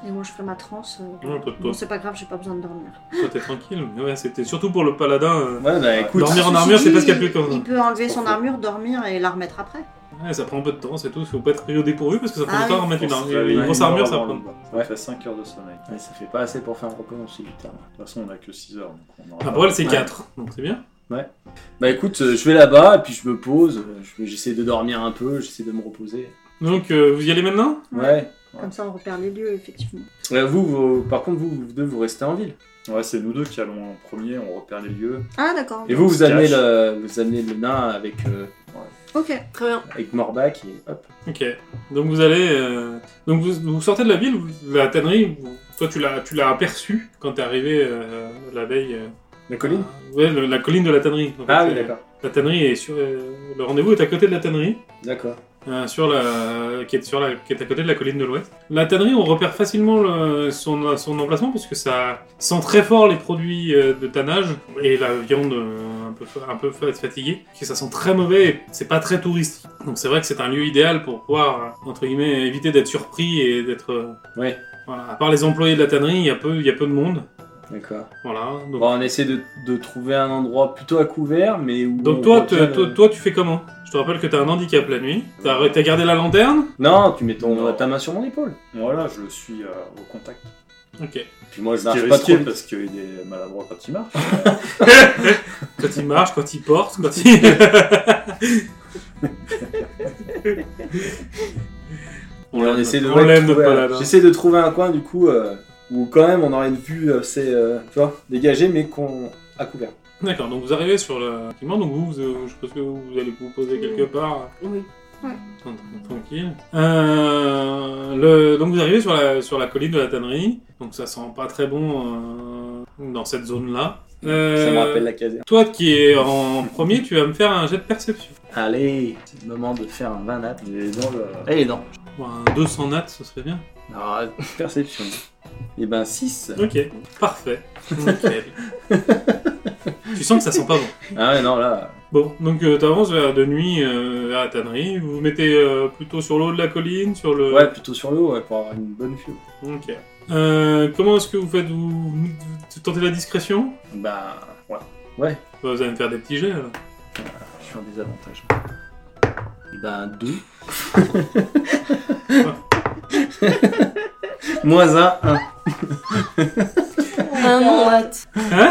[SPEAKER 2] Et moi, je ferai ma transe. euh,
[SPEAKER 1] Ouais, toi,
[SPEAKER 2] Bon,
[SPEAKER 1] toi,
[SPEAKER 2] c'est pas grave, j'ai pas besoin de dormir.
[SPEAKER 1] toi, t'es tranquille. Mais ouais, c'était surtout pour le paladin. euh,
[SPEAKER 5] Ouais, bah écoute,
[SPEAKER 1] Dormir en
[SPEAKER 2] Ceci
[SPEAKER 1] armure, c'est
[SPEAKER 2] dit,
[SPEAKER 1] pas ce qu'il y a de plus
[SPEAKER 2] Il
[SPEAKER 1] confortable.
[SPEAKER 2] peut enlever
[SPEAKER 5] C'est
[SPEAKER 2] son
[SPEAKER 5] pas faux.
[SPEAKER 2] armure, dormir et la remettre après.
[SPEAKER 1] Ouais, ça prend un peu de temps, c'est tout. Faut pas être pris au dépourvu parce que ça prend
[SPEAKER 2] Ah
[SPEAKER 1] du temps à
[SPEAKER 2] oui.
[SPEAKER 1] remettre une,
[SPEAKER 4] On se
[SPEAKER 1] armure-
[SPEAKER 4] réveille
[SPEAKER 1] une grosse
[SPEAKER 4] heure
[SPEAKER 1] armure, ça
[SPEAKER 4] avant
[SPEAKER 1] prend.
[SPEAKER 4] le bain. Ça
[SPEAKER 5] Ouais.
[SPEAKER 4] fait 5 heures de sommeil.
[SPEAKER 5] Ouais, ça fait pas assez pour faire un repos non solitaire.
[SPEAKER 4] De toute façon, on a que 6 heures. donc on
[SPEAKER 5] bah,
[SPEAKER 4] aura-
[SPEAKER 1] Ah, pour elle, c'est
[SPEAKER 5] Ouais.
[SPEAKER 1] 4, donc c'est bien.
[SPEAKER 5] Bah écoute, euh, je vais là-bas, et puis je me pose, euh, je- j'essaie de dormir un peu, j'essaie de me reposer.
[SPEAKER 1] Donc euh, vous y allez maintenant
[SPEAKER 5] Ouais.
[SPEAKER 2] Comme ça, on repère les lieux, effectivement.
[SPEAKER 5] Euh, Vous, vous- par contre, vous, vous deux, vous restez en ville.
[SPEAKER 4] Ouais, c'est nous deux qui allons en premier, on repère les lieux.
[SPEAKER 2] Ah, d'accord.
[SPEAKER 5] Et vous, vous
[SPEAKER 4] se
[SPEAKER 5] amenez,
[SPEAKER 4] cache.
[SPEAKER 5] le, vous amenez le nain avec, euh,
[SPEAKER 2] Ok.
[SPEAKER 3] Très bien.
[SPEAKER 5] avec Morbac et hop.
[SPEAKER 1] Ok. Donc vous allez. euh, Donc vous, vous sortez de la ville, vous- la tannerie, vous- toi tu l'as tu l'as aperçu quand t'es arrivé euh, la veille. euh,
[SPEAKER 5] La colline
[SPEAKER 1] euh, Ouais, le- la colline de la tannerie. en fait.
[SPEAKER 5] Ah oui,
[SPEAKER 1] Euh,
[SPEAKER 5] d'accord.
[SPEAKER 1] La tannerie est sur. euh, Le rendez-vous est à côté de la tannerie.
[SPEAKER 5] D'accord.
[SPEAKER 1] euh, sur la, qui, est sur la, qui est à côté de la colline de l'Ouest. La tannerie, on repère facilement le- son, son emplacement parce que ça sent très fort les produits euh, de tannage et la viande euh, un peu, fa- un peu fa- fatiguée. Parce que ça sent très mauvais et c'est pas très touristique. Donc c'est vrai que c'est un lieu idéal pour pouvoir, euh, entre guillemets, éviter d'être surpris et d'être. euh,
[SPEAKER 5] Ouais,
[SPEAKER 1] voilà. À part les employés de la tannerie, il y, a peu- il y a peu de monde.
[SPEAKER 5] d'accord.
[SPEAKER 1] Voilà. Donc,
[SPEAKER 5] Bon, Bah, on essaie de, de trouver un endroit plutôt à couvert, mais où. on euh,
[SPEAKER 1] donc toi,
[SPEAKER 5] retient
[SPEAKER 1] te- toi,
[SPEAKER 5] le-
[SPEAKER 1] toi, tu fais comment Je te rappelle que t'as un handicap la nuit. T'as t'as gardé la lanterne
[SPEAKER 5] Non, tu mets ton,
[SPEAKER 4] Non.
[SPEAKER 5] ta main sur mon épaule.
[SPEAKER 4] Voilà, je le suis euh, au contact.
[SPEAKER 1] Ok.
[SPEAKER 5] Puis moi, je
[SPEAKER 4] Ce qui
[SPEAKER 5] marche
[SPEAKER 4] est
[SPEAKER 5] pas trop
[SPEAKER 4] risqué
[SPEAKER 5] vite.
[SPEAKER 4] parce qu'il est maladroit quand il marche.
[SPEAKER 1] Quand il marche, quand il porte, quand il.
[SPEAKER 5] On, on essaie de.
[SPEAKER 1] on
[SPEAKER 5] ouais,
[SPEAKER 1] l'aime,
[SPEAKER 5] trouver-
[SPEAKER 1] notre paladin.
[SPEAKER 5] J'essaie de trouver un coin, du coup, euh, où quand même on aurait une vue assez. euh, tu vois, dégagée, mais qu'on. à couvert.
[SPEAKER 1] D'accord, donc vous arrivez sur le. effectivement, Donc vous, vous- je pense que vous, vous allez vous poser quelque part.
[SPEAKER 3] Oui.
[SPEAKER 1] euh, Tranquille. Euh, le- donc vous arrivez sur la, sur la colline de la tannerie. Donc ça sent pas très bon euh, dans cette zone-là.
[SPEAKER 5] Ça me
[SPEAKER 1] Euh,
[SPEAKER 5] rappelle la caserne.
[SPEAKER 1] Toi qui es en premier, tu vas me faire un jet de perception.
[SPEAKER 5] Allez, c'est le moment de faire un 20 nat.
[SPEAKER 4] Il est dans le.
[SPEAKER 5] Allez, Eh, non.
[SPEAKER 1] Bon, un 200 nats, ce serait bien.
[SPEAKER 5] Ah, *laughs* perception. Et ben 6.
[SPEAKER 1] Ok, parfait. *laughs* Nickel. tu sens que ça sent pas bon.
[SPEAKER 5] Ah ouais, non, là.
[SPEAKER 1] Bon, donc euh, t'avances vers de nuit euh, vers la tannerie. Vous vous mettez euh, plutôt sur l'eau de la colline, sur le.
[SPEAKER 5] Ouais, plutôt sur l'eau ouais, pour avoir une bonne vue.
[SPEAKER 1] Ok. Euh, comment est-ce que vous faites vous... vous tentez la discrétion
[SPEAKER 5] Bah, ouais.
[SPEAKER 1] Bah, Vous allez me faire des petits jets. Là.
[SPEAKER 5] Je suis en désavantage. Ben 2. *laughs* Moins un, un.
[SPEAKER 3] Un nom nat.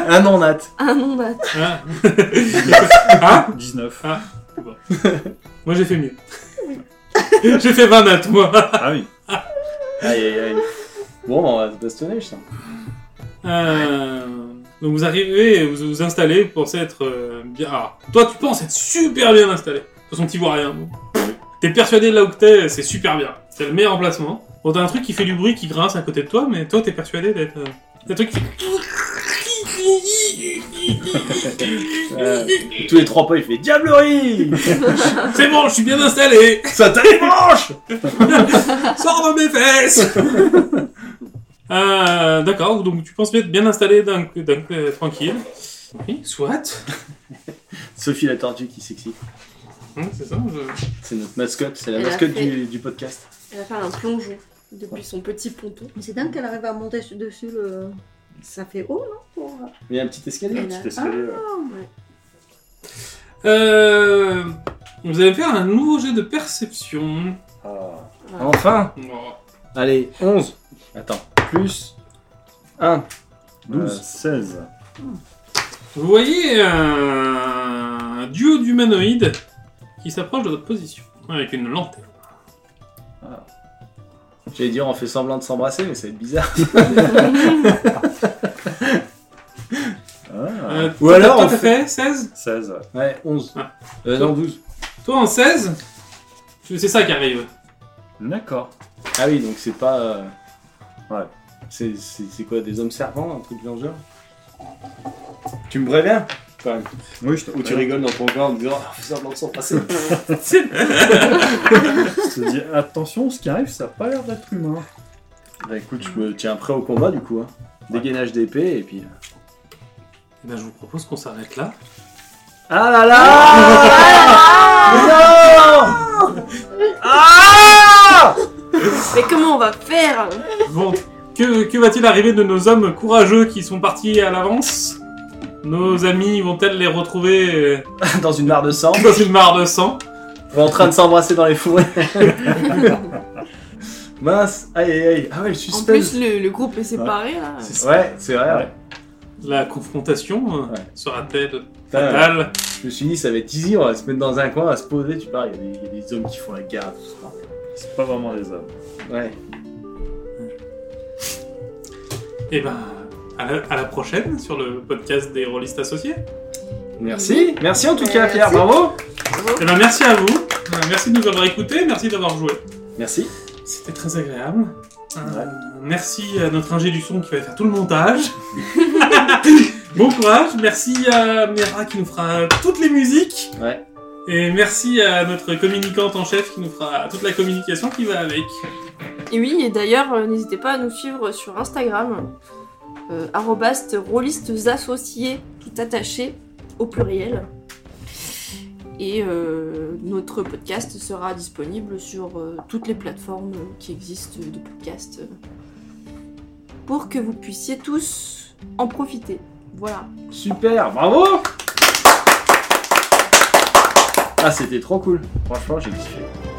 [SPEAKER 5] Un non nat.
[SPEAKER 3] Un nom nat.
[SPEAKER 1] Ah. Ah
[SPEAKER 4] 19.
[SPEAKER 1] moi j'ai fait mieux. *laughs* j'ai fait 20 nattes moi.
[SPEAKER 4] *laughs* Ah oui.
[SPEAKER 5] Aïe aïe aïe. Bon, bah, on va se bastonner, je sens.
[SPEAKER 1] Euh, Donc vous arrivez, vous vous installez, vous pensez être euh, bien. Alors, toi tu penses être super bien installé. De toute façon t'y vois rien. bon. T'es persuadé de là où que t'es, c'est super bien. C'est le meilleur emplacement. Bon t'as un truc qui fait du bruit, qui grince à côté de toi, mais toi t'es persuadé d'être. euh, Un truc qui
[SPEAKER 5] Euh, tous les trois pas, il fait *laughs* Diablerie
[SPEAKER 1] C'est bon, je suis bien installé
[SPEAKER 5] Ça t'a les manches
[SPEAKER 1] Sors de mes fesses *laughs* Euh, D'accord, donc tu penses être bien installé d'un d'un- euh, tranquille. Oui, soit.
[SPEAKER 5] Sophie la tortue qui s'excite.
[SPEAKER 1] Hum, c'est ça. je-
[SPEAKER 5] C'est notre mascotte, c'est la
[SPEAKER 3] Elle a
[SPEAKER 5] mascotte
[SPEAKER 3] fait-
[SPEAKER 5] du, du podcast.
[SPEAKER 3] Elle va faire un plongeon depuis son petit ponton.
[SPEAKER 2] Mais c'est dingue qu'elle arrive à monter su- dessus le. Ça fait haut, non Oh, pour...
[SPEAKER 5] Il y a un petit escalier.
[SPEAKER 3] Elle a-
[SPEAKER 4] Petit escalier. ouais.
[SPEAKER 1] Euh, vous allez me faire un nouveau jet de perception.
[SPEAKER 4] Ah.
[SPEAKER 5] Enfin
[SPEAKER 1] Oh.
[SPEAKER 5] Allez, 11. Attends, plus 1. 12.
[SPEAKER 4] Euh, 16.
[SPEAKER 1] Vous voyez un, un duo d'humanoïdes qui s'approche de votre position avec une lanterne.
[SPEAKER 5] J'allais dire, on fait semblant de s'embrasser, mais ça va être *laughs* bizarre.
[SPEAKER 4] Ah.
[SPEAKER 1] Euh,
[SPEAKER 5] Ou alors,
[SPEAKER 1] toi,
[SPEAKER 5] on
[SPEAKER 4] Ah,
[SPEAKER 1] t'as fait 16
[SPEAKER 4] 16.
[SPEAKER 5] Ouais, 11.
[SPEAKER 1] Ah.
[SPEAKER 5] Euh, non, 12.
[SPEAKER 1] Toi, en 16, tu- c'est ça qui arrive.
[SPEAKER 4] D'accord.
[SPEAKER 5] Ah oui, donc c'est pas. euh,
[SPEAKER 4] Ouais.
[SPEAKER 5] C'est, c'est- c'est quoi, des hommes servants, un truc de genre Tu me préviens quand même.
[SPEAKER 4] Oui, je te,
[SPEAKER 5] Ou tu rigoles dans ton corps en me disant Ah, fais semblant de s'en *laughs* passer. Bah,
[SPEAKER 4] je te dis attention, ce qui arrive, ça a pas l'air d'être humain.
[SPEAKER 5] bah écoute, je me tiens prêt au combat du coup. Hein. Dégainage d'épée et puis. euh.
[SPEAKER 1] Eh ben, je vous propose qu'on s'arrête là.
[SPEAKER 5] Ah là *laughs* là Non Ah
[SPEAKER 3] Mais comment on va faire
[SPEAKER 1] Bon, que, que va-t-il arriver de nos hommes courageux qui sont partis à l'avance Nos amis vont-elles les retrouver euh,
[SPEAKER 5] Dans une mare de sang,
[SPEAKER 1] dans une mare de sang
[SPEAKER 5] en train de s'embrasser dans les *laughs* fourrés. Mince, aïe aïe aïe. Ah ouais,
[SPEAKER 3] En
[SPEAKER 5] le suspense.
[SPEAKER 3] plus, le, le groupe est séparé là.
[SPEAKER 1] C'est ça.
[SPEAKER 5] Ouais, c'est vrai. ouais.
[SPEAKER 1] La confrontation euh,
[SPEAKER 5] Ouais.
[SPEAKER 1] sera-t-elle
[SPEAKER 5] Putain,
[SPEAKER 1] fatale
[SPEAKER 5] Je me suis dit, ça va être easy, on va se mettre dans un coin, on va se poser, tu parles, il y a des- il y, a des hommes qui font la garde, tout ça.
[SPEAKER 4] C'est pas vraiment des hommes.
[SPEAKER 5] Ouais.
[SPEAKER 1] Eh ben, à la, à la prochaine sur le podcast des rôlistes associés.
[SPEAKER 5] Merci, Mmh. merci en tout cas,
[SPEAKER 2] Merci.
[SPEAKER 5] Pierre, bravo.
[SPEAKER 1] Eh ben, merci à vous. Euh, Merci de nous avoir écoutés. Merci d'avoir joué.
[SPEAKER 5] Merci.
[SPEAKER 1] C'était très agréable. Euh, Merci à notre ingé du son qui va faire tout le montage. *laughs* bon courage. Merci à Mera qui nous fera toutes les musiques.
[SPEAKER 5] Ouais.
[SPEAKER 1] Et merci à notre communicante en chef qui nous fera toute la communication qui va avec.
[SPEAKER 3] Et oui, et d'ailleurs, euh, n'hésitez pas à nous suivre sur Instagram, euh, arrobast rôlistes associés, tout attaché, au pluriel. Et euh, notre podcast sera disponible sur euh, toutes les plateformes qui existent de podcast euh, pour que vous puissiez tous en profiter. Voilà.
[SPEAKER 5] Super, bravo. Ah, c'était trop cool. Franchement, j'ai kiffé.